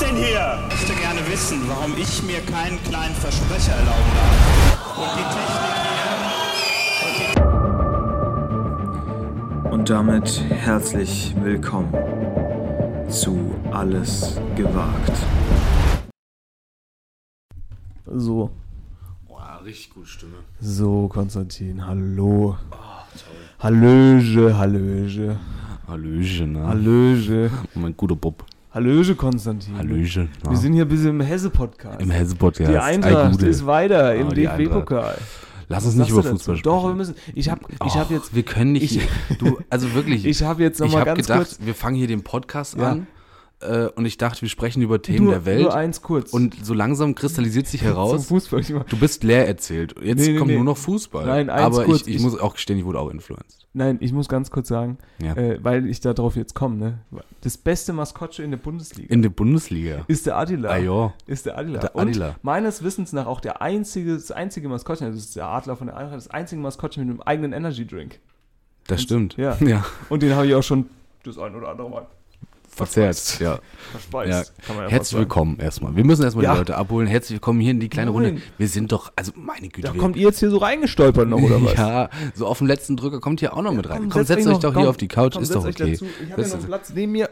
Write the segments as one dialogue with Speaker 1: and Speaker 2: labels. Speaker 1: denn hier? Ich möchte gerne wissen, warum ich mir keinen kleinen Versprecher erlauben darf. Und die Technik hier.
Speaker 2: Und damit herzlich willkommen zu Alles gewagt.
Speaker 3: So,
Speaker 4: Boah, richtig gute Stimme. Ah,
Speaker 3: so, Konstantin, hallo. Hallöge, Hallöge,
Speaker 4: Hallöchen, ne?
Speaker 3: Hallöge,
Speaker 4: Mein guter Bob.
Speaker 3: Hallöge, Konstantin.
Speaker 4: Hallöchen.
Speaker 3: Wir sind hier ein bisschen ne? im Hesse-Podcast.
Speaker 4: im Hesse-Podcast.
Speaker 3: Die Eintracht
Speaker 4: Allgute.
Speaker 3: ist weiter im
Speaker 4: Ah, die
Speaker 3: DFB-Pokal.
Speaker 4: Lass uns nicht über
Speaker 3: Sagst du
Speaker 4: Fußball
Speaker 3: dazu?
Speaker 4: sprechen.
Speaker 3: Doch, wir müssen. Ich habe ich hab
Speaker 4: Och,
Speaker 3: jetzt.
Speaker 4: Wir können nicht.
Speaker 3: Oh. ich-
Speaker 4: du, also wirklich.
Speaker 3: Ich habe jetzt
Speaker 4: ich
Speaker 3: nochmal
Speaker 4: hab
Speaker 3: ganz
Speaker 4: gedacht,
Speaker 3: kurz.
Speaker 4: wir fangen hier den Podcast
Speaker 3: Ja.
Speaker 4: an äh, und ich dachte, wir sprechen über Themen
Speaker 3: Nur,
Speaker 4: der Welt.
Speaker 3: nur eins kurz.
Speaker 4: und so langsam kristallisiert sich
Speaker 3: zum
Speaker 4: heraus,
Speaker 3: Fußball. Ich mach-
Speaker 4: du bist leer erzählt. Jetzt
Speaker 3: Nee, nee,
Speaker 4: kommt
Speaker 3: nee.
Speaker 4: nur noch Fußball.
Speaker 3: Nein, eins
Speaker 4: Aber
Speaker 3: kurz,
Speaker 4: ich, ich
Speaker 3: ich-
Speaker 4: muss auch gestehen, ich wurde auch influenced.
Speaker 3: Nein, ich muss ganz kurz sagen,
Speaker 4: Ja.
Speaker 3: äh, weil ich da drauf jetzt komme. Ne? Das beste Maskottchen in der Bundesliga
Speaker 4: In der Bundesliga.
Speaker 3: ist der Adila.
Speaker 4: Ah, ja.
Speaker 3: Ist der Adler.
Speaker 4: Der
Speaker 3: und
Speaker 4: Adler.
Speaker 3: meines Wissens nach auch der einzige, das einzige Maskottchen, also das ist der Adler von der Eintracht, das einzige Maskottchen mit einem eigenen Energy Drink.
Speaker 4: Das stimmt.
Speaker 3: Ja.
Speaker 4: ja.
Speaker 3: Und den habe ich auch schon das ein oder andere Mal
Speaker 4: Verzerrt. Ja. Ja.
Speaker 3: verspeist. Kann man ja fast
Speaker 4: Herzlich
Speaker 3: sagen.
Speaker 4: willkommen erstmal. Wir müssen erstmal
Speaker 3: Ja.
Speaker 4: die Leute abholen. Herzlich willkommen hier in die kleine
Speaker 3: Moin.
Speaker 4: Runde. Wir sind doch, also meine Güte.
Speaker 3: Da
Speaker 4: wir-
Speaker 3: kommt ihr jetzt hier so reingestolpert noch, oder was?
Speaker 4: Ja, so auf den letzten Drücker kommt hier auch noch mit rein. Komm,
Speaker 3: setzt
Speaker 4: setzt euch
Speaker 3: noch-
Speaker 4: doch
Speaker 3: komm,
Speaker 4: hier auf die Couch,
Speaker 3: komm,
Speaker 4: ist
Speaker 3: setzt
Speaker 4: doch
Speaker 3: euch
Speaker 4: okay.
Speaker 3: Dazu. Ich habe ja
Speaker 4: Das
Speaker 3: noch einen
Speaker 4: ist,
Speaker 3: Platz neben mir.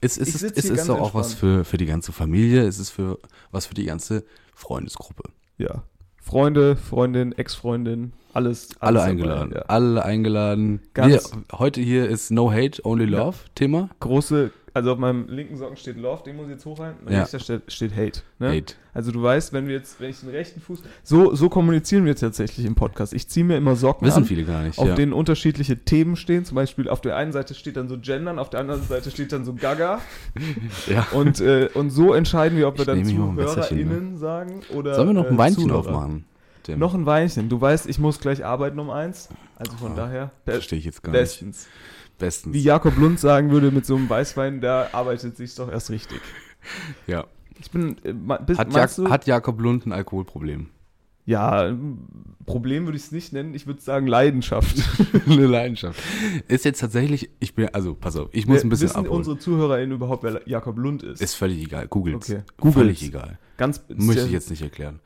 Speaker 4: es
Speaker 3: Ich
Speaker 4: ist,
Speaker 3: sitz
Speaker 4: es
Speaker 3: hier ganz
Speaker 4: ist doch auch was für, für die ganze Familie, es ist für was für die ganze Freundesgruppe.
Speaker 3: Ja. Freunde, Freundin, Ex-Freundin, alles. alles
Speaker 4: Alle
Speaker 3: dabei,
Speaker 4: eingeladen.
Speaker 3: ja.
Speaker 4: Alle eingeladen. Wir,
Speaker 3: Ganz-
Speaker 4: heute hier ist No Hate, Only
Speaker 3: Ja.
Speaker 4: Love Thema.
Speaker 3: Große, also auf meinem linken Socken steht Love, den muss ich jetzt hochhalten. Mein
Speaker 4: Ja.
Speaker 3: rechter steht, steht Hate. Ne?
Speaker 4: Hate.
Speaker 3: Also du weißt, wenn wir jetzt, wenn ich den rechten Fuß, so, so kommunizieren wir tatsächlich im Podcast. Ich ziehe mir immer Socken
Speaker 4: Wissen
Speaker 3: an,
Speaker 4: viele gar nicht.
Speaker 3: auf
Speaker 4: ja.
Speaker 3: denen unterschiedliche Themen stehen. Zum Beispiel auf der einen Seite steht dann so Gendern, auf der anderen Seite steht dann so Gaga.
Speaker 4: ja.
Speaker 3: Und, äh, und so entscheiden wir, ob wir
Speaker 4: Ich
Speaker 3: dann
Speaker 4: nehme hier mal ein Messerchen, ne?
Speaker 3: ZuhörerInnen sagen oder
Speaker 4: Sollen wir noch ein
Speaker 3: äh,
Speaker 4: Weinchen
Speaker 3: Zuhörer.
Speaker 4: aufmachen? Tim?
Speaker 3: Noch ein Weinchen. Du weißt, ich muss gleich arbeiten um eins. Also von daher, be-
Speaker 4: Ah. Verstehe ich jetzt gar nicht.
Speaker 3: bestens.
Speaker 4: Bestens.
Speaker 3: Wie Jakob Lund sagen würde, mit so einem Weißwein, da arbeitet sich's doch erst richtig.
Speaker 4: Ja.
Speaker 3: Ich bin, äh, ma- bist,
Speaker 4: Hat, Jak
Speaker 3: meinst du-
Speaker 4: hat Jakob Lund ein Alkoholproblem?
Speaker 3: Ja, ähm, Problem würde ich es nicht nennen, ich würde sagen Leidenschaft.
Speaker 4: Eine Leidenschaft. Ist jetzt tatsächlich, ich bin, also pass auf, ich muss ein bisschen
Speaker 3: Wissen
Speaker 4: abholen.
Speaker 3: unsere ZuhörerInnen überhaupt, wer Jakob Lund ist?
Speaker 4: ist völlig egal, googelt
Speaker 3: Okay. Googelt's.
Speaker 4: Völlig egal.
Speaker 3: Ganz ist
Speaker 4: Möchte
Speaker 3: der,
Speaker 4: ich jetzt nicht erklären.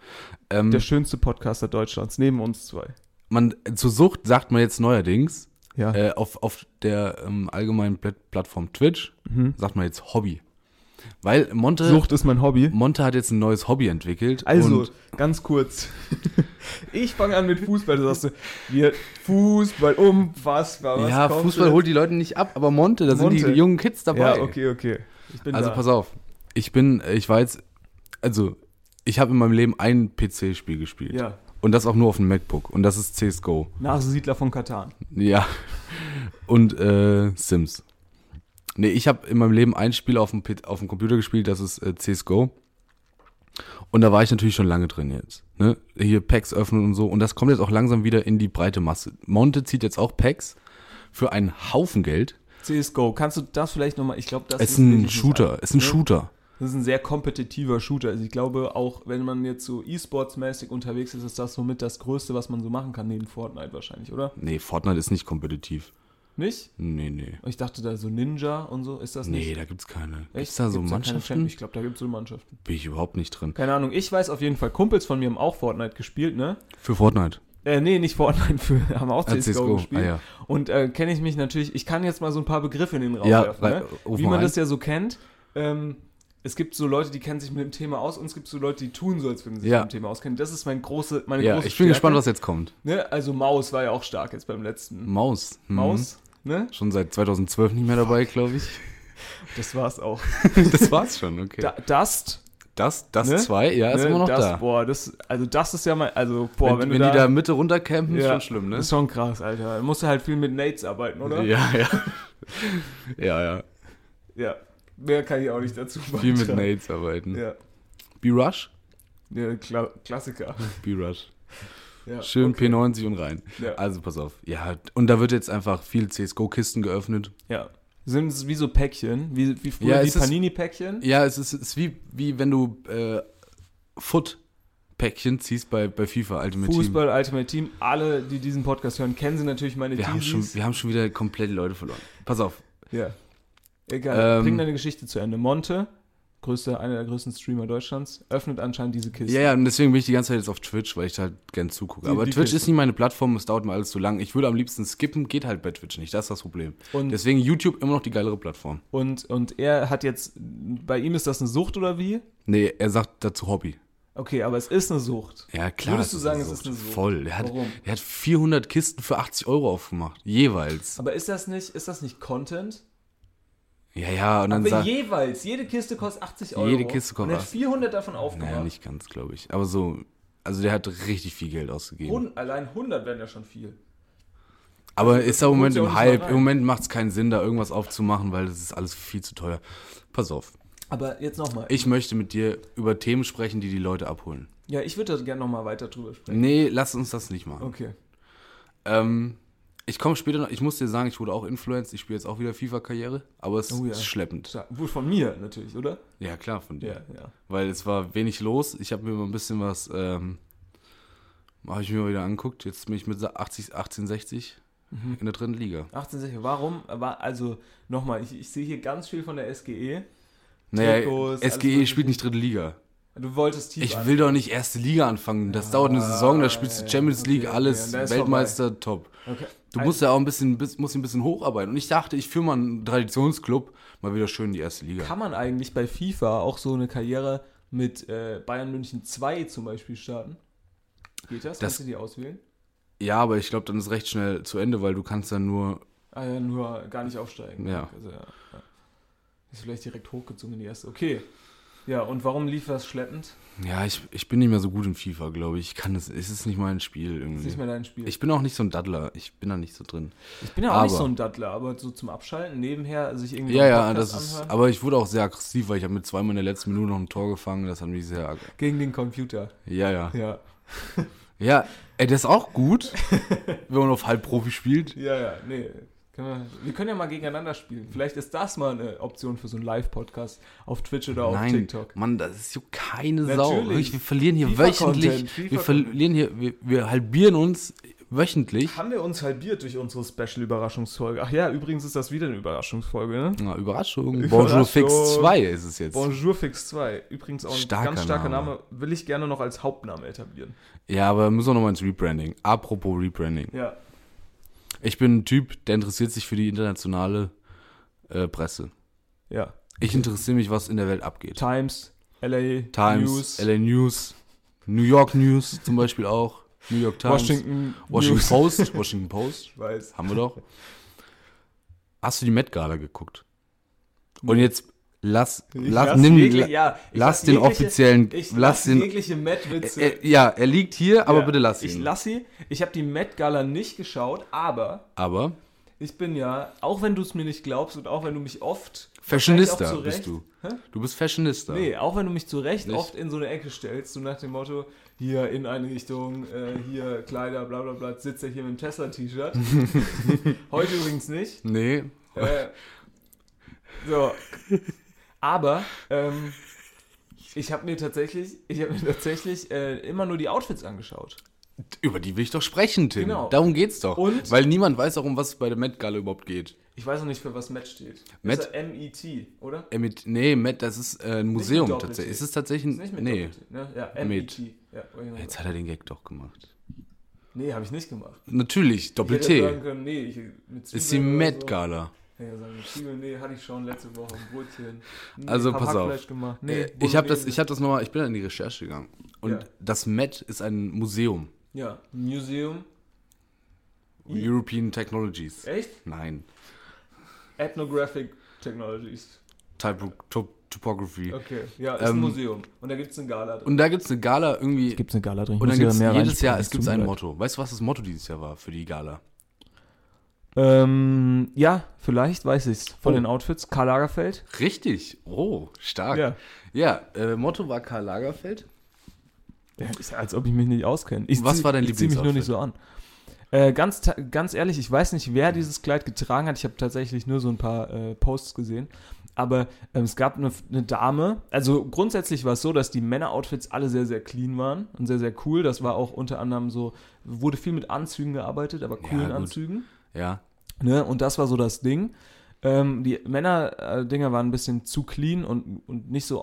Speaker 4: Ähm,
Speaker 3: der schönste Podcaster Deutschlands, neben uns zwei.
Speaker 4: man, zur Sucht sagt man jetzt neuerdings,
Speaker 3: Ja.
Speaker 4: äh, auf, auf der ähm, allgemeinen Pl Plattform Twitch, sagt man jetzt Hobby. Weil Monte,
Speaker 3: Mhm. Sucht ist mein Hobby.
Speaker 4: Monte hat jetzt ein neues Hobby entwickelt.
Speaker 3: Also,
Speaker 4: und
Speaker 3: ganz kurz. ich fange an mit Fußball. Du sagst, so, wir Fußball, unfassbar. Was
Speaker 4: ja,
Speaker 3: kommt
Speaker 4: Fußball
Speaker 3: jetzt?
Speaker 4: holt die Leute nicht ab, aber Monte, da sind
Speaker 3: Monte.
Speaker 4: die jungen Kids dabei.
Speaker 3: Ja, okay, okay. Ich bin
Speaker 4: Also
Speaker 3: da.
Speaker 4: pass auf, ich bin, ich war jetzt, also ich habe in meinem Leben ein PC-Spiel gespielt.
Speaker 3: Ja.
Speaker 4: Und das auch nur auf dem MacBook. Und das ist CSGO.
Speaker 3: Nachsiedler von Katan.
Speaker 4: Ja. Und äh, Sims. Nee, ich habe in meinem Leben ein Spiel auf dem, P- auf dem Computer gespielt, das ist äh, CSGO. Und da war ich natürlich schon lange drin jetzt. Ne? Hier Packs öffnen und so. Und das kommt jetzt auch langsam wieder in die breite Masse. Monte zieht jetzt auch Packs für einen Haufen Geld.
Speaker 3: CSGO, kannst du das vielleicht nochmal, ich glaube, das
Speaker 4: Es ist ein
Speaker 3: wirklich nicht
Speaker 4: Shooter.
Speaker 3: ein-
Speaker 4: Es ist ein
Speaker 3: ne?
Speaker 4: Shooter.
Speaker 3: Das ist ein sehr kompetitiver Shooter. Also ich glaube, auch wenn man jetzt so E-Sports-mäßig unterwegs ist, ist das somit das Größte, was man so machen kann, neben Fortnite wahrscheinlich, oder?
Speaker 4: Nee, Fortnite ist nicht kompetitiv.
Speaker 3: Nicht?
Speaker 4: Nee, nee.
Speaker 3: Ich dachte da so Ninja und so, ist das
Speaker 4: Nee,
Speaker 3: nicht?
Speaker 4: da gibt's keine.
Speaker 3: Echt?
Speaker 4: Gibt's da so
Speaker 3: Gibt's keine Champ-
Speaker 4: Mannschaften?
Speaker 3: Ich glaube, da gibt es so Mannschaften.
Speaker 4: Bin ich überhaupt nicht drin.
Speaker 3: Keine Ahnung, ich weiß auf jeden Fall, Kumpels von mir haben auch Fortnite gespielt, ne?
Speaker 4: Für Fortnite.
Speaker 3: Äh, nee, nicht Fortnite, für, haben auch
Speaker 4: Ah,
Speaker 3: CSGO,
Speaker 4: CS:GO,
Speaker 3: gespielt.
Speaker 4: ah, ja.
Speaker 3: Und äh, kenne ich mich natürlich, ich kann jetzt mal so ein paar Begriffe in den Raum
Speaker 4: Ja, äh,
Speaker 3: werfen.
Speaker 4: rei-
Speaker 3: Ne?
Speaker 4: ruf
Speaker 3: Wie
Speaker 4: mal
Speaker 3: man
Speaker 4: rein.
Speaker 3: das ja so kennt. Ähm, es gibt so Leute, die kennen sich mit dem Thema aus und es gibt so Leute, die tun so, als würden sie sich
Speaker 4: Ja.
Speaker 3: mit dem Thema auskennen. Das ist mein große, meine
Speaker 4: Ja, ich
Speaker 3: große
Speaker 4: bin gespannt, was jetzt kommt.
Speaker 3: Ne? Also Maus war ja auch stark jetzt beim letzten
Speaker 4: Maus. Hm.
Speaker 3: Maus. Ne?
Speaker 4: Schon seit 2012 nicht mehr dabei, glaube ich.
Speaker 3: Das war's auch.
Speaker 4: das war's schon, okay.
Speaker 3: Da, Dust.
Speaker 4: das, das
Speaker 3: ne?
Speaker 4: zwei, ja, ist
Speaker 3: ne?
Speaker 4: immer noch
Speaker 3: das,
Speaker 4: da.
Speaker 3: Boah, das, also das ist ja mal, also boah,
Speaker 4: wenn
Speaker 3: wenn,
Speaker 4: wenn
Speaker 3: du
Speaker 4: die
Speaker 3: da,
Speaker 4: da Mitte runtercampen, ist
Speaker 3: ja,
Speaker 4: schon schlimm, ne?
Speaker 3: Ist schon krass, Alter. Da musst du halt viel mit Nates arbeiten, oder?
Speaker 4: Ja, ja. ja, ja.
Speaker 3: ja. Mehr kann ich auch nicht dazu
Speaker 4: Viel mit
Speaker 3: beitragen.
Speaker 4: Nades arbeiten.
Speaker 3: Ja.
Speaker 4: B-Rush?
Speaker 3: Ja, Kla Klassiker.
Speaker 4: B-Rush.
Speaker 3: Ja,
Speaker 4: Schön P90 und rein.
Speaker 3: Ja.
Speaker 4: Also pass auf. Ja, und da wird jetzt einfach viel CSGO-Kisten geöffnet.
Speaker 3: Ja. Sind es wie so Päckchen, wie, wie
Speaker 4: Ja,
Speaker 3: früher die
Speaker 4: es ist-
Speaker 3: Panini-Päckchen.
Speaker 4: Ja, es ist, es ist wie, wie wenn du äh, Foot-Päckchen ziehst bei, bei FIFA Ultimate
Speaker 3: Fußball, Ultimate Team, alle, die diesen Podcast hören, kennen sie natürlich meine
Speaker 4: Team. Wir haben, schon,
Speaker 3: Teasies.
Speaker 4: wir haben schon wieder komplett die Leute verloren. Pass auf.
Speaker 3: Ja. Egal,
Speaker 4: Ähm,
Speaker 3: bring deine Geschichte zu Ende. Monte größte, einer der größten Streamer Deutschlands, öffnet anscheinend diese Kiste.
Speaker 4: Ja, ja, und deswegen bin ich die ganze Zeit jetzt auf Twitch, weil ich da halt gern zugucke.
Speaker 3: Die-
Speaker 4: Aber
Speaker 3: die
Speaker 4: Twitch
Speaker 3: Kiste.
Speaker 4: ist nicht meine Plattform, es dauert mir alles zu lang. Ich würde am liebsten skippen, geht halt bei Twitch nicht, das ist das Problem.
Speaker 3: Und-
Speaker 4: deswegen YouTube immer noch die geilere Plattform.
Speaker 3: Und, und er hat jetzt, bei ihm ist das eine Sucht oder wie?
Speaker 4: Nee, er sagt dazu Hobby.
Speaker 3: Okay, aber es ist eine Sucht.
Speaker 4: Ja, klar.
Speaker 3: Würdest du
Speaker 4: das
Speaker 3: sagen,
Speaker 4: eine
Speaker 3: es ist eine Sucht?
Speaker 4: Voll. Der hat,
Speaker 3: Warum?
Speaker 4: der hat 400 Kisten für 80 Euro aufgemacht. Jeweils.
Speaker 3: Aber ist das nicht, ist das nicht Content?
Speaker 4: Ja, ja, und dann
Speaker 3: Aber
Speaker 4: sagt.
Speaker 3: jeweils, jede Kiste kostet 80 Euro.
Speaker 4: Jede Kiste kostet
Speaker 3: Und er hat
Speaker 4: 80.
Speaker 3: 400 davon aufgemacht.
Speaker 4: Naja, nicht ganz, glaube ich. Aber so. Also der hat richtig viel Geld ausgegeben.
Speaker 3: Hun- allein 100 wären ja schon viel.
Speaker 4: Aber ist da im Moment
Speaker 3: ja auch
Speaker 4: im
Speaker 3: nicht mal
Speaker 4: Hype.
Speaker 3: rein.
Speaker 4: Im Moment macht es keinen Sinn, da irgendwas aufzumachen, weil das ist alles viel zu teuer. Pass auf.
Speaker 3: Aber jetzt nochmal.
Speaker 4: Ich möchte mit dir über Themen sprechen, die die Leute abholen.
Speaker 3: Ja, ich würde da gerne nochmal weiter drüber sprechen.
Speaker 4: Nee, lass uns das nicht machen.
Speaker 3: Okay.
Speaker 4: Ähm, ich komme später noch. Ich muss dir sagen, ich wurde auch Influenced. Ich spiele jetzt auch wieder FIFA-Karriere. Aber es
Speaker 3: Oh ja.
Speaker 4: ist schleppend.
Speaker 3: Tja, Wohl von mir natürlich, oder?
Speaker 4: Ja, klar, von dir.
Speaker 3: ja.
Speaker 4: weil es war wenig los. Ich habe mir mal ein bisschen was, ähm, habe ich mir mal wieder angeguckt. Jetzt bin ich mit 80, 1860
Speaker 3: Mhm.
Speaker 4: in der dritten Liga.
Speaker 3: 1860, warum? War, also nochmal, ich, ich sehe hier ganz viel von der E. SGE.
Speaker 4: Naja,
Speaker 3: Trikots, alles
Speaker 4: SGE
Speaker 3: Mögliche.
Speaker 4: spielt nicht dritte Liga.
Speaker 3: Du wolltest tief
Speaker 4: Ich
Speaker 3: an.
Speaker 4: will doch nicht erste Liga anfangen. Das dauert eine Saison, da spielst du Champions
Speaker 3: okay,
Speaker 4: League,
Speaker 3: okay,
Speaker 4: alles,
Speaker 3: da ist
Speaker 4: Weltmeister, top.
Speaker 3: Okay.
Speaker 4: Du musst ja auch ein bisschen, bis- musst ein bisschen hocharbeiten. Und ich dachte, ich führe mal einen Traditionsclub mal wieder schön in die erste Liga.
Speaker 3: Also, Kann man eigentlich bei FIFA auch so eine Karriere mit äh, Bayern München 2 zum Beispiel starten? Geht das?
Speaker 4: Das-
Speaker 3: Kannst du die auswählen?
Speaker 4: Ja, aber ich glaube, dann ist recht schnell zu Ende, weil du kannst dann nur
Speaker 3: Ah ja, nur gar nicht aufsteigen.
Speaker 4: Ja.
Speaker 3: Also, ja. ja. Ist vielleicht direkt hochgezogen in die erste. Okay. Ja, und warum lief das schleppend?
Speaker 4: Ja, ich, ich bin nicht mehr so gut in FIFA, glaube ich. Ich kann es, es ist nicht mein Spiel irgendwie.
Speaker 3: Ist nicht mehr dein Spiel.
Speaker 4: ich bin auch nicht so ein Daddler. Ich bin da nicht so drin.
Speaker 3: Ich bin ja auch nicht
Speaker 4: aber-
Speaker 3: so ein Dattler, aber so zum Abschalten nebenher sich irgendwie
Speaker 4: Ja,
Speaker 3: einen
Speaker 4: ja, das
Speaker 3: Podcast
Speaker 4: ist.
Speaker 3: anhören.
Speaker 4: Aber ich wurde auch sehr aggressiv, weil ich habe mit zweimal in der letzten Minute noch ein Tor gefangen. Das hat mich sehr. ag-
Speaker 3: gegen den Computer.
Speaker 4: Ja, ja.
Speaker 3: Ja.
Speaker 4: Ja, ey, das ist auch gut, wenn man auf Halbprofi spielt.
Speaker 3: Ja, ja, nee. Können wir, wir können ja mal gegeneinander spielen. Vielleicht ist das mal eine Option für so einen Live-Podcast auf Twitch oder auf
Speaker 4: Nein,
Speaker 3: TikTok.
Speaker 4: Mann, das ist so keine Sau.
Speaker 3: Natürlich.
Speaker 4: Wirklich, wir verlieren hier
Speaker 3: FIFA-Content,
Speaker 4: wöchentlich. Wir
Speaker 3: FIFA-Content.
Speaker 4: verlieren hier, wir, wir halbieren uns wöchentlich.
Speaker 3: Haben wir uns halbiert durch unsere Special-Überraschungsfolge. Ach ja, übrigens ist das wieder eine Überraschungsfolge, ne?
Speaker 4: Na, Überraschung.
Speaker 3: Überraschung.
Speaker 4: Bonjour Fix 2 ist es jetzt.
Speaker 3: Bonjour Fix 2. Übrigens auch ein
Speaker 4: Starker
Speaker 3: ganz starker
Speaker 4: Name.
Speaker 3: Name. Will ich gerne noch als Hauptname etablieren.
Speaker 4: Ja, aber müssen wir nochmal ins Rebranding. Apropos Rebranding.
Speaker 3: Ja.
Speaker 4: Ich bin ein Typ, der interessiert sich für die internationale äh, Presse.
Speaker 3: Ja.
Speaker 4: Ich interessiere mich, was in der Welt abgeht.
Speaker 3: Times, LA
Speaker 4: Times,
Speaker 3: News,
Speaker 4: LA News, New York News zum Beispiel auch, New York Times,
Speaker 3: Washington,
Speaker 4: Washington
Speaker 3: News.
Speaker 4: Post, Washington Post,
Speaker 3: Ich weiß.
Speaker 4: haben wir doch. Hast du die Met Gala geguckt? Und jetzt lass,
Speaker 3: Ich
Speaker 4: lass,
Speaker 3: lass
Speaker 4: nimm,
Speaker 3: jegliche- ja, ich
Speaker 4: lass den
Speaker 3: jegliche-
Speaker 4: offiziellen,
Speaker 3: Ich
Speaker 4: lass
Speaker 3: lass
Speaker 4: den,
Speaker 3: jegliche Met-Witze.
Speaker 4: er, Äh, ja, er liegt hier, aber
Speaker 3: Ja,
Speaker 4: bitte lass ihn.
Speaker 3: Ich lass sie. Ich habe die Met Gala nicht geschaut, aber
Speaker 4: aber
Speaker 3: ich bin ja, auch wenn du es mir nicht glaubst und auch wenn du mich oft. wahrscheinlich
Speaker 4: Fashionista
Speaker 3: auch zu
Speaker 4: bist
Speaker 3: Recht-
Speaker 4: du.
Speaker 3: Hä?
Speaker 4: Du bist Fashionista.
Speaker 3: Nee, auch wenn du mich zu Recht
Speaker 4: Nicht?
Speaker 3: oft in so eine Ecke stellst, so nach dem Motto, hier in eine Richtung, äh, hier Kleider, bla bla bla, sitzt er hier mit dem Tesla-T-Shirt. Heute übrigens nicht.
Speaker 4: Nee.
Speaker 3: Äh, so. Aber ähm, ich habe mir tatsächlich, ich habe mir tatsächlich äh, immer nur die Outfits angeschaut.
Speaker 4: Über die will ich doch sprechen, Tim.
Speaker 3: Genau.
Speaker 4: Darum geht's doch.
Speaker 3: Und-
Speaker 4: Weil niemand weiß auch, um was es bei der Met Gala überhaupt geht.
Speaker 3: Ich weiß noch nicht, für was Met steht.
Speaker 4: Met?
Speaker 3: Ist ja M-E-T, oder?
Speaker 4: Äh, mit, nee, Met, das ist äh, ein Museum
Speaker 3: Doppel-T.
Speaker 4: tatsächlich. Ist es tatsächlich
Speaker 3: Ist
Speaker 4: ein.
Speaker 3: nicht mit
Speaker 4: Nee.
Speaker 3: Doppel-T, ne? Ja,
Speaker 4: Mit.
Speaker 3: M-E-T. Ja, original.
Speaker 4: Jetzt hat er den Gag doch gemacht.
Speaker 3: nee, habe ich nicht gemacht. Ich
Speaker 4: Natürlich,
Speaker 3: hätte sagen
Speaker 4: Doppel-T.
Speaker 3: können, nee, ich, mit
Speaker 4: Ist die
Speaker 3: Zwiebeln oder
Speaker 4: Met
Speaker 3: so.
Speaker 4: Gala.
Speaker 3: Ja, sagen wir Zwiebeln, nee, hatte ich schon letzte Woche ein Brötchen. Nee,
Speaker 4: Also,
Speaker 3: hab
Speaker 4: pass auf.
Speaker 3: Hackfleisch Gemacht. Nee,
Speaker 4: Äh, ich habe das,
Speaker 3: Bolognese.
Speaker 4: ich hab das nochmal, ich bin in die Recherche gegangen. Und
Speaker 3: Ja.
Speaker 4: das Met ist ein Museum.
Speaker 3: Ja, Museum.
Speaker 4: European Technologies.
Speaker 3: Echt?
Speaker 4: Nein.
Speaker 3: Ethnographic Technologies.
Speaker 4: Typo, Top- Topography.
Speaker 3: Okay, ja, ist
Speaker 4: Ähm,
Speaker 3: ein Museum. Und da gibt es eine Gala drin.
Speaker 4: Und da gibt's eine Gala irgendwie.
Speaker 3: Gibt es eine Gala drin?
Speaker 4: Und dann gibt es jedes Jahr, es gibt ein Motto. Weißt du, was das Motto dieses Jahr war für die Gala?
Speaker 3: Ähm, ja, vielleicht weiß ich's. Von
Speaker 4: Oh.
Speaker 3: den Outfits. Karl Lagerfeld.
Speaker 4: Richtig. Oh, stark. Ja,
Speaker 3: Ja.
Speaker 4: äh, Motto war Karl Lagerfeld.
Speaker 3: Ja, ist, als ob ich mich nicht auskenne. Ich
Speaker 4: Was
Speaker 3: zieh-
Speaker 4: war dein
Speaker 3: Ich zieh mich nur
Speaker 4: Lieblingsoutfit?
Speaker 3: nicht so an. Äh, ganz, ta- ganz ehrlich, ich weiß nicht, wer dieses Kleid getragen hat. Ich habe tatsächlich nur so ein paar äh, Posts gesehen. Aber ähm, es gab eine, eine Dame. Also grundsätzlich war es so, dass die Männer-Outfits alle sehr, sehr clean waren und sehr, sehr cool. Das war auch unter anderem so, wurde viel mit Anzügen gearbeitet, aber coolen
Speaker 4: gut.
Speaker 3: Anzügen.
Speaker 4: Ja.
Speaker 3: Ne? Und das war so das Ding. Ähm, die Männer-Dinger waren ein bisschen zu clean und, und nicht so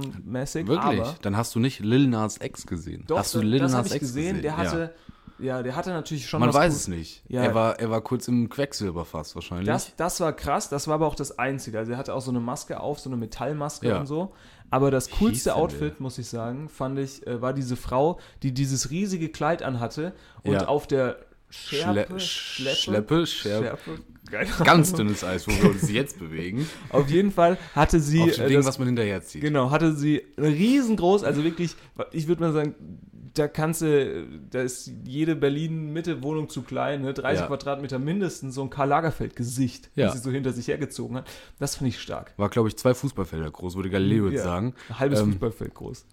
Speaker 3: aufmerksammäßig.
Speaker 4: Wirklich?
Speaker 3: Aber
Speaker 4: Dann hast du nicht Lil Nas X gesehen.
Speaker 3: doch,
Speaker 4: hast du
Speaker 3: das-
Speaker 4: Lil
Speaker 3: das
Speaker 4: Nas
Speaker 3: habe ich
Speaker 4: X
Speaker 3: gesehen. Der
Speaker 4: Ja.
Speaker 3: hatte, ja. der hatte natürlich schon
Speaker 4: Man
Speaker 3: was
Speaker 4: weiß
Speaker 3: Gutes.
Speaker 4: es nicht.
Speaker 3: Ja.
Speaker 4: Er, war, er war kurz im Quecksilber fast wahrscheinlich.
Speaker 3: Das, das war krass, das war aber auch das Einzige. Also er hatte auch so eine Maske auf, so eine Metallmaske
Speaker 4: Ja.
Speaker 3: und so. Aber das
Speaker 4: hieß denn
Speaker 3: coolste
Speaker 4: der?
Speaker 3: Outfit, muss ich sagen, fand ich, äh, war diese Frau, die dieses riesige Kleid anhatte und
Speaker 4: Ja.
Speaker 3: auf der
Speaker 4: Schle
Speaker 3: Schärpe,
Speaker 4: Schleppe,
Speaker 3: Schleppe,
Speaker 4: Schleppe Schärpe.
Speaker 3: Schärpe, keine
Speaker 4: Ganz
Speaker 3: Ahnung.
Speaker 4: dünnes Eis, wo wir uns jetzt bewegen.
Speaker 3: Auf jeden Fall hatte sie
Speaker 4: Auf dem
Speaker 3: äh,
Speaker 4: Ding,
Speaker 3: das
Speaker 4: was man hinterher zieht.
Speaker 3: Genau, hatte sie riesengroß, also wirklich, ich würde mal sagen, da kannst du, da ist jede Berlin-Mitte-Wohnung zu klein, ne? 30
Speaker 4: Ja.
Speaker 3: Quadratmeter mindestens, so ein Karl Lagerfeld-Gesicht,
Speaker 4: Ja.
Speaker 3: das sie so hinter sich hergezogen hat. Das fand ich stark.
Speaker 4: War, glaube ich, zwei Fußballfelder groß, würde Galileo jetzt
Speaker 3: Ja.
Speaker 4: sagen.
Speaker 3: Ein halbes
Speaker 4: Ähm,
Speaker 3: Fußballfeld groß.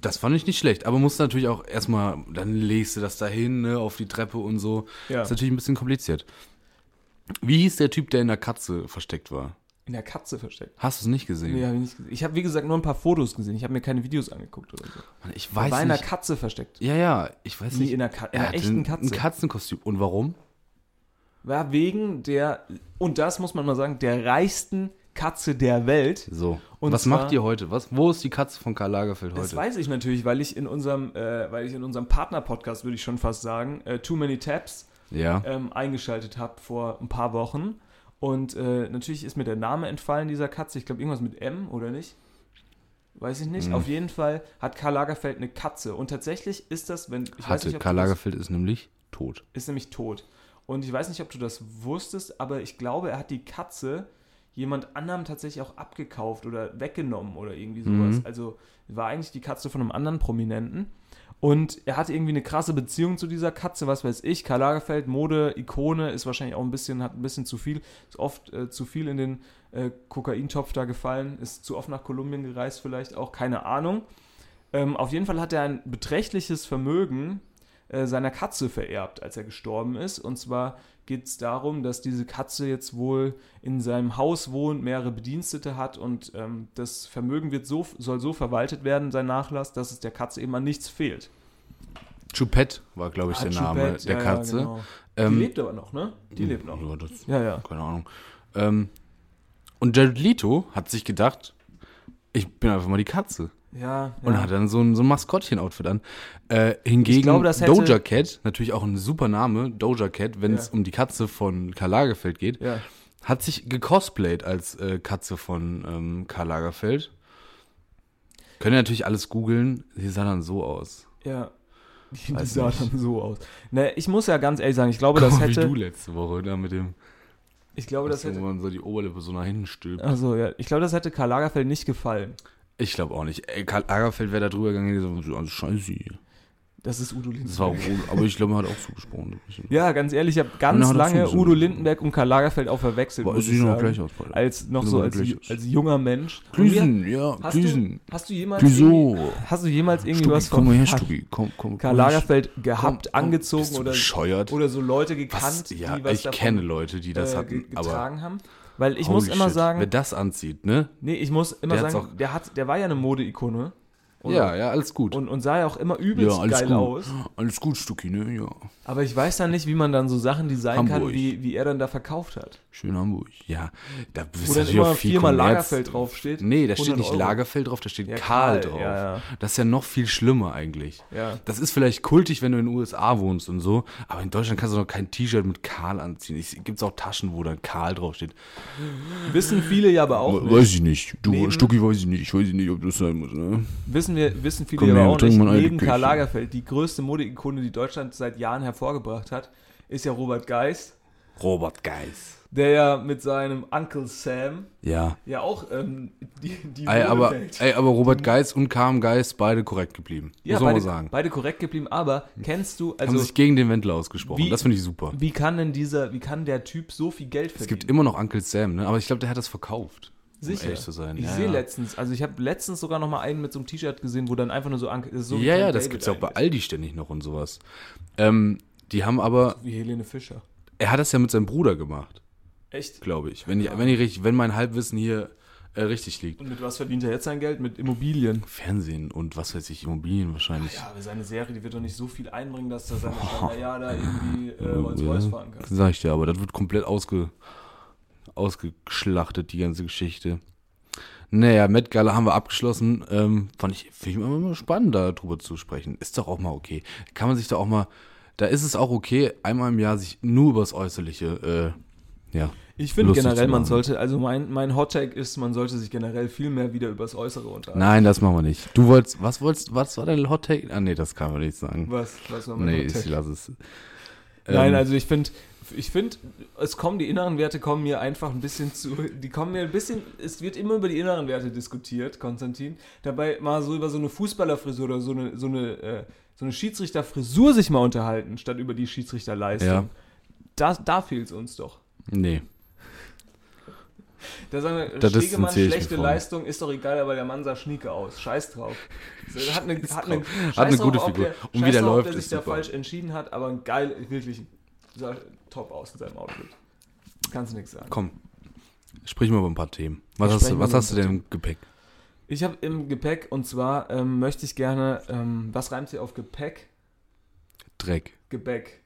Speaker 4: Das fand ich nicht schlecht, aber musst natürlich auch erstmal, dann legst du das dahin, ne, auf die Treppe und so.
Speaker 3: Ja.
Speaker 4: Ist natürlich ein bisschen kompliziert. Wie hieß der Typ, der in der Katze versteckt war?
Speaker 3: In der Katze versteckt.
Speaker 4: Hast du es nicht gesehen?
Speaker 3: Nee, hab ich nicht gesehen. Ich habe, wie gesagt, nur ein paar Fotos gesehen. Ich habe mir keine Videos angeguckt oder so.
Speaker 4: Mann, Ich weiß
Speaker 3: War in der
Speaker 4: nicht.
Speaker 3: Katze versteckt.
Speaker 4: Ja, ja, ich weiß
Speaker 3: Wie
Speaker 4: nicht.
Speaker 3: in der, Ka in
Speaker 4: Er
Speaker 3: der
Speaker 4: hatte
Speaker 3: echten
Speaker 4: ein- Ein
Speaker 3: Katze.
Speaker 4: Katzenkostüm. Und warum?
Speaker 3: War wegen der, und das muss man mal sagen, der reichsten Katze der Welt.
Speaker 4: So.
Speaker 3: Und
Speaker 4: was
Speaker 3: zwar-
Speaker 4: macht ihr heute? Was, wo ist die Katze von Karl Lagerfeld
Speaker 3: Das
Speaker 4: heute?
Speaker 3: weiß ich natürlich, weil ich in unserem, äh, weil ich in unserem Partner-Podcast, würde ich schon fast sagen, äh, Too Many Tabs
Speaker 4: Ja.
Speaker 3: ähm, eingeschaltet habe vor ein paar Wochen. Und äh, natürlich ist mir der Name entfallen dieser Katze. Ich glaube, irgendwas mit M, oder nicht? Weiß ich
Speaker 4: Hm.
Speaker 3: nicht. Auf jeden Fall hat Karl Lagerfeld eine Katze. Und tatsächlich ist das, wenn. Ich weiß
Speaker 4: Hatte.
Speaker 3: nicht, ob
Speaker 4: Karl
Speaker 3: du das-
Speaker 4: Lagerfeld ist nämlich tot.
Speaker 3: ist nämlich tot. Und ich weiß nicht, ob du das wusstest, aber ich glaube, er hat die Katze jemand anderem tatsächlich auch abgekauft oder weggenommen oder irgendwie sowas. Also war eigentlich die Katze von einem anderen Prominenten. Und er hatte irgendwie eine krasse Beziehung zu dieser Katze, was weiß ich. Karl Lagerfeld, Mode, Ikone, ist wahrscheinlich auch ein bisschen, hat ein bisschen zu viel, ist oft äh, zu viel in den äh, Kokaintopf da gefallen, ist zu oft nach Kolumbien gereist, vielleicht auch, keine Ahnung. Ähm, auf jeden Fall hat er ein beträchtliches Vermögen äh, seiner Katze vererbt, als er gestorben ist. Und zwar geht es darum, dass diese Katze jetzt wohl in seinem Haus wohnt, mehrere Bedienstete hat und ähm, das Vermögen wird so, soll so verwaltet werden, sein Nachlass, dass es der Katze eben an nichts fehlt.
Speaker 4: Choupette war, glaube ich, der
Speaker 3: Ah,
Speaker 4: Name
Speaker 3: Choupette,
Speaker 4: der
Speaker 3: ja, ja,
Speaker 4: Katze.
Speaker 3: genau.
Speaker 4: Ähm,
Speaker 3: die lebt aber noch, ne? Die lebt noch.
Speaker 4: Ja, das,
Speaker 3: Ja, ja.
Speaker 4: keine Ahnung. Ähm, und Jared Leto hat sich gedacht, ich bin einfach mal die Katze.
Speaker 3: Ja,
Speaker 4: Und
Speaker 3: ja.
Speaker 4: hat dann so ein, so ein Maskottchen-Outfit an. Äh, hingegen
Speaker 3: Ich glaube, das hätte-
Speaker 4: Doja Cat, natürlich auch ein super Name, Doja Cat, wenn
Speaker 3: Ja.
Speaker 4: es um die Katze von Karl Lagerfeld geht,
Speaker 3: ja.
Speaker 4: hat sich gecosplayt als äh, Katze von ähm, Karl Lagerfeld. Können natürlich alles googeln, sie sah dann so aus.
Speaker 3: Ja. Die, die
Speaker 4: Weiß
Speaker 3: sah
Speaker 4: nicht.
Speaker 3: dann so aus. Ne, ich muss ja ganz ehrlich sagen, ich glaube, das
Speaker 4: Guck mal, wie du
Speaker 3: hätte.
Speaker 4: letzte Woche, da mit dem,
Speaker 3: Ich glaube, das
Speaker 4: wo
Speaker 3: hätte.
Speaker 4: man so die Oberlippe so nach hinten stülpt.
Speaker 3: Also, ja. Ich glaube, das hätte Karl Lagerfeld nicht gefallen.
Speaker 4: Ich glaube auch nicht. Ey, Karl Lagerfeld wäre da drüber gegangen, und so, also scheiße.
Speaker 3: Das ist Udo Lindenberg.
Speaker 4: Das war auch, aber ich glaube, man hat auch zugesprochen.
Speaker 3: Ja, ganz ehrlich, ich habe
Speaker 4: Und dann
Speaker 3: ganz
Speaker 4: hat er
Speaker 3: lange
Speaker 4: zugesagt.
Speaker 3: Udo Lindenberg und Karl Lagerfeld auch verwechselt.
Speaker 4: Aber
Speaker 3: muss
Speaker 4: es
Speaker 3: ich
Speaker 4: sieht noch
Speaker 3: sagen.
Speaker 4: gleich aus, beide.
Speaker 3: Als noch
Speaker 4: Sieht
Speaker 3: so
Speaker 4: noch
Speaker 3: als,
Speaker 4: gleich aus.
Speaker 3: als junger Mensch. Und
Speaker 4: Glüsen, ja,
Speaker 3: wir- Hast du,
Speaker 4: Glüsen.
Speaker 3: hast du jemals
Speaker 4: Wieso?
Speaker 3: irgendwie- Hast du jemals irgendwie
Speaker 4: Stucki,
Speaker 3: was
Speaker 4: komm mal her,
Speaker 3: Karl-
Speaker 4: Stucki. Komm, komm,
Speaker 3: Karl
Speaker 4: komm her, Stucki.
Speaker 3: Lagerfeld gehabt,
Speaker 4: Komm, komm,
Speaker 3: angezogen
Speaker 4: bist du
Speaker 3: oder
Speaker 4: bescheuert?
Speaker 3: oder so Leute
Speaker 4: Was?
Speaker 3: gekannt,
Speaker 4: Ja,
Speaker 3: die was
Speaker 4: ich
Speaker 3: davon,
Speaker 4: kenne Leute, die das
Speaker 3: äh, ge-
Speaker 4: hatten, aber
Speaker 3: getragen haben? Weil ich
Speaker 4: holy
Speaker 3: muss immer
Speaker 4: shit, wer
Speaker 3: sagen,
Speaker 4: das anzieht, ne?
Speaker 3: nee, ich muss immer
Speaker 4: der hat's
Speaker 3: sagen,
Speaker 4: auch-
Speaker 3: der hat der war ja eine Modeikone und-
Speaker 4: Ja, ja, alles gut.
Speaker 3: und und sah ja auch immer übelst geil aus.
Speaker 4: Alles gut, Stucki, ne? Ja.
Speaker 3: Aber ich weiß dann nicht, wie man dann so Sachen designen kann,
Speaker 4: Hamburg.
Speaker 3: wie, wie er dann da verkauft hat.
Speaker 4: Schön Hamburg. Ja, da bist
Speaker 3: Wo
Speaker 4: du
Speaker 3: dann
Speaker 4: natürlich
Speaker 3: immer
Speaker 4: auch viel
Speaker 3: viermal
Speaker 4: Kommerz.
Speaker 3: Lagerfeld draufsteht.
Speaker 4: Nee, da steht
Speaker 3: 100
Speaker 4: nicht
Speaker 3: Euro.
Speaker 4: Lagerfeld drauf, da steht
Speaker 3: Ja,
Speaker 4: Karl,
Speaker 3: Karl,
Speaker 4: drauf.
Speaker 3: ja, ja.
Speaker 4: Das ist ja noch viel schlimmer eigentlich.
Speaker 3: Ja.
Speaker 4: Das ist vielleicht kultig, wenn du in den USA wohnst und so, aber in Deutschland kannst du noch kein T-Shirt mit Karl anziehen. Es gibt auch Taschen, wo dann Karl draufsteht.
Speaker 3: Wissen viele ja aber auch
Speaker 4: We-
Speaker 3: nicht.
Speaker 4: ich nicht. Du,
Speaker 3: Neben-
Speaker 4: weiß ich nicht. Ich weiß nicht, ob das sein muss, ne?
Speaker 3: Wissen, wir, wissen viele
Speaker 4: Komm
Speaker 3: ja
Speaker 4: her,
Speaker 3: aber auch
Speaker 4: trink
Speaker 3: nicht.
Speaker 4: mal eine
Speaker 3: Neben
Speaker 4: Küche.
Speaker 3: Karl Lagerfeld, die größte Modeikone, die Deutschland seit Jahren hervorgebracht hat, ist ja Robert Geist,
Speaker 4: Robert Geis.
Speaker 3: der ja mit seinem Uncle Sam
Speaker 4: Ja.
Speaker 3: ja auch ähm, die, die
Speaker 4: Ey,
Speaker 3: Mode
Speaker 4: aber,
Speaker 3: wählt.
Speaker 4: ey, aber Robert Geis und Karm Geis, beide korrekt geblieben.
Speaker 3: ja,
Speaker 4: muss man
Speaker 3: beide,
Speaker 4: mal sagen. Hm.
Speaker 3: beide korrekt geblieben, aber kennst du,
Speaker 4: Haben
Speaker 3: also
Speaker 4: sich gegen den Wendler ausgesprochen.
Speaker 3: Wie-
Speaker 4: das finde ich super.
Speaker 3: wie kann denn dieser, wie kann der Typ so viel Geld verdienen?
Speaker 4: Es gibt immer noch Uncle Sam, ne? Aber ich glaube, der hat das verkauft. Um ehrlich zu sein.
Speaker 3: Ich
Speaker 4: ja,
Speaker 3: sehe
Speaker 4: ja.
Speaker 3: letztens, also ich habe letztens sogar noch mal einen mit so einem T-Shirt gesehen, wo dann einfach nur so Uncle, so wie
Speaker 4: ja,
Speaker 3: Camp
Speaker 4: ja, das
Speaker 3: David
Speaker 4: gibt's ja auch bei
Speaker 3: eigentlich.
Speaker 4: Aldi ständig noch und sowas. Ähm, die haben aber,
Speaker 3: wie Helene Fischer.
Speaker 4: er hat das ja mit seinem Bruder gemacht,
Speaker 3: Echt?
Speaker 4: glaube ich. Wenn, ich, wenn ich richtig, wenn mein Halbwissen hier äh, richtig liegt.
Speaker 3: Und mit was verdient er jetzt sein Geld? Mit Immobilien.
Speaker 4: Fernsehen und was weiß ich, Immobilien wahrscheinlich.
Speaker 3: Ja, aber seine Serie, die wird doch nicht so viel einbringen, dass er seine Standard ja da irgendwie äh, Rolls
Speaker 4: Ja,
Speaker 3: Royce fahren kann.
Speaker 4: Sag ich dir, aber das wird komplett ausge, ausgeschlachtet, die ganze Geschichte. Naja, Met Gala haben wir abgeschlossen. Ähm, fand ich, finde ich immer- immer spannend, darüber zu sprechen. Ist doch auch mal okay. Kann man sich da auch mal, da ist es auch okay, einmal im Jahr sich nur übers Äußerliche, äh, ja.
Speaker 3: Ich finde
Speaker 4: lustig
Speaker 3: generell,
Speaker 4: zu
Speaker 3: man
Speaker 4: machen.
Speaker 3: sollte, also mein, mein Hottag ist, man sollte sich generell viel mehr wieder übers Äußere unterhalten.
Speaker 4: Nein, das machen wir nicht. Du wolltest, was wolltest, was war dein Hot Take? Ah, nee, das kann man nicht sagen.
Speaker 3: Was, was war mein
Speaker 4: Nee,
Speaker 3: Hottag?
Speaker 4: ich lass es.
Speaker 3: Nein,
Speaker 4: Ähm,
Speaker 3: also ich finde, ich finde, es kommen die inneren Werte kommen mir einfach ein bisschen zu, die kommen mir ein bisschen, es wird immer über die inneren Werte diskutiert, Konstantin. Dabei mal so über so eine Fußballerfrisur oder so eine so eine äh, so eine Schiedsrichterfrisur sich mal unterhalten, statt über die Schiedsrichterleistung.
Speaker 4: Ja.
Speaker 3: Da, da fehlt es uns doch.
Speaker 4: Nee.
Speaker 3: Da sagen wir,
Speaker 4: Da
Speaker 3: Stegemann,
Speaker 4: distanziere ich mich
Speaker 3: schlechte
Speaker 4: von.
Speaker 3: Leistung, ist doch egal, aber der Mann sah schnieke aus. Scheiß drauf. So, Hat eine, hat eine,
Speaker 4: drauf.
Speaker 3: scheiß
Speaker 4: Hat eine
Speaker 3: drauf,
Speaker 4: gute
Speaker 3: ob
Speaker 4: Figur.
Speaker 3: Der,
Speaker 4: Und wie
Speaker 3: scheiß
Speaker 4: der
Speaker 3: drauf,
Speaker 4: läuft,
Speaker 3: der
Speaker 4: ist
Speaker 3: sich da
Speaker 4: super.
Speaker 3: falsch entschieden hat, aber ein geil, wirklich, sah top aus in seinem Outfit. Kannst du nichts sagen.
Speaker 4: Komm, sprich mal über ein paar Themen. Was hast
Speaker 3: Sprechen
Speaker 4: du,
Speaker 3: wir
Speaker 4: was
Speaker 3: über
Speaker 4: hast du
Speaker 3: ein
Speaker 4: denn
Speaker 3: paar
Speaker 4: im Gepäck?
Speaker 3: Ich habe im Gepäck, und zwar ähm, möchte ich gerne, ähm, was reimt hier auf Gepäck?
Speaker 4: Dreck.
Speaker 3: Gebäck.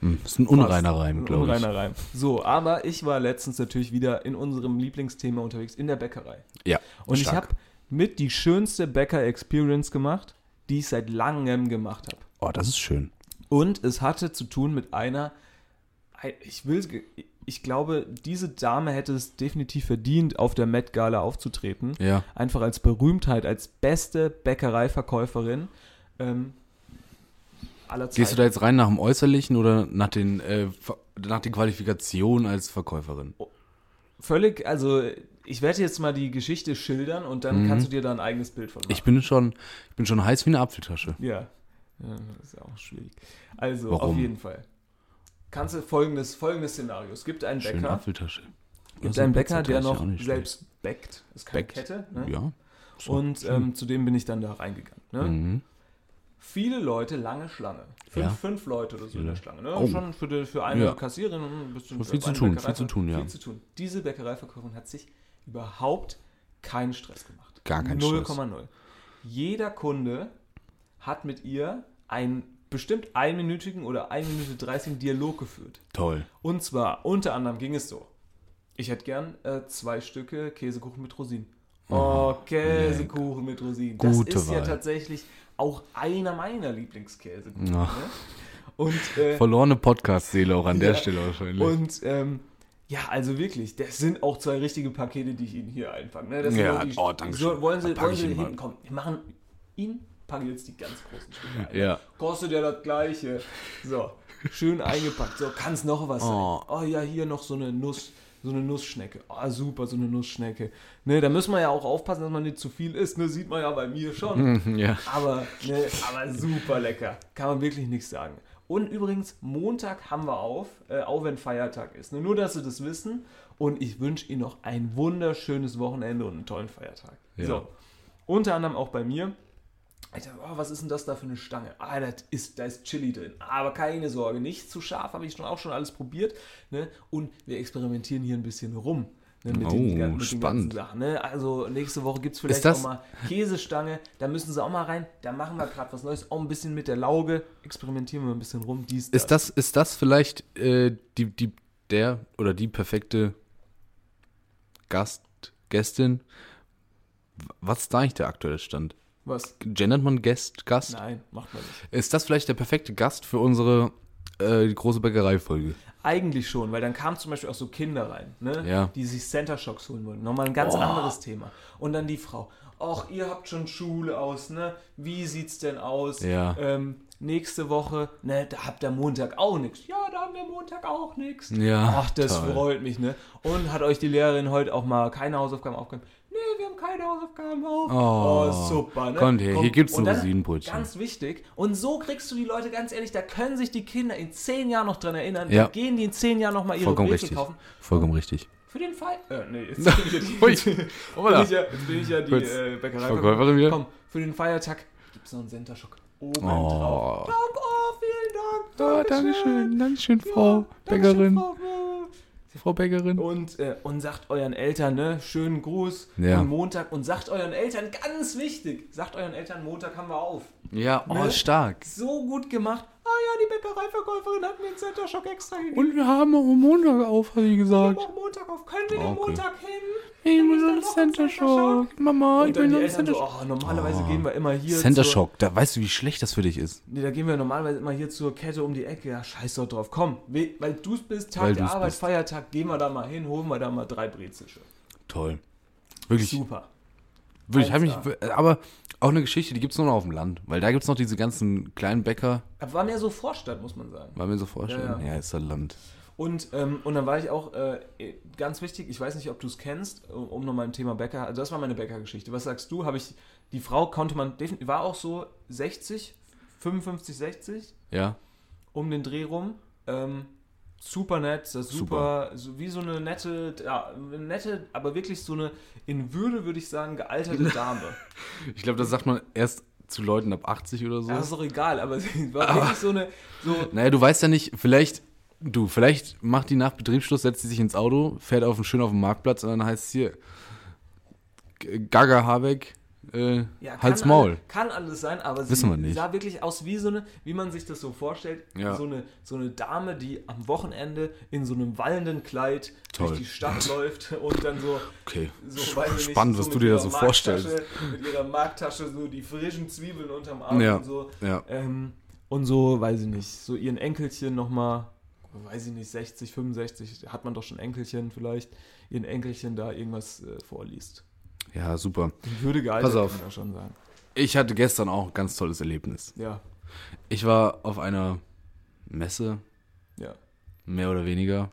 Speaker 4: Hm, ist ein unreiner Reim, glaube ich.
Speaker 3: Unreiner Reim. So, aber ich war letztens natürlich wieder in unserem Lieblingsthema unterwegs, in der Bäckerei.
Speaker 4: Ja,
Speaker 3: Und ich
Speaker 4: stark.
Speaker 3: habe mit die schönste Bäcker-Experience gemacht, die ich seit langem gemacht habe.
Speaker 4: Oh, das ist schön.
Speaker 3: Und es hatte zu tun mit einer, ich will, ich glaube, diese Dame hätte es definitiv verdient, auf der Met Gala aufzutreten.
Speaker 4: Ja.
Speaker 3: Einfach als Berühmtheit, als beste Bäckereiverkäuferin ähm, aller Zeiten.
Speaker 4: Gehst du da jetzt rein nach dem Äußerlichen oder nach den, äh, Ver- nach den Qualifikationen als Verkäuferin?
Speaker 3: Völlig, also ich werde jetzt mal die Geschichte schildern und dann kannst du dir da ein eigenes Bild von machen.
Speaker 4: Mhm. Ich bin schon, ich bin schon heiß wie eine Apfeltasche.
Speaker 3: Ja. ja, das ist auch schwierig. Also, auf
Speaker 4: Warum?
Speaker 3: jeden Fall. Kannst du folgendes, folgendes Szenario. Es gibt einen
Speaker 4: Schöne
Speaker 3: Bäcker,
Speaker 4: Apfeltasche.
Speaker 3: gibt
Speaker 4: Also
Speaker 3: einen
Speaker 4: ein
Speaker 3: Bäcker, der
Speaker 4: Pizzateig, ja,
Speaker 3: noch
Speaker 4: auch nicht schlecht.
Speaker 3: selbst bäckt. Ist keine
Speaker 4: Bäckt.
Speaker 3: Kette. Ne?
Speaker 4: Ja. Hm.
Speaker 3: und ähm, zu dem bin ich dann da reingegangen. Ne?
Speaker 4: Mhm.
Speaker 3: Viele Leute, lange Schlange. Fünf,
Speaker 4: Ja.
Speaker 3: fünf Leute oder so in der Schlange. Ne?
Speaker 4: Oh.
Speaker 3: Schon für, die, für eine
Speaker 4: Ja.
Speaker 3: Kassierin und ein bisschen
Speaker 4: Schon viel
Speaker 3: für eine
Speaker 4: zu tun,
Speaker 3: Bäckerei-
Speaker 4: viel zu tun, ja.
Speaker 3: Viel zu tun. Diese Bäckereiverkäuferin hat sich überhaupt keinen Stress gemacht.
Speaker 4: Gar keinen Stress.
Speaker 3: 0,0. Jeder Kunde hat mit ihr einen bestimmt einminütigen oder 1 Minute 30 Dialog geführt.
Speaker 4: Toll.
Speaker 3: Und zwar, unter anderem ging es so. Ich hätte gern äh, zwei Stücke Käsekuchen mit Rosinen. Oh, Käsekuchen mit Rosinen. Das
Speaker 4: Gute
Speaker 3: ist ja
Speaker 4: Wahl.
Speaker 3: tatsächlich auch einer meiner Lieblingskäsekuchen.
Speaker 4: Ja.
Speaker 3: Ne? Und, äh,
Speaker 4: Verlorene Podcast-Seele auch an der Stelle wahrscheinlich.
Speaker 3: und ähm, ja, also wirklich, das sind auch zwei richtige Pakete, die ich Ihnen hier einfange. Ne? Das sind
Speaker 4: Ja,
Speaker 3: nur die,
Speaker 4: oh, danke schön.
Speaker 3: so, wollen Sie,
Speaker 4: Da pack
Speaker 3: wollen
Speaker 4: ich
Speaker 3: Sie
Speaker 4: Ihnen mal.
Speaker 3: hinten kommen? Wir machen Ihnen packe ich jetzt die ganz großen Stücke ein.
Speaker 4: Ja.
Speaker 3: Kostet ja das gleiche. So, schön eingepackt. So, kann es noch was
Speaker 4: Oh.
Speaker 3: sein? Oh ja, hier noch so eine Nuss, so eine Nussschnecke. Ah, super, so eine Nussschnecke. Ne, da müssen wir ja auch aufpassen, dass man nicht zu viel isst. Ne, sieht man ja bei mir schon.
Speaker 4: ja.
Speaker 3: Aber, ne, aber super lecker. Kann man wirklich nichts sagen. Und übrigens, Montag haben wir auf, äh, auch wenn Feiertag ist. Ne? Nur, dass Sie das wissen. Und ich wünsche Ihnen noch ein wunderschönes Wochenende und einen tollen Feiertag.
Speaker 4: Ja.
Speaker 3: So. Unter anderem auch bei mir. Alter, oh, was ist denn das da für eine Stange? Ah, das ist, da ist Chili drin. Aber keine Sorge, nicht zu scharf, habe ich schon auch schon alles probiert. Ne? Und wir experimentieren hier ein bisschen rum. Ne, mit
Speaker 4: Oh,
Speaker 3: ga-
Speaker 4: spannend.
Speaker 3: Sachen. Ne? Also nächste Woche gibt es vielleicht
Speaker 4: das-
Speaker 3: auch mal Käsestange. Da müssen sie auch mal rein. Da machen wir gerade was Neues. Auch ein bisschen mit der Lauge. Experimentieren wir ein bisschen rum. Dies,
Speaker 4: Ist das, ist das vielleicht äh, die, die, der oder die perfekte Gast, Gästin? W- Was ist da eigentlich der aktuelle Stand?
Speaker 3: Was?
Speaker 4: Gendert man Gäst, Gast?
Speaker 3: Nein, macht man nicht.
Speaker 4: Ist das vielleicht der perfekte Gast für unsere äh, große Bäckerei-Folge?
Speaker 3: Eigentlich schon, weil dann kamen zum Beispiel auch so Kinder rein, ne?
Speaker 4: Ja.
Speaker 3: die sich Center Shocks holen wollten. Nochmal ein ganz anderes Thema. Und dann die Frau. Och, ihr habt schon Schule aus, ne? Wie sieht's denn aus?
Speaker 4: Ja.
Speaker 3: Ähm, nächste Woche, ne, da habt ihr Montag auch nichts. Ja, da haben wir Montag auch nichts.
Speaker 4: Ja,
Speaker 3: Ach, das
Speaker 4: toll.
Speaker 3: freut mich, ne? Und hat euch die Lehrerin heute auch mal keine Hausaufgaben aufgegeben? Nee, wir haben keine Hausaufgaben auf.
Speaker 4: Oh,
Speaker 3: super, ne?
Speaker 4: kommt her, hier gibt's ein
Speaker 3: und dann
Speaker 4: Rosinenbrötchen.
Speaker 3: Ganz wichtig. Und so kriegst du die Leute, ganz ehrlich, da können sich die Kinder in zehn Jahren noch dran erinnern.
Speaker 4: Ja.
Speaker 3: Da gehen die in zehn Jahren nochmal ihre
Speaker 4: Vollkommen
Speaker 3: Brezel
Speaker 4: richtig.
Speaker 3: kaufen.
Speaker 4: Vollkommen richtig.
Speaker 3: Für den Fall. Äh, nee, jetzt bin ich ja die,
Speaker 4: Ui,
Speaker 3: jetzt bin
Speaker 4: hoppla.
Speaker 3: ich ja, jetzt bin ich ja die
Speaker 4: Kurz
Speaker 3: äh, Bäckerei.
Speaker 4: Verkäuferin wieder.
Speaker 3: Komm, für den Feiertag gibt's noch einen Senterschock. Oben
Speaker 4: Oh.
Speaker 3: drauf. Dank, oh, vielen Dank.
Speaker 4: Ah, Dankeschön,
Speaker 3: Ja, Dankeschön, Frau-
Speaker 4: Frau Bäckerin.
Speaker 3: und, äh, und sagt euren Eltern, ne, schönen Gruß
Speaker 4: Ja.
Speaker 3: und Montag und sagt euren Eltern, ganz wichtig, sagt euren Eltern, Montag haben wir auf.
Speaker 4: Ja, oh,
Speaker 3: Ne?
Speaker 4: stark.
Speaker 3: So gut gemacht. Ah, ja, die Bäckereiverkäuferin hat mir einen Center Shock extra gegeben.
Speaker 4: Und wir haben auch am Montag auf, hat sie
Speaker 3: Ich
Speaker 4: gesagt.
Speaker 3: mach Montag auf. Können wir
Speaker 4: Ah,
Speaker 3: den
Speaker 4: okay.
Speaker 3: Montag hin?
Speaker 4: Ich
Speaker 3: Dann
Speaker 4: will
Speaker 3: ist
Speaker 4: noch
Speaker 3: dann
Speaker 4: einen
Speaker 3: noch ein
Speaker 4: Center Shock. Mama, ich
Speaker 3: Und
Speaker 4: will
Speaker 3: dann
Speaker 4: noch
Speaker 3: die
Speaker 4: einen
Speaker 3: Eltern
Speaker 4: Center
Speaker 3: so,
Speaker 4: Shock.
Speaker 3: oh, normalerweise gehen wir immer hier
Speaker 4: Center
Speaker 3: zur-
Speaker 4: Shock, da weißt du, wie schlecht das für dich ist.
Speaker 3: Nee, da gehen wir normalerweise immer hier zur Kette um die Ecke. Ja, scheiß doch drauf. Komm, we- weil du's bist, Tag
Speaker 4: Weil
Speaker 3: der
Speaker 4: du's
Speaker 3: Arbeit,
Speaker 4: bist.
Speaker 3: Feiertag, gehen wir da mal hin, holen wir da mal drei Brezische.
Speaker 4: Toll. Wirklich,
Speaker 3: Super.
Speaker 4: wirklich, hab mich,
Speaker 3: alles
Speaker 4: aber auch eine Geschichte, die gibt's nur noch auf dem Land. Weil da gibt's noch diese ganzen kleinen Bäcker,
Speaker 3: Aber war mehr so Vorstadt, muss man sagen.
Speaker 4: war mir so vorstellen.
Speaker 3: Ja,
Speaker 4: Ja,
Speaker 3: ja.
Speaker 4: ist das Land.
Speaker 3: Und, ähm, und dann war ich auch, äh, ganz wichtig, ich weiß nicht, ob du es kennst, um um nochmal ein Thema Bäcker, also das war meine Bäckergeschichte. Was sagst du? Habe ich, die Frau konnte man, defin- war auch so 60, 55, 60,
Speaker 4: Ja,
Speaker 3: um den Dreh rum. Ähm, super nett, das super, So, wie so eine nette, ja, eine nette, aber wirklich so eine in Würde, würde ich sagen, gealterte Dame.
Speaker 4: ich glaube, das sagt man erst zu Leuten ab 80 oder so.
Speaker 3: Ja, ist doch egal, aber sie war wirklich so eine, so,
Speaker 4: Naja, du weißt ja nicht, vielleicht, du, vielleicht macht die nach Betriebsschluss, setzt sie sich ins Auto, fährt auf den, schön auf den Marktplatz und dann heißt es hier, G- Gaga Habeck, äh,
Speaker 3: ja, kann
Speaker 4: Hals
Speaker 3: alle-
Speaker 4: Maul.
Speaker 3: Kann alles sein, aber sie
Speaker 4: Wissen wir nicht.
Speaker 3: sah wirklich aus wie so eine, wie man sich das so vorstellt,
Speaker 4: Ja.
Speaker 3: so, eine, so eine Dame, die am Wochenende in so einem wallenden Kleid
Speaker 4: Toll.
Speaker 3: durch die Stadt läuft und dann so
Speaker 4: Okay,
Speaker 3: So,
Speaker 4: Sp-
Speaker 3: weiß ich nicht,
Speaker 4: spannend, was
Speaker 3: mit
Speaker 4: du dir da
Speaker 3: ihrer
Speaker 4: so
Speaker 3: Markttasche-
Speaker 4: vorstellst.
Speaker 3: Mit ihrer Markttasche so die frischen Zwiebeln unterm Arm
Speaker 4: Ja,
Speaker 3: und so.
Speaker 4: ja.
Speaker 3: Ähm, und so, weiß ich nicht, so ihren Enkelchen nochmal, weiß ich nicht, 60, 65, hat man doch schon Enkelchen vielleicht, ihren Enkelchen da irgendwas äh, vorliest.
Speaker 4: Ja, super.
Speaker 3: Die Würde gealtert,
Speaker 4: Pass auf.
Speaker 3: kann man ja schon sagen.
Speaker 4: Ich hatte gestern auch ein ganz tolles Erlebnis.
Speaker 3: Ja,
Speaker 4: Ich war auf einer Messe,
Speaker 3: ja,
Speaker 4: mehr oder weniger.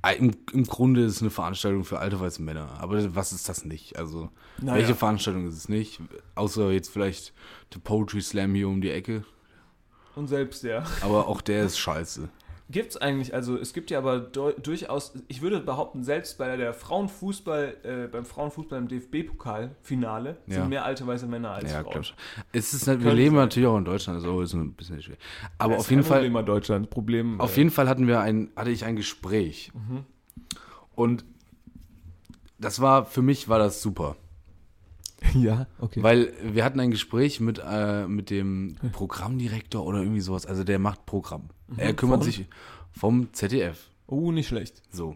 Speaker 4: Ah,
Speaker 3: ja.
Speaker 4: Im, Im Grunde ist es eine Veranstaltung für alte weiße Männer. Aber was ist das nicht? Also,
Speaker 3: Naja.
Speaker 4: welche Veranstaltung ist es nicht? Außer jetzt vielleicht der Poetry Slam hier um die Ecke.
Speaker 3: Und selbst, ja.
Speaker 4: Aber auch der ist scheiße.
Speaker 3: Gibt's eigentlich, also es gibt ja aber deu- durchaus, ich würde behaupten, selbst bei der Frauenfußball, äh, beim Frauenfußball im DFB-Pokal-Finale
Speaker 4: Ja.
Speaker 3: sind mehr alte weiße Männer als
Speaker 4: Ja,
Speaker 3: Frauen.
Speaker 4: klar. Es ist, halt, wir
Speaker 3: Könnte
Speaker 4: leben
Speaker 3: sein.
Speaker 4: natürlich auch in Deutschland, also ist ein bisschen schwierig. Aber
Speaker 3: Das
Speaker 4: auf
Speaker 3: ist
Speaker 4: jeden
Speaker 3: kein
Speaker 4: Fall,
Speaker 3: Problem an Deutschland. Problem.
Speaker 4: auf
Speaker 3: äh,
Speaker 4: jeden Fall hatten wir ein, hatte ich ein Gespräch.
Speaker 3: Mhm.
Speaker 4: Und das war, für mich war das super.
Speaker 3: Ja, okay.
Speaker 4: Weil wir hatten ein Gespräch mit, äh, mit dem Programmdirektor oder irgendwie sowas. Also der macht Programm.
Speaker 3: Mhm.
Speaker 4: Er
Speaker 3: von?
Speaker 4: kümmert sich vom ZDF.
Speaker 3: oh, nicht schlecht.
Speaker 4: So.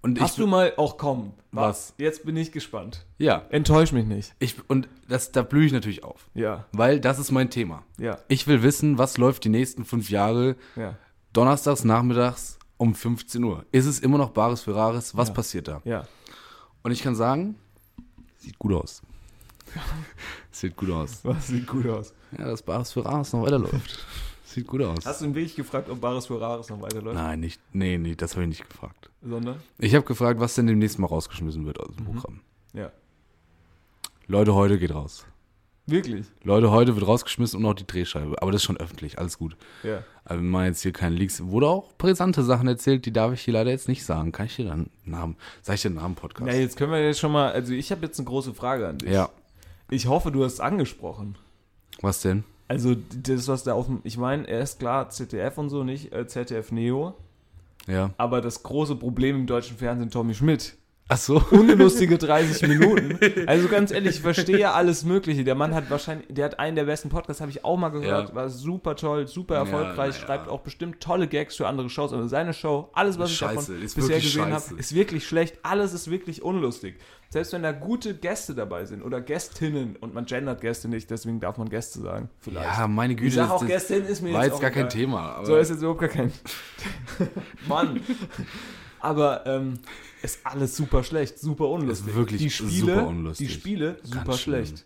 Speaker 4: Und
Speaker 3: Hast
Speaker 4: ich,
Speaker 3: du mal auch komm.
Speaker 4: Was?
Speaker 3: Jetzt bin ich gespannt.
Speaker 4: Ja.
Speaker 3: Enttäusch mich nicht.
Speaker 4: Ich, und das, da blühe ich natürlich auf.
Speaker 3: Ja,
Speaker 4: Weil das ist mein Thema.
Speaker 3: ja,
Speaker 4: Ich will wissen, was läuft die nächsten fünf Jahre
Speaker 3: ja,
Speaker 4: donnerstags nachmittags um 15 Uhr. Ist es immer noch Bares für Rares? Was
Speaker 3: Ja.
Speaker 4: passiert da?
Speaker 3: ja.
Speaker 4: Und ich kann sagen, sieht gut aus. sieht gut aus.
Speaker 3: Was sieht gut aus.
Speaker 4: Ja, dass Bares für Rares noch weiterläuft. sieht gut aus.
Speaker 3: Hast du ihn wirklich gefragt, ob Bares für Rares noch weiterläuft?
Speaker 4: Nein, nicht. Nee, nee, das habe ich nicht gefragt. Mhm.
Speaker 3: Sondern?
Speaker 4: Ich habe gefragt, was denn demnächst mal rausgeschmissen wird aus dem Programm.
Speaker 3: Ja.
Speaker 4: Leute, heute geht raus.
Speaker 3: Wirklich?
Speaker 4: Leute, heute wird rausgeschmissen und auch die Drehscheibe. Aber das ist schon öffentlich, alles gut.
Speaker 3: Ja.
Speaker 4: Aber wir machen jetzt hier keine Leaks. Wurde auch brisante Sachen erzählt, die darf ich hier leider jetzt nicht sagen. Kann ich dir dann Namen, sag ich dir einen Namen Podcast?
Speaker 3: Na, jetzt können wir jetzt schon mal, also ich habe jetzt eine große Frage an dich.
Speaker 4: ja.
Speaker 3: Ich hoffe, du hast es angesprochen.
Speaker 4: Was denn?
Speaker 3: Also das, was da auf dem, ich meine, er ist klar ZDF und so, nicht äh, ZDF Neo,
Speaker 4: Ja.
Speaker 3: aber das große Problem im deutschen Fernsehen, Tommy Schmidt.
Speaker 4: Ach so.
Speaker 3: unlustige 30 Minuten. Also ganz ehrlich, ich verstehe alles Mögliche. Der Mann hat wahrscheinlich, der hat einen der besten Podcasts, habe ich auch mal gehört.
Speaker 4: Ja.
Speaker 3: War super toll, super erfolgreich,
Speaker 4: na ja.
Speaker 3: schreibt auch bestimmt tolle Gags für andere Shows. Aber seine Show, alles, was ich
Speaker 4: Scheiße,
Speaker 3: davon
Speaker 4: ist
Speaker 3: bisher
Speaker 4: wirklich
Speaker 3: gesehen
Speaker 4: scheiße.
Speaker 3: habe, ist wirklich schlecht. Alles ist wirklich unlustig. Selbst wenn da gute Gäste dabei sind oder Gästinnen und man gendert Gäste nicht, deswegen darf man Gäste sagen. Vielleicht.
Speaker 4: Ja, meine Güte.
Speaker 3: ich sag
Speaker 4: das-
Speaker 3: auch
Speaker 4: das
Speaker 3: Gästin ist mir
Speaker 4: War
Speaker 3: jetzt
Speaker 4: jetzt
Speaker 3: auch
Speaker 4: gar kein
Speaker 3: egal.
Speaker 4: Thema. Aber
Speaker 3: So ist jetzt überhaupt gar kein. Mann. Aber ähm, ist alles super schlecht, super unlustig.
Speaker 4: Ist wirklich
Speaker 3: die Spiele,
Speaker 4: super unlustig.
Speaker 3: Die Spiele super
Speaker 4: Ganz schlimm.
Speaker 3: schlecht.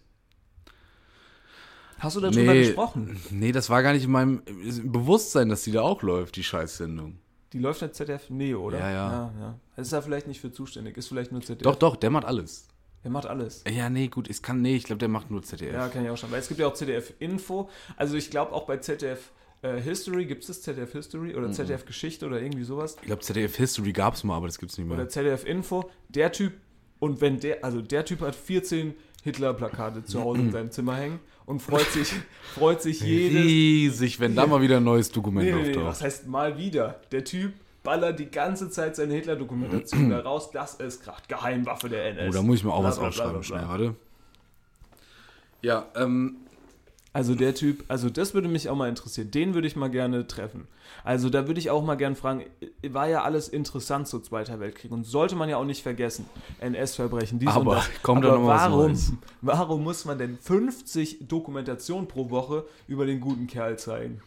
Speaker 3: Hast du darüber
Speaker 4: Nee.
Speaker 3: gesprochen?
Speaker 4: nee, das war gar nicht in meinem Bewusstsein, dass die da auch läuft, die Scheißsendung.
Speaker 3: Die läuft ja ZDF Neo, oder?
Speaker 4: Ja, ja.
Speaker 3: ja, Ist da vielleicht nicht für zuständig, ist vielleicht nur ZDF.
Speaker 4: Doch, doch, der macht alles.
Speaker 3: Der macht alles.
Speaker 4: Ja, nee, gut, ich kann, nee, ich glaube, der macht nur ZDF.
Speaker 3: Ja, kann ich auch schon. Weil es gibt ja auch ZDF Info. Also ich glaube auch bei ZDF äh, History, gibt es ZDF History
Speaker 4: Mhm.
Speaker 3: oder ZDF Geschichte oder irgendwie sowas?
Speaker 4: Ich glaube, ZDF History gab es mal, aber das gibt's nicht
Speaker 3: oder
Speaker 4: mehr.
Speaker 3: ZDF Info, der Typ, und wenn der, also der Typ hat 14 Hitler-Plakate zu Hause in seinem Zimmer hängen und freut sich, freut sich jedes.
Speaker 4: Riesig, wenn da mal wieder ein neues Dokument
Speaker 3: Nee, nee, nee, was
Speaker 4: auftaucht.
Speaker 3: heißt mal wieder? Der Typ ballert die ganze Zeit seine Hitler-Dokumentation da raus, das ist gerade Geheimwaffe der NS.
Speaker 4: Oh, da Oh, muss ich mir auch
Speaker 3: Bla,
Speaker 4: was
Speaker 3: bla, bla,
Speaker 4: aufschreiben,
Speaker 3: bla, bla.
Speaker 4: schnell, warte. Ja, ähm,
Speaker 3: Also der Typ, also das würde mich auch mal interessieren. Den würde ich mal gerne treffen. Also da würde ich auch mal gerne fragen, war ja alles interessant so Zweiter Weltkrieg und sollte man ja auch nicht vergessen. NS-Verbrechen, dies und
Speaker 4: Aber
Speaker 3: das.
Speaker 4: kommt da noch mal was
Speaker 3: warum,
Speaker 4: Neues?
Speaker 3: warum muss man denn 50 Dokumentationen pro Woche über den guten Kerl zeigen?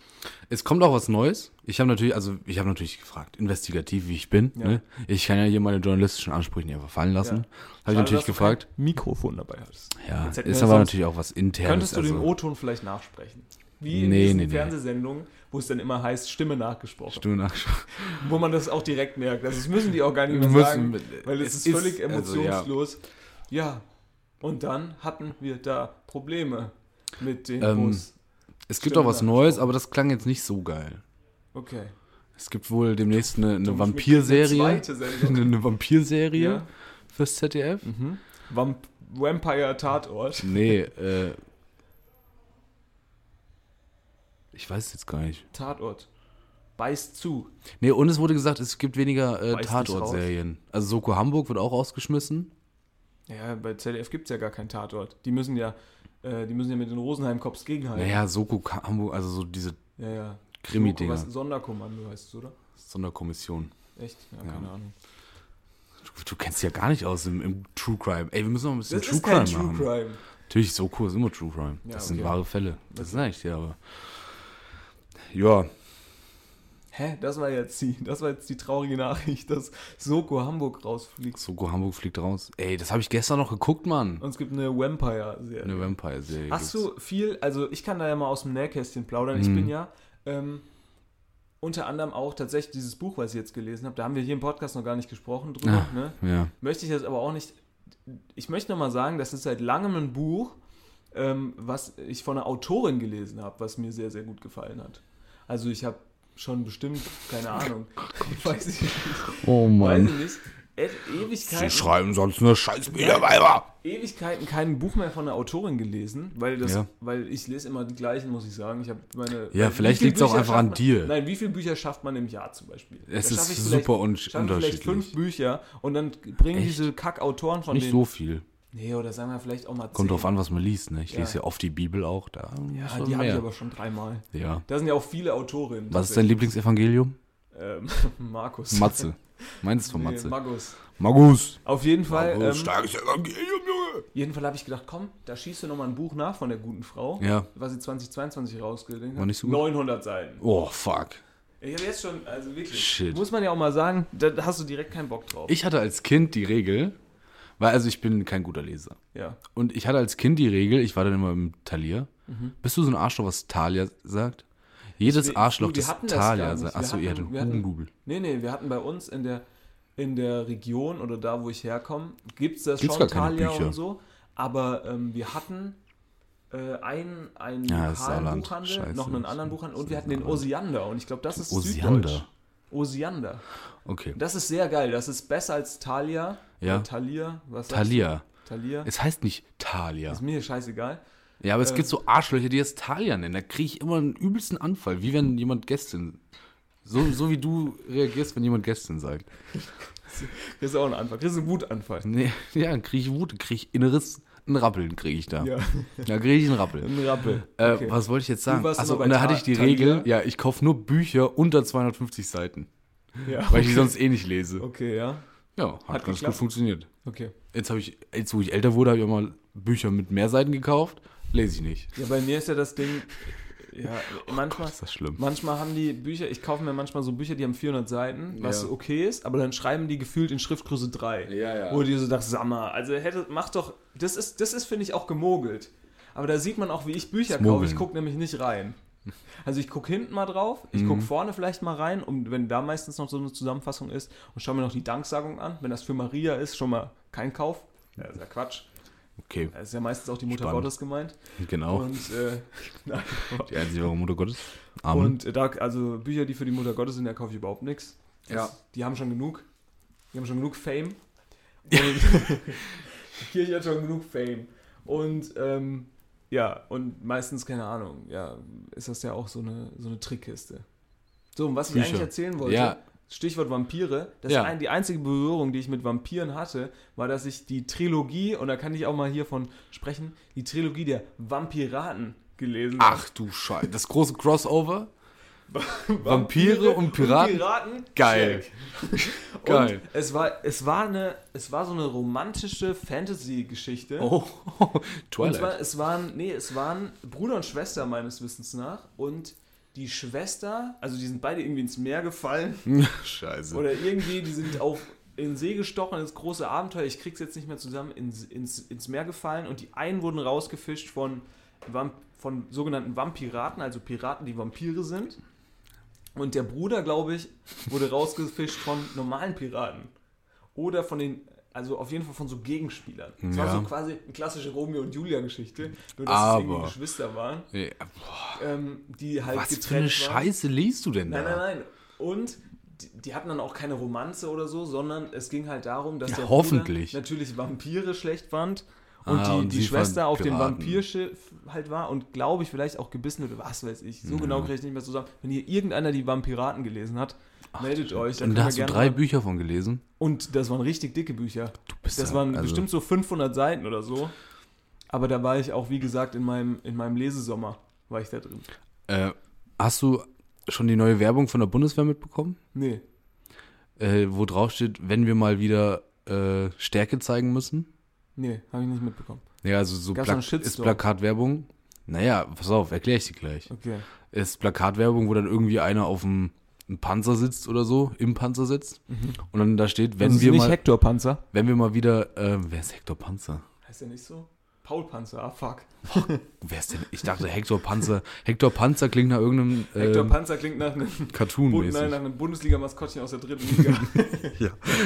Speaker 4: Es kommt auch was Neues. Ich habe natürlich, also ich habe natürlich gefragt, investigativ wie ich bin.
Speaker 3: Ja.
Speaker 4: Ne? Ich kann ja hier meine journalistischen Ansprüche nicht einfach fallen lassen. Habe ich
Speaker 3: Schade,
Speaker 4: natürlich
Speaker 3: dass du
Speaker 4: gefragt.
Speaker 3: kein Mikrofon dabei hast.
Speaker 4: Ja,
Speaker 3: Jetzt hätten wir
Speaker 4: ist aber
Speaker 3: sonst-
Speaker 4: natürlich auch was internes.
Speaker 3: Könntest du den
Speaker 4: also-
Speaker 3: O-Ton vielleicht nachsprechen? Wie in
Speaker 4: Nee,
Speaker 3: diesen
Speaker 4: nee, nee.
Speaker 3: Fernsehsendungen, wo es dann immer heißt, Stimme nachgesprochen.
Speaker 4: Stunde nachschauen.
Speaker 3: Wo man das auch direkt merkt. Also das müssen die auch gar nicht mehr
Speaker 4: Müssen-
Speaker 3: sagen, weil es
Speaker 4: es
Speaker 3: ist,
Speaker 4: ist-
Speaker 3: völlig
Speaker 4: also, ja.
Speaker 3: emotionslos. ja. und dann hatten wir da Probleme mit den
Speaker 4: Ähm.
Speaker 3: Bus.
Speaker 4: Es gibt
Speaker 3: Stimmt,
Speaker 4: auch was
Speaker 3: ja.
Speaker 4: Neues, aber das klang jetzt nicht so geil.
Speaker 3: Okay.
Speaker 4: Es gibt wohl demnächst eine, eine
Speaker 3: Eine
Speaker 4: Vampirserie.
Speaker 3: Zweite
Speaker 4: Eine,
Speaker 3: Sendung.
Speaker 4: eine Vampirserie
Speaker 3: Ja.
Speaker 4: fürs ZDF?
Speaker 3: Mhm. Vamp Vampire Tatort.
Speaker 4: Nee, äh. Ich weiß es jetzt gar nicht.
Speaker 3: Tatort. Beißt zu.
Speaker 4: Nee, und es wurde gesagt, es gibt weniger äh,
Speaker 3: Weiß nicht
Speaker 4: Tatort-Serien. Also Soko Hamburg wird auch rausgeschmissen.
Speaker 3: Ja, bei ZDF gibt es ja gar keinen Tatort. Die müssen ja, äh, die müssen ja mit den Rosenheim-Cops gegenhalten.
Speaker 4: Naja, Soko Ka- Hamburg, also so diese
Speaker 3: Ja, ja.
Speaker 4: Krimi-Dinger.
Speaker 3: Was- Sonderkommando heißt es, oder?
Speaker 4: Sonderkommission.
Speaker 3: Echt? Ja, keine Ahnung.
Speaker 4: Du, du kennst dich ja gar nicht aus im, im True Crime. Ey, wir müssen noch ein bisschen
Speaker 3: Das
Speaker 4: True
Speaker 3: ist
Speaker 4: Crime
Speaker 3: kein True
Speaker 4: machen.
Speaker 3: Crime.
Speaker 4: Natürlich, Soko ist immer True Crime.
Speaker 3: Ja,
Speaker 4: das sind
Speaker 3: okay.
Speaker 4: wahre Fälle. Das ist echt, ja, aber. Ja,
Speaker 3: Hä? Das war jetzt die, das war jetzt die traurige Nachricht, dass Soko Hamburg rausfliegt.
Speaker 4: Soko Hamburg fliegt raus. Ey, das habe ich gestern noch geguckt, Mann.
Speaker 3: Und es gibt eine Vampire-Serie.
Speaker 4: Eine Vampire-Serie.
Speaker 3: Hast
Speaker 4: gibt's.
Speaker 3: du viel, also ich kann da ja mal aus dem Nähkästchen plaudern. Ich
Speaker 4: Mhm.
Speaker 3: bin ja ähm, unter anderem auch tatsächlich dieses Buch, was ich jetzt gelesen habe, da haben wir hier im Podcast noch gar nicht gesprochen drüber.
Speaker 4: Ah.
Speaker 3: Ne?
Speaker 4: Ja.
Speaker 3: Möchte ich jetzt aber auch nicht. Ich möchte nochmal sagen, das ist seit langem ein Buch, ähm, was ich von einer Autorin gelesen habe, was mir sehr, sehr gut gefallen hat. Also ich habe schon bestimmt, keine Ahnung, weiß ich nicht.
Speaker 4: Oh
Speaker 3: Weiß ich
Speaker 4: Mann.
Speaker 3: nicht. E
Speaker 4: Sie
Speaker 3: Ewigkeiten,
Speaker 4: schreiben sonst nur scheiß Biederweiber.
Speaker 3: Ewigkeiten kein Buch mehr von einer Autorin gelesen, weil das,
Speaker 4: Ja.
Speaker 3: weil ich lese immer die gleichen, muss ich sagen. Ich habe meine.
Speaker 4: Ja,
Speaker 3: weil-
Speaker 4: vielleicht
Speaker 3: wie viel
Speaker 4: liegt's auch
Speaker 3: Bücher
Speaker 4: einfach
Speaker 3: schafft
Speaker 4: an
Speaker 3: man-
Speaker 4: dir.
Speaker 3: Nein, wie viele Bücher schafft man im Jahr zum Beispiel?
Speaker 4: Es
Speaker 3: Da
Speaker 4: ist
Speaker 3: schaffe ich vielleicht-
Speaker 4: super un
Speaker 3: schaffe ich vielleicht fünf
Speaker 4: unterschiedlich.
Speaker 3: Bücher und dann bringen
Speaker 4: Echt?
Speaker 3: diese Kack-Autoren von
Speaker 4: Nicht
Speaker 3: denen.
Speaker 4: so viel.
Speaker 3: Nee, oder sagen wir vielleicht auch mal
Speaker 4: Kommt
Speaker 3: zehn.
Speaker 4: drauf an, was man liest. Ne? Ich
Speaker 3: Ja.
Speaker 4: lese ja oft die Bibel auch. Da muss
Speaker 3: Ja,
Speaker 4: man
Speaker 3: die habe ich
Speaker 4: mehr.
Speaker 3: aber schon dreimal.
Speaker 4: Ja.
Speaker 3: Da sind ja auch viele Autorinnen.
Speaker 4: Was ist dein Lieblingsevangelium?
Speaker 3: Ähm, Markus.
Speaker 4: Matze. Meins von
Speaker 3: Nee,
Speaker 4: Matze.
Speaker 3: Magus.
Speaker 4: Magus.
Speaker 3: Auf jeden Fall.
Speaker 4: Magus,
Speaker 3: Ähm,
Speaker 4: starkes Evangelium, Junge.
Speaker 3: jeden Fall habe ich gedacht, komm, da schießt du nochmal ein Buch nach von der guten Frau.
Speaker 4: Ja.
Speaker 3: was sie 2022 rausgelegt hat.
Speaker 4: War nicht so gut.
Speaker 3: 900 Seiten.
Speaker 4: Oh, fuck.
Speaker 3: Ich habe jetzt schon, also wirklich.
Speaker 4: Shit.
Speaker 3: Muss man ja auch mal sagen, da hast du direkt keinen Bock drauf.
Speaker 4: Ich hatte als Kind die Regel, weil also ich bin kein guter Leser.
Speaker 3: ja.
Speaker 4: Und ich hatte als Kind die Regel, ich war dann immer im Talier. Bist du so ein Arschloch, was Talia sagt? Jedes
Speaker 3: Wir-
Speaker 4: Arschloch,
Speaker 3: du, wir
Speaker 4: das
Speaker 3: hatten das gar
Speaker 4: Talia
Speaker 3: nicht.
Speaker 4: sagt.
Speaker 3: Wir
Speaker 4: Achso, ihr
Speaker 3: hatten-
Speaker 4: hattet
Speaker 3: wir
Speaker 4: einen
Speaker 3: hatten-
Speaker 4: Hugendubel.
Speaker 3: Nee, nee, wir hatten bei uns in der, in der Region oder da, wo ich herkomme, gibt es das
Speaker 4: Gibt's
Speaker 3: schon,
Speaker 4: gar keine
Speaker 3: Thalia
Speaker 4: Bücher.
Speaker 3: und so. Aber ähm, wir hatten äh, einen, einen
Speaker 4: Ja, das
Speaker 3: lokalen
Speaker 4: Saarland.
Speaker 3: Buchhandel,
Speaker 4: Scheiße.
Speaker 3: noch einen anderen Buchhandel und wir
Speaker 4: Das
Speaker 3: hatten
Speaker 4: ist
Speaker 3: den
Speaker 4: Saarland.
Speaker 3: Osiander und ich glaube, das ist
Speaker 4: Osiander?
Speaker 3: Süddeutsch. Osiander.
Speaker 4: Oh, Okay.
Speaker 3: Das ist sehr geil. Das ist besser als Thalia.
Speaker 4: Ja.
Speaker 3: Thalia. Was sagst
Speaker 4: Talia.
Speaker 3: du? Thalia.
Speaker 4: Es heißt nicht Talia.
Speaker 3: Ist mir scheißegal.
Speaker 4: Ja, aber es
Speaker 3: äh,
Speaker 4: gibt so Arschlöcher, die das Talia nennen. Da kriege ich immer einen übelsten Anfall, wie wenn jemand Gästin. So, so wie du reagierst, wenn jemand Gästin sagt.
Speaker 3: Kriegst du auch einen Anfall. Kriegst du einen Wutanfall.
Speaker 4: Nee, ja, dann kriege ich Wut, kriege ich inneres, einen Rappeln kriege ich da.
Speaker 3: Ja.
Speaker 4: Da kriege ich einen Rappel.
Speaker 3: Ein Rappel.
Speaker 4: Äh,
Speaker 3: Okay.
Speaker 4: Was wollte ich jetzt sagen?
Speaker 3: Du warst
Speaker 4: Also,
Speaker 3: immer bei
Speaker 4: und da
Speaker 3: Ta-
Speaker 4: hatte ich die
Speaker 3: Thalia?
Speaker 4: Regel, ja, ich kaufe nur Bücher unter 250 Seiten,
Speaker 3: Ja.
Speaker 4: weil ich die sonst eh nicht lese.
Speaker 3: Okay, ja.
Speaker 4: Ja, hat, ganz
Speaker 3: geklappt.
Speaker 4: gut funktioniert.
Speaker 3: Okay.
Speaker 4: Jetzt habe ich, jetzt wo ich älter wurde, habe ich auch mal Bücher mit mehr Seiten gekauft. Lese ich nicht.
Speaker 3: Ja, bei mir ist ja das Ding, äh, ja, manchmal,
Speaker 4: Oh Ist das schlimm?
Speaker 3: manchmal haben die Bücher, ich kaufe mir manchmal so Bücher, die haben 400 Seiten, was
Speaker 4: Ja.
Speaker 3: okay ist, aber dann schreiben die gefühlt in Schriftgröße 3.
Speaker 4: Ja, ja.
Speaker 3: Wo die so dachte, Sammer, also hätte, mach doch, das ist, das ist finde ich auch gemogelt. Aber da sieht man auch, wie ich Bücher kaufe.
Speaker 4: Schmuggeln.
Speaker 3: Ich gucke nämlich nicht rein. Also ich gucke hinten mal drauf, ich
Speaker 4: Mhm.
Speaker 3: gucke vorne vielleicht mal rein, und wenn da meistens noch so eine Zusammenfassung ist, und schaue mir noch die Danksagung an. Wenn das für Maria ist, schon mal kein Kauf. Ja, ist ja Quatsch.
Speaker 4: Okay,
Speaker 3: Da ist ja meistens auch die Mutter
Speaker 4: Spannend.
Speaker 3: Gottes gemeint.
Speaker 4: genau.
Speaker 3: Und, äh, nein.
Speaker 4: die einzige wahre Mutter Gottes. Amen.
Speaker 3: und äh, da, also Bücher, die für die Mutter Gottes sind, da kaufe ich überhaupt nichts. Das-
Speaker 4: Ja.
Speaker 3: Die haben schon genug. Die haben schon genug Fame. Und die Kirche hat schon genug Fame. Und ähm, ja, und meistens, keine Ahnung, ja, ist das ja auch so eine, so eine Trickkiste. So, und was ich
Speaker 4: Bücher.
Speaker 3: eigentlich erzählen wollte,
Speaker 4: Ja.
Speaker 3: Stichwort Vampire, das
Speaker 4: Ja.
Speaker 3: ist ein, die einzige Berührung, die ich mit Vampiren hatte, war, dass ich die Trilogie, und da kann ich auch mal hiervon sprechen, die Trilogie der Vampiraten gelesen.
Speaker 4: Ach du Scheiße. Das große Crossover. Vampire und Piraten.
Speaker 3: Piraten.
Speaker 4: Geil. Geil.
Speaker 3: Und es war, es war eine, es war so eine romantische Fantasy-Geschichte.
Speaker 4: Oh,
Speaker 3: und
Speaker 4: Twilight.
Speaker 3: zwar, es waren, nee, es waren Bruder und Schwester meines Wissens nach und die Schwester, also die sind beide irgendwie ins Meer gefallen
Speaker 4: Scheiße.
Speaker 3: oder irgendwie, die sind auf in den See gestochen, ins große Abenteuer, ich krieg's jetzt nicht mehr zusammen, ins, ins, ins Meer gefallen und die einen wurden rausgefischt von, Vamp von sogenannten Vampiraten, also Piraten, die Vampire sind. Und der Bruder, glaube ich, wurde rausgefischt von normalen Piraten. Oder von den, also auf jeden Fall von so Gegenspielern. Es war
Speaker 4: Ja.
Speaker 3: so quasi eine klassische Romeo und Julia-Geschichte, nur dass es irgendwie
Speaker 4: Aber-
Speaker 3: Geschwister waren,
Speaker 4: Ja, boah,
Speaker 3: ähm, die halt
Speaker 4: was für eine
Speaker 3: getrennt waren.
Speaker 4: Scheiße liest du denn da?
Speaker 3: Nein, nein, nein. Und die, die hatten dann auch keine Romanze oder so, sondern es ging halt darum, dass
Speaker 4: Ja,
Speaker 3: der
Speaker 4: hoffentlich.
Speaker 3: Bruder natürlich Vampire schlecht fand und
Speaker 4: Ah,
Speaker 3: die,
Speaker 4: und
Speaker 3: die
Speaker 4: sie
Speaker 3: Schwester
Speaker 4: fand
Speaker 3: auf dem
Speaker 4: Piraten.
Speaker 3: Vampirschiff halt war und glaube ich vielleicht auch gebissen oder was weiß ich. So genau kriege ich nicht mehr zusammen. Wenn hier irgendeiner die Vampiraten gelesen hat, meldet euch. dann können
Speaker 4: Und da
Speaker 3: wir
Speaker 4: hast du
Speaker 3: gerne
Speaker 4: drei
Speaker 3: mal-
Speaker 4: Bücher von gelesen.
Speaker 3: Und das waren richtig dicke Bücher.
Speaker 4: bist
Speaker 3: das
Speaker 4: ja-
Speaker 3: waren
Speaker 4: also-
Speaker 3: bestimmt so 500 Seiten oder so. Aber da war ich auch, wie gesagt, in meinem, in meinem Lesesommer war ich da drin.
Speaker 4: Äh, hast du schon die neue Werbung von der Bundeswehr mitbekommen?
Speaker 3: Nee.
Speaker 4: Äh, wo drauf steht, wenn wir mal wieder äh, Stärke zeigen müssen?
Speaker 3: Nee, habe ich nicht mitbekommen.
Speaker 4: Ja, also so
Speaker 3: Gab's noch
Speaker 4: Pla
Speaker 3: einen
Speaker 4: ist
Speaker 3: Shitstorm?
Speaker 4: Plakatwerbung. Naja, pass auf, erkläre ich dir gleich.
Speaker 3: Okay.
Speaker 4: Ist Plakatwerbung, wo dann irgendwie einer auf dem einem Panzer sitzt oder so, im Panzer sitzt. Und dann da steht, wenn
Speaker 3: Mhm. Das ist
Speaker 4: wir,
Speaker 3: nicht
Speaker 4: mal,
Speaker 3: Hector Panzer.
Speaker 4: wenn wir mal wieder, äh, wer ist Hector Panzer?
Speaker 3: Heißt der nicht so? Paul Panzer, ah fuck.
Speaker 4: Wer ist denn? Ich dachte Hector Panzer. Hector Panzer klingt nach irgendeinem
Speaker 3: Hector
Speaker 4: ähm,
Speaker 3: Panzer klingt nach einem, Bu- nein, nach
Speaker 4: Cartoon-mäßig.
Speaker 3: einem Bundesliga-Maskottchen aus der dritten Liga.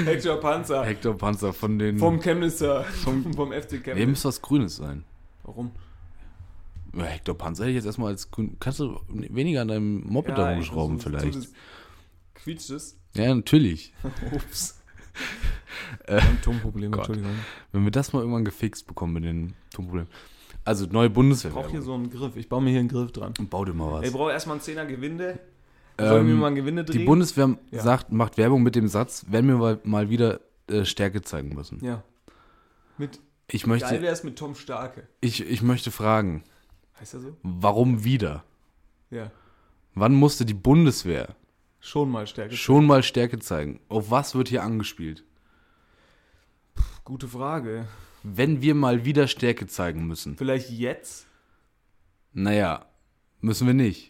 Speaker 3: Hector Panzer
Speaker 4: Hector Panzer von den.
Speaker 3: vom Chemnitzer, vom, vom FC
Speaker 4: nee,
Speaker 3: Chemnitz.
Speaker 4: müsste was Grünes sein.
Speaker 3: Warum?
Speaker 4: Ja, Hector Panzer hätte ich jetzt erstmal als grün. Kannst du weniger an deinem Moped da
Speaker 3: ich-
Speaker 4: rumschrauben
Speaker 3: so- so
Speaker 4: vielleicht?
Speaker 3: das- Quietscht es?
Speaker 4: ja, natürlich.
Speaker 3: Ups.
Speaker 4: Äh,
Speaker 3: Tonproblem,
Speaker 4: Gott.
Speaker 3: Entschuldigung.
Speaker 4: Wenn wir das mal irgendwann gefixt bekommen mit den Tonproblemen. Also neue Bundeswehr.
Speaker 3: Ich brauche hier so einen Griff. Ich baue mir hier einen Griff dran.
Speaker 4: Bau dir mal was.
Speaker 3: Ey, ich brauche erstmal einen Zehner Gewinde. Sollen wir
Speaker 4: ähm,
Speaker 3: mal ein Gewinde drehen?
Speaker 4: die Bundeswehr
Speaker 3: Ja.
Speaker 4: sagt, macht Werbung mit dem Satz, wenn wir mal- mal wieder äh, Stärke zeigen müssen.
Speaker 3: ja. Mit,
Speaker 4: Ich, möchte,
Speaker 3: geil wäre es mit Tom Starke.
Speaker 4: ich, ich möchte fragen,
Speaker 3: Heißt er so?
Speaker 4: warum wieder?
Speaker 3: Ja.
Speaker 4: Wann musste die Bundeswehr
Speaker 3: Schon mal Stärke.
Speaker 4: schon mal Stärke zeigen? Auf was wird hier angespielt?
Speaker 3: Gute Frage.
Speaker 4: Wenn wir mal wieder Stärke zeigen müssen.
Speaker 3: Vielleicht jetzt?
Speaker 4: Naja, müssen wir nicht.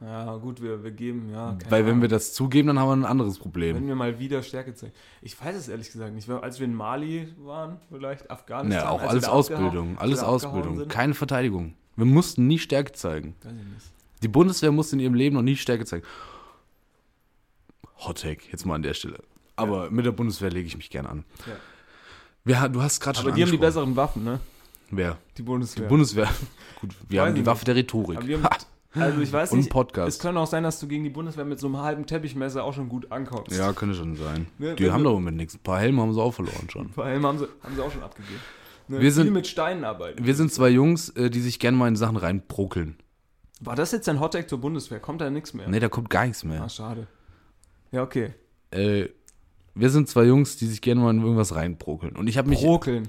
Speaker 3: Ja, gut, wir, wir geben, ja. keine
Speaker 4: Hm, Weil wenn
Speaker 3: Ahnung.
Speaker 4: wir das zugeben, dann haben wir ein anderes
Speaker 3: Wenn
Speaker 4: Problem.
Speaker 3: wir mal wieder Stärke zeigen. Ich weiß es ehrlich gesagt nicht. weil Als wir in Mali waren, vielleicht Afghanistan.
Speaker 4: Naja, auch
Speaker 3: als wir
Speaker 4: alles
Speaker 3: da
Speaker 4: Ausbildung.
Speaker 3: abgehauen-
Speaker 4: Alles
Speaker 3: als wir da abgehauen
Speaker 4: Ausbildung.
Speaker 3: sind.
Speaker 4: Keine Verteidigung. Wir mussten nie Stärke zeigen.
Speaker 3: Weiß ich nicht.
Speaker 4: Die Bundeswehr musste in ihrem Leben noch nie Stärke zeigen. Hot Take, jetzt mal an der Stelle. Aber mit der Bundeswehr lege ich mich gern an.
Speaker 3: Ja.
Speaker 4: Wer hat- du hast gerade schon
Speaker 3: Aber die haben die
Speaker 4: angesprochen.
Speaker 3: besseren Waffen, ne?
Speaker 4: Wer?
Speaker 3: Die Bundeswehr.
Speaker 4: Bundeswehr. Gut, wir
Speaker 3: Weiß
Speaker 4: haben die
Speaker 3: ich
Speaker 4: Waffe der
Speaker 3: Aber
Speaker 4: Rhetorik.
Speaker 3: die haben, also ich weiß
Speaker 4: Und
Speaker 3: nicht.
Speaker 4: Podcast.
Speaker 3: Es kann auch sein, dass du gegen die Bundeswehr mit so einem halben Teppichmesser auch schon gut ankommst.
Speaker 4: Ja, könnte schon sein.
Speaker 3: Ne,
Speaker 4: die
Speaker 3: wenn
Speaker 4: haben
Speaker 3: du-
Speaker 4: doch mit nichts. Ein paar Helme haben sie auch verloren schon.
Speaker 3: Vor allem haben sie, haben sie auch schon abgegeben. Ne?
Speaker 4: Wir sind-
Speaker 3: Viel mit Steinen arbeiten.
Speaker 4: Wir sind zwei Jungs, äh, die sich gerne mal in Sachen reinbruckeln.
Speaker 3: War das jetzt ein Hottag zur Bundeswehr? Kommt da nichts mehr?
Speaker 4: Nee, da kommt gar nichts mehr.
Speaker 3: Ah, schade. Ja, okay.
Speaker 4: Äh, wir sind zwei Jungs, die sich gerne mal in irgendwas reinbruckeln. Und ich habe mich.
Speaker 3: Brokeln.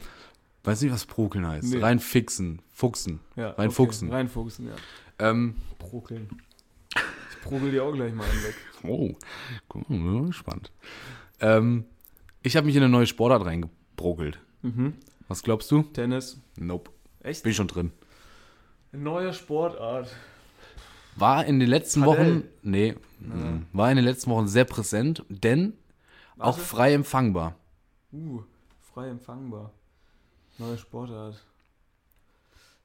Speaker 4: weiß nicht, was Brokeln heißt.
Speaker 3: Nee.
Speaker 4: Reinfixen. Fuchsen.
Speaker 3: Ja,
Speaker 4: reinfuchsen.
Speaker 3: Okay. Reinfuchsen, ja.
Speaker 4: Ähm,
Speaker 3: Brokeln. Ich brokel dir auch gleich mal einen weg.
Speaker 4: oh, guck mal, bin mal gespannt. Ähm, ich habe mich in eine neue Sportart reingebruckelt.
Speaker 3: Mhm.
Speaker 4: Was glaubst du?
Speaker 3: Tennis.
Speaker 4: Nope.
Speaker 3: Echt?
Speaker 4: Bin ich schon drin.
Speaker 3: Neue Sportart.
Speaker 4: War in den letzten
Speaker 3: Padel.
Speaker 4: Wochen. Nee. mhm. War in den letzten Wochen sehr präsent, denn auch
Speaker 3: Warte.
Speaker 4: frei empfangbar.
Speaker 3: Also, Uh, frei empfangbar. Neue Sportart.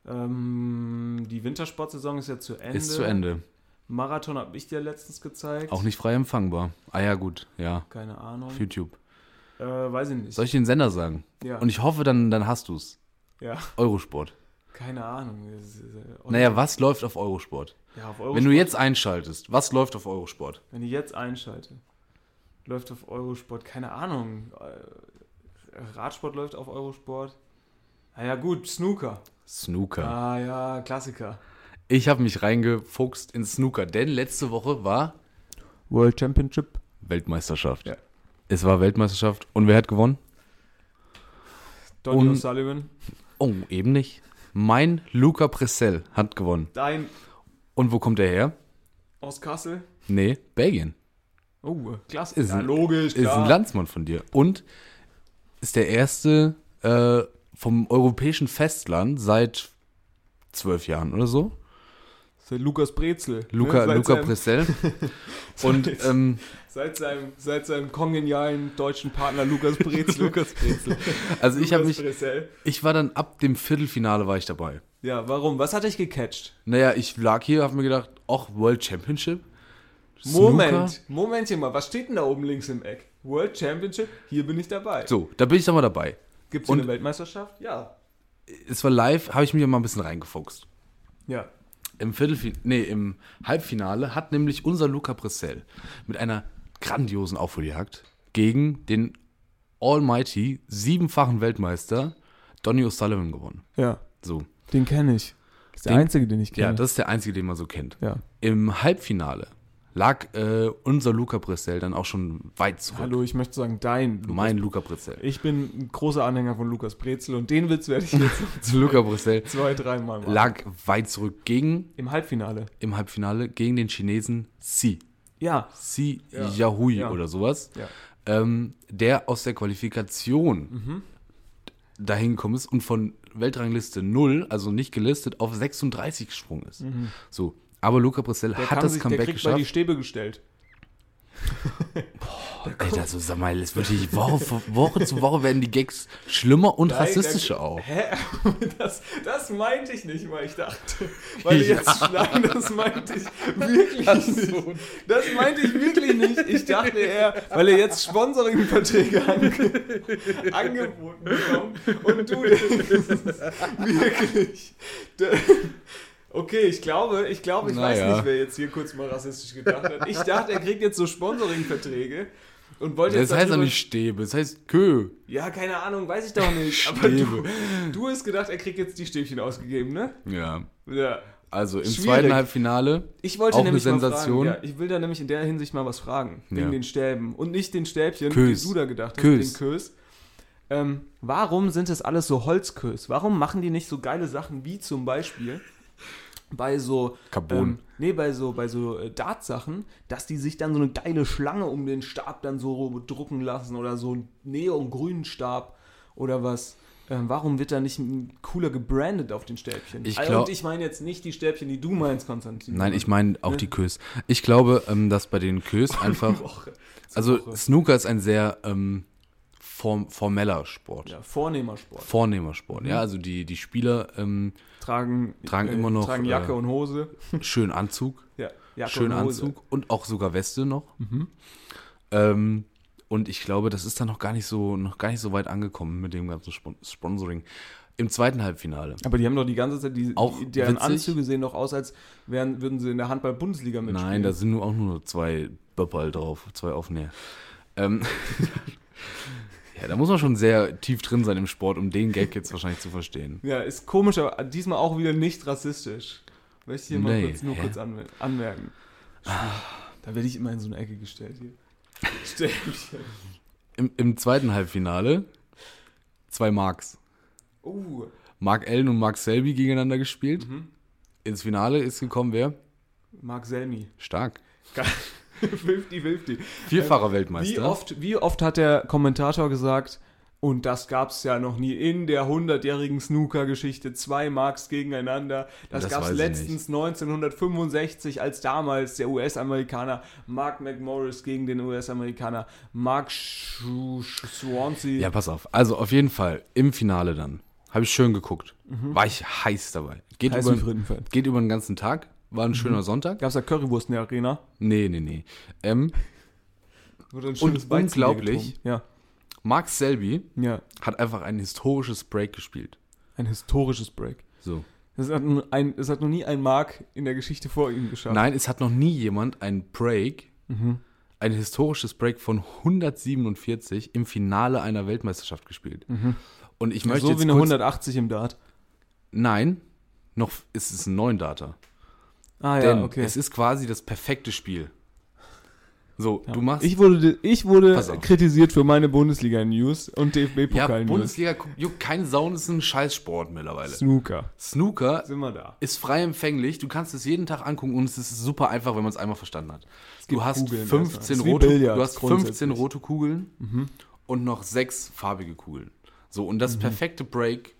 Speaker 3: Ähm, die Wintersportsaison ist ja zu Ende.
Speaker 4: Ist zu Ende.
Speaker 3: Marathon habe ich dir letztens gezeigt.
Speaker 4: Auch nicht frei empfangbar. Ah ja, gut. Ja.
Speaker 3: Keine Ahnung.
Speaker 4: Auf YouTube.
Speaker 3: Äh, weiß ich nicht.
Speaker 4: Soll ich den Sender sagen?
Speaker 3: ja.
Speaker 4: Und ich hoffe, dann, dann hast du's.
Speaker 3: ja.
Speaker 4: Eurosport.
Speaker 3: Keine Ahnung. Das ist, äh,
Speaker 4: Naja, was läuft auf Eurosport?
Speaker 3: ja, auf Euro
Speaker 4: Wenn du jetzt einschaltest, was läuft auf Eurosport?
Speaker 3: Wenn ich jetzt einschalte, läuft auf Eurosport, keine Ahnung. äh, Radsport läuft auf Eurosport. Naja, gut, Snooker.
Speaker 4: Snooker.
Speaker 3: Ah ja, Klassiker.
Speaker 4: Ich habe mich reingefuchst in Snooker, denn letzte Woche war
Speaker 3: World Championship.
Speaker 4: Weltmeisterschaft.
Speaker 3: Ja.
Speaker 4: Es war Weltmeisterschaft und wer hat gewonnen?
Speaker 3: Donny
Speaker 4: Und-
Speaker 3: O'Sullivan.
Speaker 4: Oh, eben nicht. Mein Luca Pressel hat gewonnen.
Speaker 3: Dein
Speaker 4: Und wo kommt er her?
Speaker 3: aus Kassel.
Speaker 4: Nee, Belgien.
Speaker 3: Oh, klasse.
Speaker 4: Ist ein-
Speaker 3: logisch.
Speaker 4: Ist ein Landsmann von dir. Und ist der erste äh, vom europäischen Festland seit zwölf Jahren oder so.
Speaker 3: Ist der Lukas Brezel. ne?
Speaker 4: Luca,
Speaker 3: Seit
Speaker 4: Luca
Speaker 3: seinem-
Speaker 4: Pressel. Und ähm,
Speaker 3: Seit seinem, seit seinem kongenialen deutschen Partner Lukas Brezel. Lukas Brezel.
Speaker 4: also ich habe mich,
Speaker 3: Brezel.
Speaker 4: ich war dann ab dem Viertelfinale war ich dabei.
Speaker 3: Ja, warum? Was hat dich gecatcht?
Speaker 4: Naja, ich lag hier, habe mir gedacht, ach, World Championship?
Speaker 3: Moment,
Speaker 4: Snooker?
Speaker 3: Momentchen mal. Was steht denn da oben links im Eck? World Championship? Hier bin ich dabei.
Speaker 4: So, da bin ich dann mal dabei.
Speaker 3: Gibt es
Speaker 4: und-
Speaker 3: eine Weltmeisterschaft? Ja.
Speaker 4: Es war live, habe ich mich mal ein bisschen reingefuchst.
Speaker 3: Ja.
Speaker 4: Im Viertelfinale, nee, im Halbfinale hat nämlich unser Luca Brissell mit einer grandiosen Aufholjagd gegen den Almighty, siebenfachen Weltmeister Donny O'Sullivan gewonnen.
Speaker 3: Ja,
Speaker 4: So.
Speaker 3: den kenne ich. Ist der
Speaker 4: Den-
Speaker 3: einzige, den ich kenne.
Speaker 4: Ja, das ist der einzige, den man so kennt.
Speaker 3: Ja.
Speaker 4: Im Halbfinale lag äh, unser Luca Brissell dann auch schon weit zurück.
Speaker 3: Hallo, ich möchte sagen, dein. Lukas.
Speaker 4: Mein Luca Brissell.
Speaker 3: Ich bin ein großer Anhänger von Lukas Brezel und den Witz werde ich jetzt noch
Speaker 4: Zu Luca Brissell
Speaker 3: zwei, dreimal machen.
Speaker 4: lag weit zurück gegen
Speaker 3: Im Halbfinale.
Speaker 4: im Halbfinale gegen den Chinesen Si.
Speaker 3: Ja.
Speaker 4: Si
Speaker 3: Ja.
Speaker 4: Yahui
Speaker 3: Ja.
Speaker 4: oder sowas.
Speaker 3: Ja.
Speaker 4: ähm, der aus der Qualifikation
Speaker 3: Mhm.
Speaker 4: dahin gekommen ist und von Weltrangliste 0, also nicht gelistet, auf 36 gesprungen ist. So, aber Luca Brissell
Speaker 3: Mhm. Der
Speaker 4: hat
Speaker 3: kann
Speaker 4: das
Speaker 3: sich, der
Speaker 4: Comeback
Speaker 3: kriegt mal die
Speaker 4: geschafft.
Speaker 3: Stäbe gestellt.
Speaker 4: Ey, also sag mal, es wird die Woche, für- Woche zu Woche werden die Gags schlimmer und rassistischer
Speaker 3: der-
Speaker 4: auch.
Speaker 3: Hä? Das, das meinte ich nicht, weil ich dachte. Weil ja. jetzt schlagen, das meinte ich wirklich nicht. Das meinte ich wirklich nicht. Ich dachte eher, weil er jetzt Sponsoringverträge ange angeboten bekommt und du wirklich. Da- Okay, ich glaube, ich glaube, ich weiß
Speaker 4: Naja.
Speaker 3: nicht, wer jetzt hier kurz mal rassistisch gedacht hat. Ich dachte, er kriegt jetzt so Sponsoringverträge und wollte jetzt
Speaker 4: Das heißt ja
Speaker 3: darüber
Speaker 4: nicht Stäbe, das heißt Kö.
Speaker 3: ja, keine Ahnung, weiß ich doch nicht. Aber du, du hast gedacht, er kriegt jetzt die Stäbchen ausgegeben, ne?
Speaker 4: Ja.
Speaker 3: Ja.
Speaker 4: Also im
Speaker 3: Schwierig.
Speaker 4: zweiten Halbfinale.
Speaker 3: Ich wollte
Speaker 4: Auch
Speaker 3: nämlich
Speaker 4: eine
Speaker 3: Mal
Speaker 4: Sensation.
Speaker 3: fragen, ja, ich will da nämlich in der Hinsicht mal was fragen. Wegen
Speaker 4: Ja.
Speaker 3: den Stäben. Und nicht den Stäbchen,
Speaker 4: Kös.
Speaker 3: die du da gedacht hast,
Speaker 4: Kös.
Speaker 3: den Kös. Ähm, warum sind das alles so Holzkös? Warum machen die nicht so geile Sachen wie zum Beispiel bei so ähm,
Speaker 4: Carbon.
Speaker 3: nee, bei so, bei so äh, Dart-Sachen, dass die sich dann so eine geile Schlange um den Stab dann so drucken lassen oder so einen neongrünen Stab oder was. Ähm, warum wird da nicht ein cooler gebrandet auf den Stäbchen?
Speaker 4: Ich
Speaker 3: Ah,
Speaker 4: glaub-
Speaker 3: Und ich meine jetzt nicht die Stäbchen, die du meinst, Konstantin.
Speaker 4: Nein, ich meine auch die Kös. Ich glaube, ähm, dass bei den Kös einfach.
Speaker 3: Woche.
Speaker 4: Also Snooker ist ein sehr ähm, form, formeller Sport.
Speaker 3: Ja, Vornehmersport.
Speaker 4: vornehmer Sport. Ja, also die, die Spieler ähm,
Speaker 3: Tragen,
Speaker 4: Tragen immer noch,
Speaker 3: Tragen Jacke
Speaker 4: äh,
Speaker 3: und Hose.
Speaker 4: schön Anzug,
Speaker 3: Ja, Mhm. Jacke
Speaker 4: schön
Speaker 3: und Hose.
Speaker 4: Anzug und auch sogar Weste noch. Ähm, und ich glaube, das ist dann noch gar nicht so noch gar nicht so weit angekommen mit dem ganzen Spon Sponsoring. Im zweiten Halbfinale.
Speaker 3: Aber die haben doch die ganze Zeit, die,
Speaker 4: Auch
Speaker 3: die, deren
Speaker 4: witzig.
Speaker 3: Anzüge sehen doch aus, als wären, würden sie in der Handball-Bundesliga mitspielen.
Speaker 4: Nein, da sind nur auch nur zwei Böppal drauf, zwei Aufnäher. Ähm, ja, da muss man schon sehr tief drin sein im Sport, um den Gag jetzt wahrscheinlich zu verstehen.
Speaker 3: Ja, ist komisch, aber diesmal auch wieder nicht rassistisch. Möchte ich hier mal
Speaker 4: Nee, Ah.
Speaker 3: kurz, nur
Speaker 4: hä?
Speaker 3: kurz anmer anmerken. Da werde ich immer in so eine Ecke gestellt hier. Stäbchen.
Speaker 4: Im, im zweiten Halbfinale zwei Marks.
Speaker 3: Uh,
Speaker 4: Mark Allen und Mark Selby gegeneinander gespielt.
Speaker 3: Mhm.
Speaker 4: Ins Finale ist gekommen wer?
Speaker 3: Mark Selmi.
Speaker 4: Stark.
Speaker 3: 50-50.
Speaker 4: Vierfacher
Speaker 3: Äh, Wie
Speaker 4: Weltmeister.
Speaker 3: oft, wie oft hat der Kommentator gesagt, und das gab's ja noch nie in der hundertjährigen Snooker-Geschichte, zwei Marks gegeneinander. Das,
Speaker 4: Das
Speaker 3: gab's
Speaker 4: weiß ich
Speaker 3: letztens 1965, als damals der US-Amerikaner Mark McMorris gegen den US-Amerikaner Mark Sch- Sch- Swansea.
Speaker 4: Ja, pass auf. Also auf jeden Fall im Finale dann. Habe ich schön geguckt. War ich heiß dabei. Geht,
Speaker 3: Mhm. Heiß
Speaker 4: über,
Speaker 3: wie Frittenfett. Mhm.
Speaker 4: geht über den ganzen Tag. War ein schöner Sonntag.
Speaker 3: Gab's da Currywurst in der Arena?
Speaker 4: Nee, nee, nee. Ähm,
Speaker 3: Wurde ein
Speaker 4: schönes Weizenbier
Speaker 3: unglaublich.
Speaker 4: getrunken.
Speaker 3: Ja,
Speaker 4: Mark Selby
Speaker 3: ja.
Speaker 4: hat einfach ein historisches Break gespielt.
Speaker 3: Ein historisches Break.
Speaker 4: So.
Speaker 3: Es hat, nun ein, es hat noch nie ein Mark in der Geschichte vor ihm geschafft.
Speaker 4: Nein, es hat noch nie jemand ein Break,
Speaker 3: Mhm.
Speaker 4: ein historisches Break von 147 im Finale einer Weltmeisterschaft gespielt. Und ich
Speaker 3: Mhm.
Speaker 4: möchte
Speaker 3: so
Speaker 4: jetzt
Speaker 3: wie eine
Speaker 4: kurz
Speaker 3: 180 im Dart.
Speaker 4: Nein, noch ist es ein neuen Data.
Speaker 3: Ah
Speaker 4: Denn es ist quasi das perfekte Spiel. So,
Speaker 3: Ja.
Speaker 4: du machst.
Speaker 3: Ich wurde, ich wurde
Speaker 4: Pass auf.
Speaker 3: kritisiert für meine Bundesliga-News und
Speaker 4: ja,
Speaker 3: DFB-Pokal-News.
Speaker 4: Bundesliga guckt- juckt kein Saun, ist ein Scheißsport mittlerweile.
Speaker 3: Snooker.
Speaker 4: Snooker
Speaker 3: Sind wir da.
Speaker 4: ist frei empfänglich. Du kannst es jeden Tag angucken und es ist super einfach, wenn man es einmal verstanden hat. Du
Speaker 3: gibt
Speaker 4: hast,
Speaker 3: Kugeln
Speaker 4: 15
Speaker 3: einfach. Wie
Speaker 4: rote,
Speaker 3: Billard
Speaker 4: du hast 15
Speaker 3: grundsätzlich. Mhm.
Speaker 4: rote Kugeln und noch sechs farbige Kugeln. So, und das perfekte Break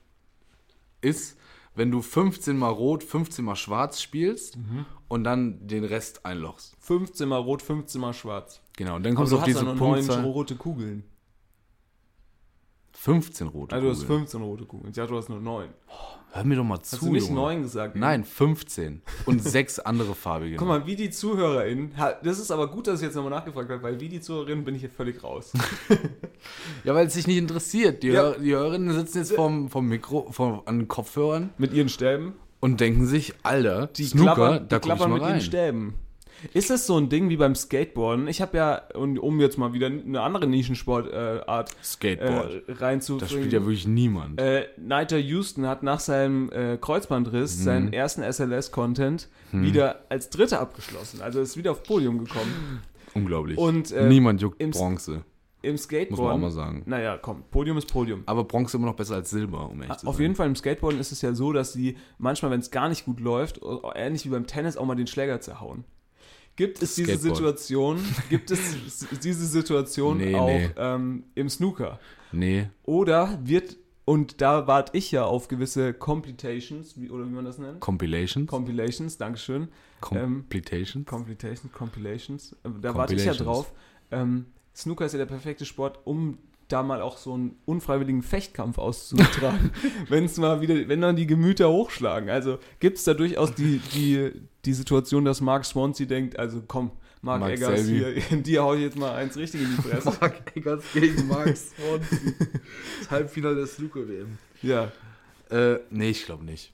Speaker 4: ist, wenn du 15 mal rot, 15 mal schwarz spielst
Speaker 3: Mhm.
Speaker 4: und dann den Rest einlochst.
Speaker 3: 15 mal rot, 15 mal schwarz.
Speaker 4: Genau, und dann
Speaker 3: Aber
Speaker 4: kommst
Speaker 3: du
Speaker 4: du auf
Speaker 3: hast
Speaker 4: diese
Speaker 3: ja noch neun
Speaker 4: Punktzahl.
Speaker 3: rote Kugeln.
Speaker 4: 15 rote
Speaker 3: Also du hast
Speaker 4: Kugeln.
Speaker 3: 15 rote Kugeln. Ja, du hast nur neun.
Speaker 4: Hör mir doch mal zu,
Speaker 3: Hast du nicht
Speaker 4: Junge.
Speaker 3: neun gesagt?
Speaker 4: Nein, 15 und sechs andere farbige.
Speaker 3: Guck mal, wie die ZuhörerInnen, ha, das ist aber gut, dass ich jetzt nochmal nachgefragt habe, weil wie die ZuhörerInnen bin ich hier völlig raus.
Speaker 4: Ja, weil es dich nicht interessiert. Die,
Speaker 3: Ja.
Speaker 4: Hör die Hörerinnen sitzen jetzt vorm, vorm Mikro, vorm, an den Kopfhörern
Speaker 3: Mit ihren Stäben?
Speaker 4: und denken sich, Alter,
Speaker 3: Die
Speaker 4: Snooker,
Speaker 3: klappern,
Speaker 4: da
Speaker 3: die
Speaker 4: guck ich
Speaker 3: klappern
Speaker 4: mal
Speaker 3: mit ihren
Speaker 4: rein.
Speaker 3: Stäben. Ist das so ein Ding wie beim Skateboarden? Ich habe ja, und um jetzt mal wieder eine andere Nischensportart äh, Art,
Speaker 4: Skateboard.
Speaker 3: äh, reinzubringen.
Speaker 4: Das spielt ja wirklich niemand.
Speaker 3: äh, Nigel Houston hat nach seinem äh, Kreuzbandriss
Speaker 4: Mhm.
Speaker 3: seinen ersten SLS-Content wieder als Dritter abgeschlossen. Also ist wieder auf Podium gekommen.
Speaker 4: Unglaublich.
Speaker 3: und, äh,
Speaker 4: niemand juckt
Speaker 3: im-
Speaker 4: Bronze,
Speaker 3: Im
Speaker 4: muss man auch
Speaker 3: Skateboarden.
Speaker 4: mal sagen.
Speaker 3: Naja, komm, Podium ist Podium. Ah,
Speaker 4: Aber Bronze immer noch besser als Silber, um ehrlich zu sein.
Speaker 3: Auf jeden Fall im Skateboarden ist es ja so, dass sie manchmal, wenn es gar nicht gut läuft, o- ähnlich wie beim Tennis, auch mal den Schläger zerhauen. Gibt es diese
Speaker 4: Skateboard.
Speaker 3: Situation? Gibt es s- diese Situation
Speaker 4: Nee,
Speaker 3: auch
Speaker 4: nee.
Speaker 3: Ähm, im Snooker?
Speaker 4: Nee,
Speaker 3: Oder wird und da warte ich ja auf gewisse Complications, wie, oder wie man das nennt?
Speaker 4: Compilations.
Speaker 3: Compilations, Dankeschön. ähm,
Speaker 4: Complications.
Speaker 3: Complications, Compilations. äh, Da warte ich ja
Speaker 4: Compilations.
Speaker 3: drauf. Ähm, Snooker ist ja der perfekte Sport, um da mal auch so einen unfreiwilligen Fechtkampf auszutragen, wenn es mal wieder, wenn dann die Gemüter hochschlagen. Also gibt es da durchaus die, die, die Situation, dass Mark Swansea denkt, also komm, Mark,
Speaker 4: Mark
Speaker 3: Eggers
Speaker 4: Selby.
Speaker 3: hier, dir hau ich jetzt mal eins richtig in die Fresse.
Speaker 5: Mark Eggers gegen Mark Swansea. Das Halbfinale der Snooker-WM.
Speaker 3: ja.
Speaker 4: äh, nee, ich glaube nicht.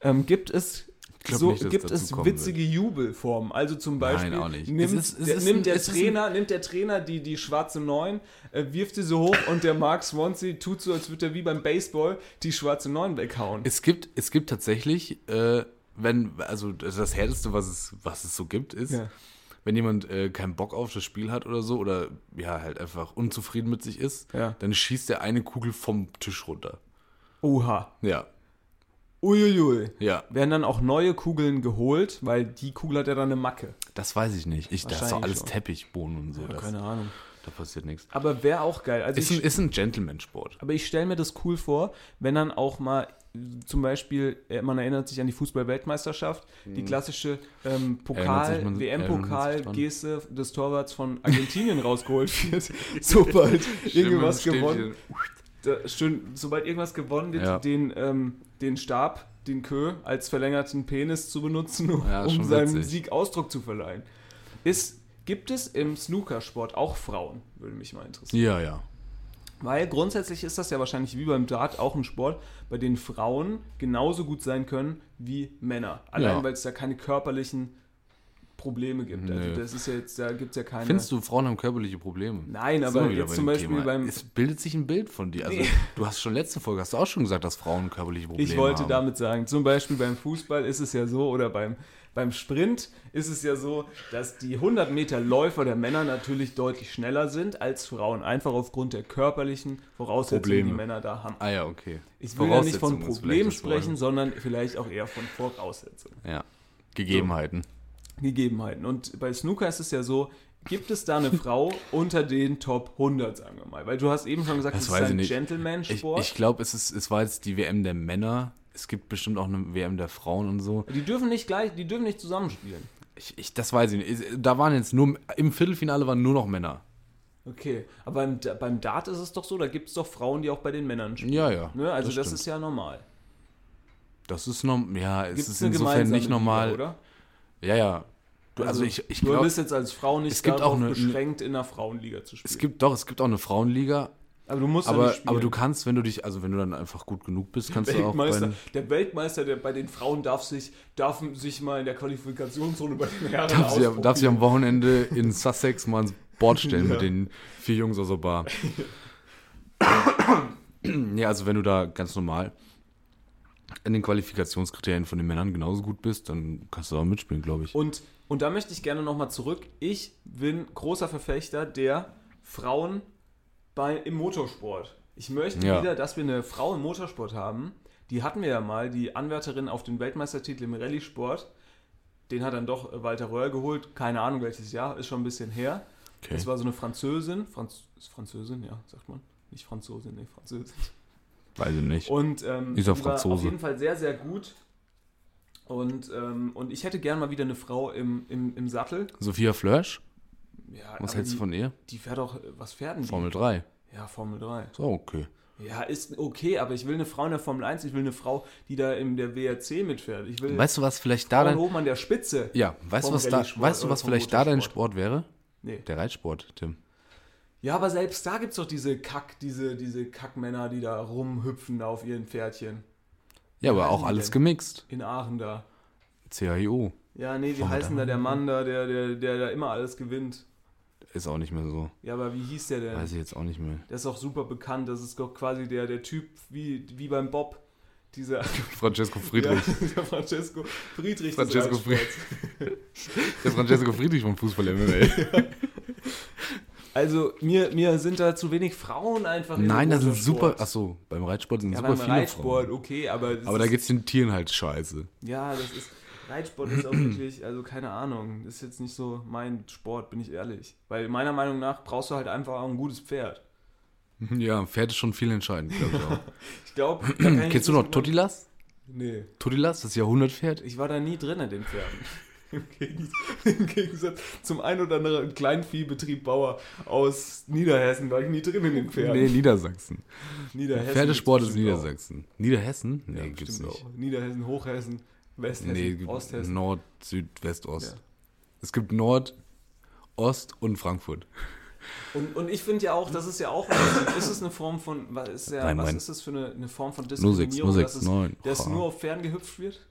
Speaker 3: Ähm, gibt es
Speaker 4: glaub
Speaker 3: so,
Speaker 4: nicht, dass
Speaker 3: gibt
Speaker 4: dazu
Speaker 3: es
Speaker 4: kommen
Speaker 3: witzige Jubelformen? Also zum Beispiel
Speaker 4: auch nicht.
Speaker 3: nimmt,
Speaker 4: Es ist- es
Speaker 3: der,
Speaker 4: ist
Speaker 3: nimmt,
Speaker 4: ein-
Speaker 3: der
Speaker 4: es ist ein-
Speaker 3: Trainer, nimmt der Trainer die, die schwarze Neun, äh, wirft sie so hoch und der Mark Swansea tut so, als würde er wie beim Baseball die schwarze Neun weghauen.
Speaker 4: Es gibt, es gibt tatsächlich, äh, wenn, also das das Härteste, was es, was es so gibt, ist,
Speaker 3: Ja.
Speaker 4: wenn jemand äh, keinen Bock auf das Spiel hat oder so, oder ja, halt einfach unzufrieden mit sich ist,
Speaker 3: Ja.
Speaker 4: dann schießt er eine Kugel vom Tisch runter.
Speaker 3: Oha.
Speaker 4: Ja,
Speaker 3: Uiuiui.
Speaker 4: ja.
Speaker 3: Werden dann auch neue Kugeln geholt, weil die Kugel hat ja dann eine Macke.
Speaker 4: Das weiß ich nicht. Ich, das ist doch
Speaker 3: Wahrscheinlich
Speaker 4: alles
Speaker 3: schon.
Speaker 4: Teppichbohnen und so. das,
Speaker 3: Ahnung.
Speaker 4: da passiert nichts.
Speaker 3: Aber wäre auch geil. Also
Speaker 4: Ist
Speaker 3: ich,
Speaker 4: ein, ist ein Gentleman-Sport.
Speaker 3: Aber ich stelle mir das cool vor, wenn dann auch mal äh, zum Beispiel, äh, man erinnert sich an die Fußball-Weltmeisterschaft, die klassische ähm,
Speaker 4: Mhm. Erinnert sich man-
Speaker 3: Pokal,
Speaker 4: erinnert man sich
Speaker 3: WM-Pokal-Geste des Torwarts von Argentinien rausgeholt wird, sobald irgendwas
Speaker 4: Stimmt,
Speaker 3: gewonnen
Speaker 4: stimmt.
Speaker 3: da, schön, sobald irgendwas gewonnen wird,
Speaker 4: Ja.
Speaker 3: den, ähm, den Stab, den Kö als verlängerten Penis zu benutzen, um,
Speaker 4: Ja, ist schon
Speaker 3: seinem
Speaker 4: witzig.
Speaker 3: Sieg Ausdruck zu verleihen. Ist, gibt es im Snookersport auch Frauen, würde mich mal interessieren.
Speaker 4: Ja, ja.
Speaker 3: Weil grundsätzlich ist das ja wahrscheinlich wie beim Dart auch ein Sport, bei dem Frauen genauso gut sein können wie Männer. Allein
Speaker 4: Ja.
Speaker 3: weil es da keine körperlichen Probleme gibt.
Speaker 4: Nö.
Speaker 3: Also das ist ja jetzt, da gibt es ja keine.
Speaker 4: Findest du, Frauen haben körperliche Probleme?
Speaker 3: Nein,
Speaker 4: Sind wir
Speaker 3: aber
Speaker 4: wieder
Speaker 3: jetzt
Speaker 4: bei
Speaker 3: zum
Speaker 4: dem
Speaker 3: Beispiel
Speaker 4: Thema.
Speaker 3: beim.
Speaker 4: Es bildet sich ein Bild von dir. Also,
Speaker 3: Nee.
Speaker 4: du hast schon letzte Folge, hast du auch schon gesagt, dass Frauen körperliche Probleme
Speaker 3: Ich wollte
Speaker 4: haben.
Speaker 3: damit sagen, zum Beispiel beim Fußball ist es ja so, oder beim, beim Sprint ist es ja so, dass die 100 Meter Läufer der Männer natürlich deutlich schneller sind als Frauen, einfach aufgrund der körperlichen Voraussetzungen, die
Speaker 4: Probleme.
Speaker 3: Männer da haben.
Speaker 4: Ah ja, okay.
Speaker 3: Ich will ja nicht von
Speaker 4: Voraussetzungen ist
Speaker 3: Problemen
Speaker 4: vielleicht das Wort.
Speaker 3: sprechen, sondern vielleicht auch eher von Voraussetzungen,
Speaker 4: Ja. Gegebenheiten.
Speaker 3: Gegebenheiten. Und bei Snooker ist es ja so, gibt es da eine Frau unter den Top 100, sagen wir mal? Weil du hast eben schon gesagt,
Speaker 4: Das
Speaker 3: es ist
Speaker 4: weiß ich
Speaker 3: ein
Speaker 4: nicht. Ich,
Speaker 3: Gentleman-Sport.
Speaker 4: ich glaube, es, ist- es war jetzt die WM der Männer. Es gibt bestimmt auch eine WM der Frauen und so.
Speaker 3: Die dürfen nicht gleich, die dürfen nicht zusammenspielen.
Speaker 4: Ich, ich, das weiß ich nicht. Da waren jetzt nur, im Viertelfinale waren nur noch Männer.
Speaker 3: Okay, aber beim, Da- beim Dart ist es doch so, da gibt es doch Frauen, die auch bei den Männern spielen.
Speaker 4: Ja, ja.
Speaker 3: Ne? Also das,
Speaker 4: stimmt.
Speaker 3: ist ja normal.
Speaker 4: Das ist normal. Ja, es
Speaker 3: Gibt's
Speaker 4: ist
Speaker 3: eine
Speaker 4: insofern
Speaker 3: gemeinsame
Speaker 4: nicht normal.
Speaker 3: Liga, oder?
Speaker 4: Ja, ja. Du, also, ich, ich
Speaker 3: du
Speaker 4: glaube,
Speaker 3: bist jetzt als Frau nicht
Speaker 4: es gibt
Speaker 3: darauf
Speaker 4: auch eine-
Speaker 3: beschränkt, in der Frauenliga zu spielen.
Speaker 4: es gibt doch, es gibt auch eine Frauenliga.
Speaker 3: aber du musst ja
Speaker 4: Aber,
Speaker 3: nicht spielen.
Speaker 4: aber du kannst, wenn du dich, also wenn du dann einfach gut genug bist, kannst du auch. Bei,
Speaker 3: Weltmeister, der Weltmeister der bei den Frauen darf sich, darf sich mal in der Qualifikationsrunde bei den Herren
Speaker 4: darf, sie,
Speaker 3: ausprobieren.
Speaker 4: darf sie am Wochenende in Sussex mal ins Board stellen mit den vier Jungs aus der Bar. ja, also wenn du da ganz normal in den Qualifikationskriterien von den Männern genauso gut bist, dann kannst du auch mitspielen, glaube ich.
Speaker 3: Und, und da möchte ich gerne nochmal zurück. Ich bin großer Verfechter der Frauen bei, im Motorsport. Ich möchte
Speaker 4: Ja.
Speaker 3: wieder, dass wir eine Frau im Motorsport haben. Die hatten wir ja mal, die Anwärterin auf den Weltmeistertitel im Rallye-Sport. Den hat dann doch Walter Röhr geholt. Keine Ahnung welches Jahr, ist schon ein bisschen her.
Speaker 4: Okay.
Speaker 3: Das war so eine Französin. Franz ist Französin, ja, sagt man. Nicht Franzosin, nee, Französin.
Speaker 4: Weiß ich nicht.
Speaker 3: Und ähm,
Speaker 4: Ist ja
Speaker 3: die war
Speaker 4: Franzose.
Speaker 3: auf jeden Fall sehr, sehr gut. Und, ähm, und ich hätte gern mal wieder eine Frau im, im, im Sattel.
Speaker 4: Sophia Flörsch,
Speaker 3: Ja,
Speaker 4: was
Speaker 3: aber
Speaker 4: hältst
Speaker 3: die,
Speaker 4: du von ihr?
Speaker 3: Die fährt auch, was fährt denn
Speaker 4: Formel 3.
Speaker 3: die? Ja, Formel 3.
Speaker 4: So, okay.
Speaker 3: Ja, ist okay, aber ich will eine Frau in der Formel 1, ich will eine Frau, die da in der WRC mitfährt. Ich will
Speaker 4: Weißt du, was vielleicht da
Speaker 3: Äh, Frauen
Speaker 4: dein.
Speaker 3: oben an der Spitze.
Speaker 4: Ja, weißt du,
Speaker 3: Vom
Speaker 4: was, da,
Speaker 3: Rallye-Sport
Speaker 4: weißt du,
Speaker 3: oder
Speaker 4: was
Speaker 3: vom
Speaker 4: vielleicht da dein
Speaker 3: Motorsport.
Speaker 4: Sport wäre?
Speaker 3: Nee.
Speaker 4: Der Reitsport, Tim.
Speaker 3: Ja, aber selbst da gibt's doch diese Kack, diese, diese Kackmänner, die da rumhüpfen da auf ihren Pferdchen.
Speaker 4: Ja, aber
Speaker 3: heißen
Speaker 4: auch
Speaker 3: die
Speaker 4: alles
Speaker 3: denn?
Speaker 4: gemixt.
Speaker 3: In Aachen da.
Speaker 4: CHIO
Speaker 3: Ja, nee, wie
Speaker 4: Formel
Speaker 3: heißen da der Mann da, der, der, der da immer alles gewinnt?
Speaker 4: ist auch nicht mehr so.
Speaker 3: Ja, aber wie hieß der denn?
Speaker 4: Weiß ich jetzt auch nicht mehr.
Speaker 3: Der ist auch super bekannt. Das ist doch quasi der, der Typ wie, wie beim Bob. Dieser
Speaker 4: Francesco Friedrich.
Speaker 3: Ja, der Francesco Friedrich. des
Speaker 4: Francesco
Speaker 3: Reitsports.
Speaker 4: Der Francesco Friedrich vom Fußball MML.
Speaker 3: Also, mir, mir sind da zu wenig Frauen einfach. in
Speaker 4: Nein,
Speaker 3: dem
Speaker 4: da sind super.
Speaker 3: Motorsport.
Speaker 4: Achso, beim Reitsport sind
Speaker 3: ja,
Speaker 4: super
Speaker 3: beim
Speaker 4: viele
Speaker 3: Reitsport,
Speaker 4: Frauen.
Speaker 3: okay, aber. das
Speaker 4: Aber da
Speaker 3: ist-
Speaker 4: geht's den Tieren halt scheiße.
Speaker 3: Ja, das ist. Reitsport ist auch wirklich, also keine Ahnung, ist jetzt nicht so mein Sport, bin ich ehrlich. Weil meiner Meinung nach brauchst du halt einfach auch ein gutes Pferd.
Speaker 4: Ja, Pferd ist schon viel entscheidend, glaube ich auch.
Speaker 3: Ich glaube.
Speaker 4: Kennst du noch Totilas?
Speaker 3: Nee.
Speaker 4: Totilas, das Jahrhundertpferd?
Speaker 3: Ich war da nie drin in den Pferden. Im Gegens- Im Gegensatz zum ein oder anderen Kleinviehbetrieb Bauer aus Niederhessen war ich nie drin in den Pferden.
Speaker 4: Nee, Niedersachsen.
Speaker 3: Niederhessen
Speaker 4: Pferdesport
Speaker 3: gibt's
Speaker 4: ist
Speaker 3: bestimmt auch.
Speaker 4: Niedersachsen. Niederhessen? Nee,
Speaker 3: Ja,
Speaker 4: gibt's
Speaker 3: bestimmt
Speaker 4: nicht.
Speaker 3: auch. Niederhessen, Hochhessen, Westhessen,
Speaker 4: Nee, gibt
Speaker 3: Osthessen.
Speaker 4: Nord, Süd, West, Ost.
Speaker 3: Ja.
Speaker 4: Es gibt Nord, Ost und Frankfurt.
Speaker 3: Und, und ich finde ja auch, das ist ja auch, ist es eine Form von, was ist, ja,
Speaker 4: Nein,
Speaker 3: was
Speaker 4: nein.
Speaker 3: ist das für eine, eine Form von
Speaker 4: Nur sechs,
Speaker 3: Diskriminierung,
Speaker 4: nur sechs,
Speaker 3: dass, es,
Speaker 4: neun.
Speaker 3: dass
Speaker 4: Ha.
Speaker 3: nur auf Pferden gehüpft wird?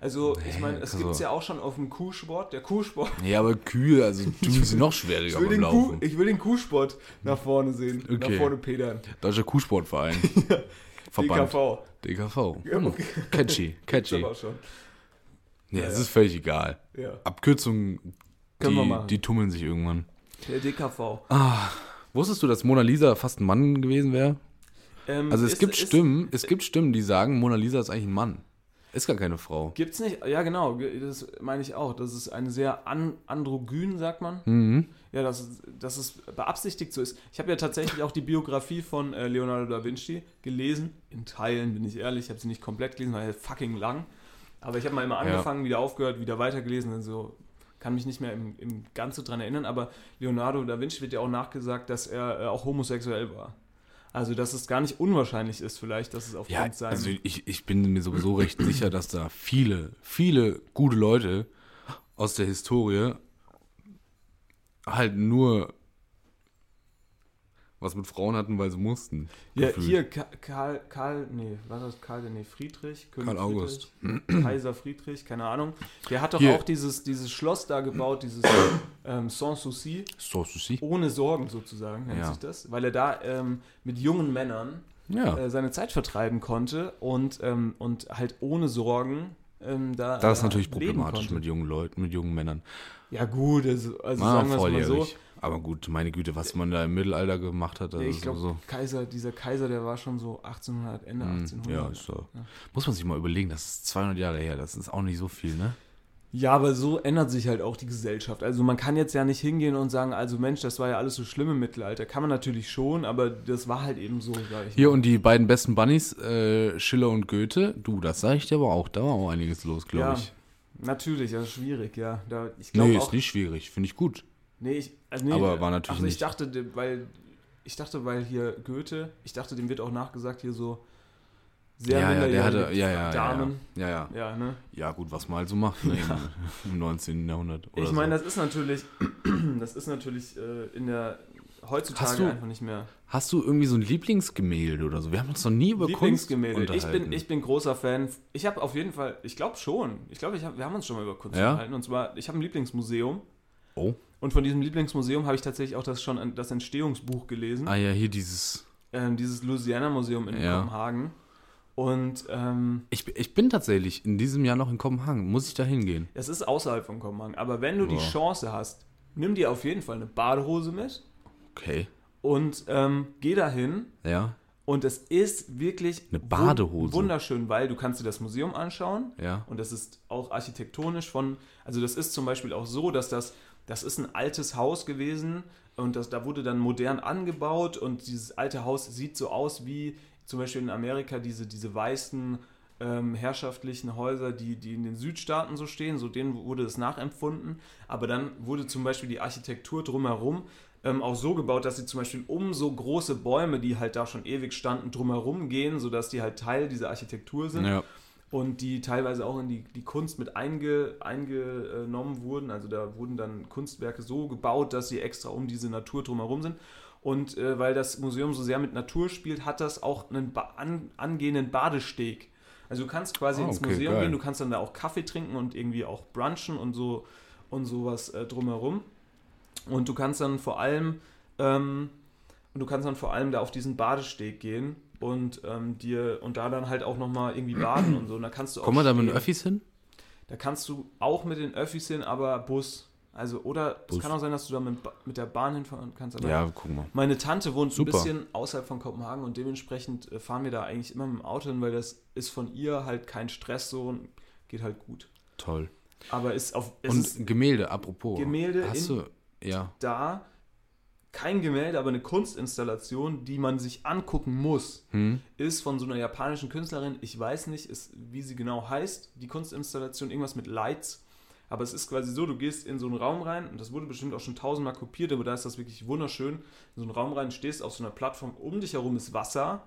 Speaker 3: Also, ich
Speaker 4: Nee,
Speaker 3: meine, es
Speaker 4: also-
Speaker 3: gibt es ja auch schon auf dem Kuhsport. Der Kuhsport.
Speaker 4: Ja, aber Kühe, also tun sie noch schwieriger beim Laufen.
Speaker 3: ich will den Kuhsport nach vorne sehen,
Speaker 4: Okay.
Speaker 3: pedern.
Speaker 4: Deutscher Kuhsportverein. Verband.
Speaker 3: DKV.
Speaker 4: DKV.
Speaker 3: Ja, okay.
Speaker 4: Hm, Catchy,
Speaker 3: Ist
Speaker 4: catchy.
Speaker 3: aber auch schon.
Speaker 4: Ja, es ist völlig egal.
Speaker 3: Ja.
Speaker 4: Abkürzungen,
Speaker 3: Können wir
Speaker 4: die,
Speaker 3: machen.
Speaker 4: die tummeln sich irgendwann.
Speaker 3: Der DKV.
Speaker 4: Ah, Wusstest du, dass Mona Lisa fast ein Mann gewesen wäre?
Speaker 3: Ähm,
Speaker 4: Also es
Speaker 3: ist-
Speaker 4: gibt
Speaker 3: ist-
Speaker 4: Stimmen, es gibt Stimmen, die sagen, Mona Lisa ist eigentlich ein Mann. Ist gar keine Frau.
Speaker 3: Gibt's nicht, ja genau, ge- das meine ich auch. Das ist eine sehr an, androgyn, sagt man.
Speaker 4: Mhm.
Speaker 3: Ja, dass, es- dass es beabsichtigt so ist. Ich habe ja tatsächlich auch die Biografie von äh, Leonardo da Vinci gelesen. In Teilen, bin ich ehrlich, ich habe sie nicht komplett gelesen, weil fucking lang. Aber ich habe mal immer
Speaker 4: Ja.
Speaker 3: angefangen, wieder aufgehört, wieder weitergelesen und so. Kann mich nicht mehr im, im Ganze dran erinnern, aber Leonardo da Vinci wird ja auch nachgesagt, dass er äh, auch homosexuell war. Also, dass es gar nicht unwahrscheinlich ist, vielleicht, dass es aufgrund
Speaker 4: Ja,
Speaker 3: seinem.
Speaker 4: also ich, ich bin mir sowieso recht sicher, dass da viele, viele gute Leute aus der Historie halt nur was mit Frauen hatten, weil sie mussten.
Speaker 3: Ja,
Speaker 4: gefühlt.
Speaker 3: hier Ka- Karl, Karl, nee, was ist Karl, denn? nee, Friedrich, König
Speaker 4: Karl August.
Speaker 3: Friedrich, Kaiser Friedrich, keine Ahnung. Der hat doch
Speaker 4: Hier.
Speaker 3: auch dieses, dieses Schloss da gebaut, dieses ähm, Sans Souci,
Speaker 4: So, Sushi.
Speaker 3: ohne Sorgen sozusagen, nennt
Speaker 4: Ja.
Speaker 3: sich das, weil er da ähm, mit jungen Männern
Speaker 4: Ja,
Speaker 3: äh, seine Zeit vertreiben konnte und, ähm, und halt ohne Sorgen ähm, da.
Speaker 4: das ist
Speaker 3: äh,
Speaker 4: natürlich
Speaker 3: leben
Speaker 4: problematisch
Speaker 3: konnte.
Speaker 4: mit jungen Leuten, mit jungen Männern.
Speaker 3: Ja, gut, also, also
Speaker 4: Ah,
Speaker 3: sagen wir es mal so.
Speaker 4: volljährig. Aber gut, meine Güte, was man da im Mittelalter gemacht hat, das
Speaker 3: Ja, ich
Speaker 4: ist
Speaker 3: glaube,
Speaker 4: Also so. Hm,
Speaker 3: Kaiser, dieser Kaiser, der war schon so 1800, Ende
Speaker 4: Ja,
Speaker 3: 1800.
Speaker 4: ist so. Muss man sich mal überlegen, das ist 200 Jahre her, das ist auch nicht so viel, ne?
Speaker 3: Ja, aber so ändert sich halt auch die Gesellschaft. Also man kann jetzt ja nicht hingehen und sagen, also Mensch, das war ja alles so schlimm im Mittelalter. Kann man natürlich schon, aber das war halt eben so, sag ich
Speaker 4: Hier und die beiden besten Bunnies, äh, Schiller und Goethe. Du, das sage ich dir aber auch, da war auch einiges los,
Speaker 3: mal.
Speaker 4: glaube ich.
Speaker 3: Ja, natürlich, das ist schwierig, ja. Da, ich glaube
Speaker 4: Nee,
Speaker 3: auch,
Speaker 4: ist nicht schwierig, finde ich gut.
Speaker 3: Nee, ich, also nee,
Speaker 4: Aber war natürlich
Speaker 3: also ich
Speaker 4: nicht.
Speaker 3: dachte, de- weil ich dachte, weil hier Goethe, ich dachte, dem wird auch nachgesagt hier so sehr
Speaker 4: ja, ja, der hatte,
Speaker 3: minderjährige
Speaker 4: ja, ja, ja,
Speaker 3: Damen.
Speaker 4: ja, ja.
Speaker 3: Ja, ne?
Speaker 4: Ja, gut, was man halt so macht, ne? Im 19. Jahrhundert. Oder
Speaker 3: ich meine,
Speaker 4: so.
Speaker 3: das ist natürlich, das ist natürlich äh, in der
Speaker 4: Hast
Speaker 3: heutzutage
Speaker 4: du-
Speaker 3: einfach nicht mehr.
Speaker 4: Hast du irgendwie so ein Lieblingsgemälde oder so? Wir haben uns noch nie über Kunst
Speaker 3: Lieblingsgemälde. Ich
Speaker 4: unterhalten.
Speaker 3: bin, ich bin großer Fan. Ich habe auf jeden Fall, ich glaube schon, ich glaube, ich hab, wir haben uns schon mal über Kunst
Speaker 4: Ja?
Speaker 3: unterhalten. Und zwar, ich habe ein Lieblingsmuseum.
Speaker 4: Oh.
Speaker 3: Und von diesem Lieblingsmuseum habe ich tatsächlich auch das schon das Entstehungsbuch gelesen.
Speaker 4: Ah ja, hier dieses.
Speaker 3: Ähm, dieses Louisiana Museum in
Speaker 4: Ah. Ja.
Speaker 3: Kopenhagen. Und ähm,
Speaker 4: Ich, ich bin tatsächlich in diesem Jahr noch in Kopenhagen. Muss ich da hingehen?
Speaker 3: es ist außerhalb von Kopenhagen. Aber wenn du die
Speaker 4: Boah.
Speaker 3: Chance hast, nimm dir auf jeden Fall eine Badehose mit
Speaker 4: Okay.
Speaker 3: und ähm, geh dahin.
Speaker 4: Ja,
Speaker 3: Und es ist wirklich
Speaker 4: Eine
Speaker 3: wun-
Speaker 4: Badehose.
Speaker 3: wunderschön, weil du kannst dir das Museum anschauen.
Speaker 4: Ja.
Speaker 3: Und das ist auch architektonisch von, also das ist zum Beispiel auch so, dass das, das ist ein altes Haus gewesen und das, da wurde dann modern angebaut und dieses alte Haus sieht so aus wie zum Beispiel in Amerika diese, diese weißen ähm, herrschaftlichen Häuser, die, die in den Südstaaten so stehen, so denen wurde es nachempfunden. Aber dann wurde zum Beispiel die Architektur drumherum ähm, auch so gebaut, dass sie zum Beispiel um so große Bäume, die halt da schon ewig standen, drumherum gehen, sodass die halt Teil dieser Architektur sind
Speaker 4: ja.
Speaker 3: und die teilweise auch in die, die Kunst mit einge, eingenommen wurden. Also da wurden dann Kunstwerke so gebaut, dass sie extra um diese Natur drumherum sind. Und äh, weil das Museum so sehr mit Natur spielt, hat das auch einen ba an, angehenden Badesteg. Also du kannst quasi
Speaker 4: Ah,
Speaker 3: ins
Speaker 4: okay,
Speaker 3: Museum
Speaker 4: geil.
Speaker 3: gehen, du kannst dann da auch Kaffee trinken und irgendwie auch brunchen und so und sowas äh, drumherum. Und du kannst dann vor allem ähm, und du kannst dann vor allem da auf diesen Badesteg gehen und ähm, dir und da dann halt auch nochmal irgendwie baden und so. Und da kannst du auch
Speaker 4: Kommen wir da mit den
Speaker 3: stehen.
Speaker 4: Öffis hin?
Speaker 3: Da kannst du auch mit den Öffis hin, aber Bus. Also, oder
Speaker 4: Bus.
Speaker 3: es kann auch sein, dass du da mit, Ba- mit der Bahn hinfahren kannst. Aber
Speaker 4: Ja, gucken wir.
Speaker 3: Meine Tante wohnt
Speaker 4: Super.
Speaker 3: ein bisschen außerhalb von Kopenhagen und dementsprechend äh, fahren wir da eigentlich immer mit dem Auto hin, weil das ist von ihr halt kein Stress so und geht halt gut.
Speaker 4: Toll.
Speaker 3: Aber ist auf, es ist
Speaker 4: Und Gemälde, apropos.
Speaker 3: Gemälde
Speaker 4: Hast
Speaker 3: in-
Speaker 4: du, ja.
Speaker 3: da kein Gemälde, aber eine Kunstinstallation, die man sich angucken muss.
Speaker 4: Hm?
Speaker 3: ist von so einer japanischen Künstlerin, ich weiß nicht, ist, wie sie genau heißt, die Kunstinstallation, irgendwas mit Lights. Aber es ist quasi so, du gehst in so einen Raum rein, und das wurde bestimmt auch schon tausendmal kopiert, aber da ist das wirklich wunderschön. In so einen Raum rein, stehst auf so einer Plattform, um dich herum ist Wasser,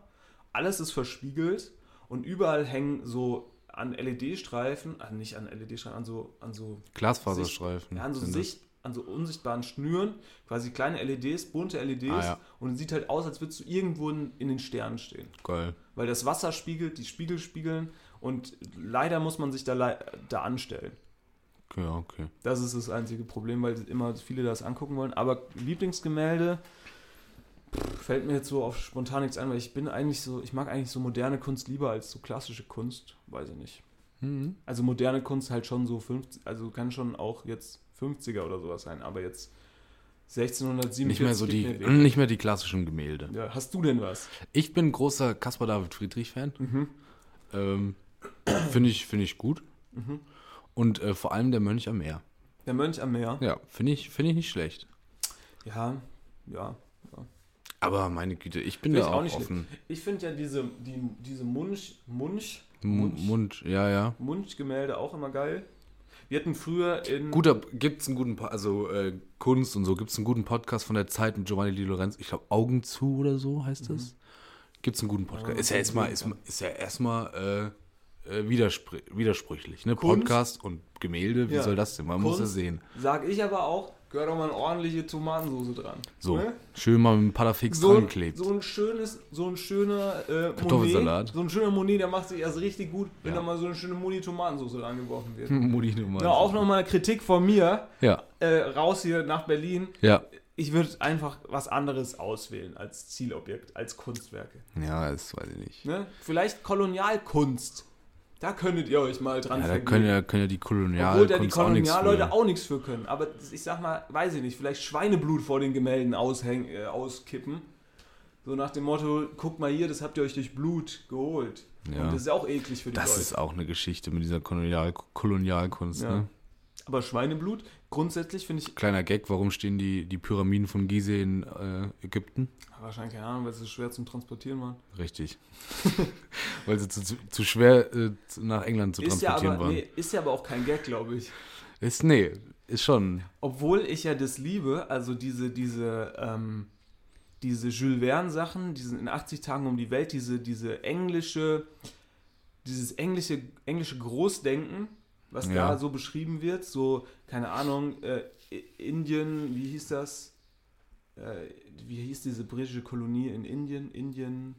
Speaker 3: alles ist verspiegelt und überall hängen so an LED-Streifen, ah, nicht an LED-Streifen, an so, an so
Speaker 4: Glasfaserstreifen.
Speaker 3: ja, an so
Speaker 4: sind Hm, das.
Speaker 3: Sicht, an so unsichtbaren Schnüren, quasi kleine LEDs, bunte LEDs
Speaker 4: Ah, ja.
Speaker 3: und es sieht halt aus, als würdest du irgendwo in in den Sternen stehen
Speaker 4: Geil.
Speaker 3: weil das Wasser spiegelt, die Spiegel spiegeln und leider muss man sich da, lei- da anstellen.
Speaker 4: Ja, okay.
Speaker 3: Das ist das einzige Problem, weil immer viele das angucken wollen. Aber Lieblingsgemälde pff, fällt mir jetzt so auf spontan nichts ein, weil ich bin eigentlich so, ich mag eigentlich so moderne Kunst lieber als so klassische Kunst, weiß ich nicht.
Speaker 4: Hm.
Speaker 3: Also moderne Kunst halt schon so 50, also kann schon auch jetzt 50er oder sowas sein, aber jetzt 1647
Speaker 4: Nicht mehr so die, Mm,
Speaker 3: geht mir weh.
Speaker 4: nicht mehr die klassischen Gemälde.
Speaker 3: ja, hast du denn was?
Speaker 4: Ich bin großer Caspar David Friedrich Fan.
Speaker 3: Mhm.
Speaker 4: Ähm, finde ich, finde ich gut.
Speaker 3: Mhm.
Speaker 4: Und äh, vor allem der Mönch am Meer.
Speaker 3: Der Mönch am Meer.
Speaker 4: Ja, finde ich, finde ich nicht schlecht.
Speaker 3: Ja, ja.
Speaker 4: Aber meine Güte, ich bin
Speaker 3: Finde
Speaker 4: da
Speaker 3: ich
Speaker 4: auch,
Speaker 3: auch nicht
Speaker 4: offen.
Speaker 3: Ich finde ja diese, die, diese Munch, Munch,
Speaker 4: M-
Speaker 3: Munch,
Speaker 4: Mund, ja, ja.
Speaker 3: Munchgemälde auch immer geil. Wir hatten früher in.
Speaker 4: Guter, gibt's einen guten, Po- also äh, Kunst und so, gibt's einen guten Podcast von der Zeit mit Giovanni Di Lorenzo, ich glaube Augen zu oder so heißt das.
Speaker 3: Mhm.
Speaker 4: Gibt's einen guten Podcast. ist ja erstmal, ist, ist ja erstmal äh, äh, widerspr widersprüchlich, ne?
Speaker 3: Kunst?
Speaker 4: Podcast und Gemälde, wie
Speaker 3: Ja.
Speaker 4: soll das denn? Man muss
Speaker 3: Kunst,
Speaker 4: es sehen.
Speaker 3: Sag ich aber auch, gehört auch mal eine ordentliche Tomatensoße dran.
Speaker 4: So,
Speaker 3: Ne?
Speaker 4: schön mal mit ein Palafix
Speaker 3: So,
Speaker 4: dranklebt.
Speaker 3: so ein schönes, so ein schöner äh,
Speaker 4: Kartoffelsalat.
Speaker 3: Monet, so ein schöner Monet, der macht sich erst richtig gut, wenn
Speaker 4: Ja. Hm.
Speaker 3: da mal so eine schöne Moni-Tomatensoße angeworfen wird.
Speaker 4: Mutti Nummer.
Speaker 3: Ja, auch nochmal Kritik von mir,
Speaker 4: Ja,
Speaker 3: äh, raus hier nach Berlin.
Speaker 4: ja.
Speaker 3: Ich würde einfach was anderes auswählen als Zielobjekt, als Kunstwerke.
Speaker 4: Ja, das weiß ich nicht.
Speaker 3: Ne? Vielleicht Kolonialkunst. Da könntet ihr euch mal dran
Speaker 4: Ja, da
Speaker 3: vergehen.
Speaker 4: können ja, können ja die
Speaker 3: Obwohl da die
Speaker 4: Kolonialkunst auch nichts
Speaker 3: Kolonialleute
Speaker 4: für.
Speaker 3: auch nichts für können. Aber ich sag mal, weiß ich nicht, vielleicht Schweineblut vor den Gemälden aushängen, äh, auskippen. So nach dem Motto, guck mal hier, das habt ihr euch durch Blut geholt.
Speaker 4: Ja.
Speaker 3: Und das ist auch eklig für die
Speaker 4: Das
Speaker 3: Leute.
Speaker 4: ist auch eine Geschichte mit dieser Kolonial Kolonialkunst,
Speaker 3: Ja.
Speaker 4: ne?
Speaker 3: Aber Schweineblut, grundsätzlich finde ich,
Speaker 4: Kleiner Gag, warum stehen die, die Pyramiden von Gizeh in äh, Ägypten?
Speaker 3: wahrscheinlich keine Ahnung, weil sie so schwer zum Transportieren waren.
Speaker 4: Richtig. Weil sie zu, zu, zu schwer äh, zu- nach England zu
Speaker 3: Ist ja,
Speaker 4: transportieren
Speaker 3: aber,
Speaker 4: waren.
Speaker 3: nee, ist ja aber auch kein Gag, glaube ich.
Speaker 4: Ist, nee, ist schon.
Speaker 3: Obwohl ich ja das liebe, also diese, diese, ähm, diese Jules Verne-Sachen, diesen in 80 Tagen um die Welt, diese, diese englische, dieses englische, englische Großdenken, was
Speaker 4: Ja.
Speaker 3: da so beschrieben wird, so, keine Ahnung, äh, I- Indien, wie hieß das? Äh, wie hieß diese britische Kolonie in Indien? Indien,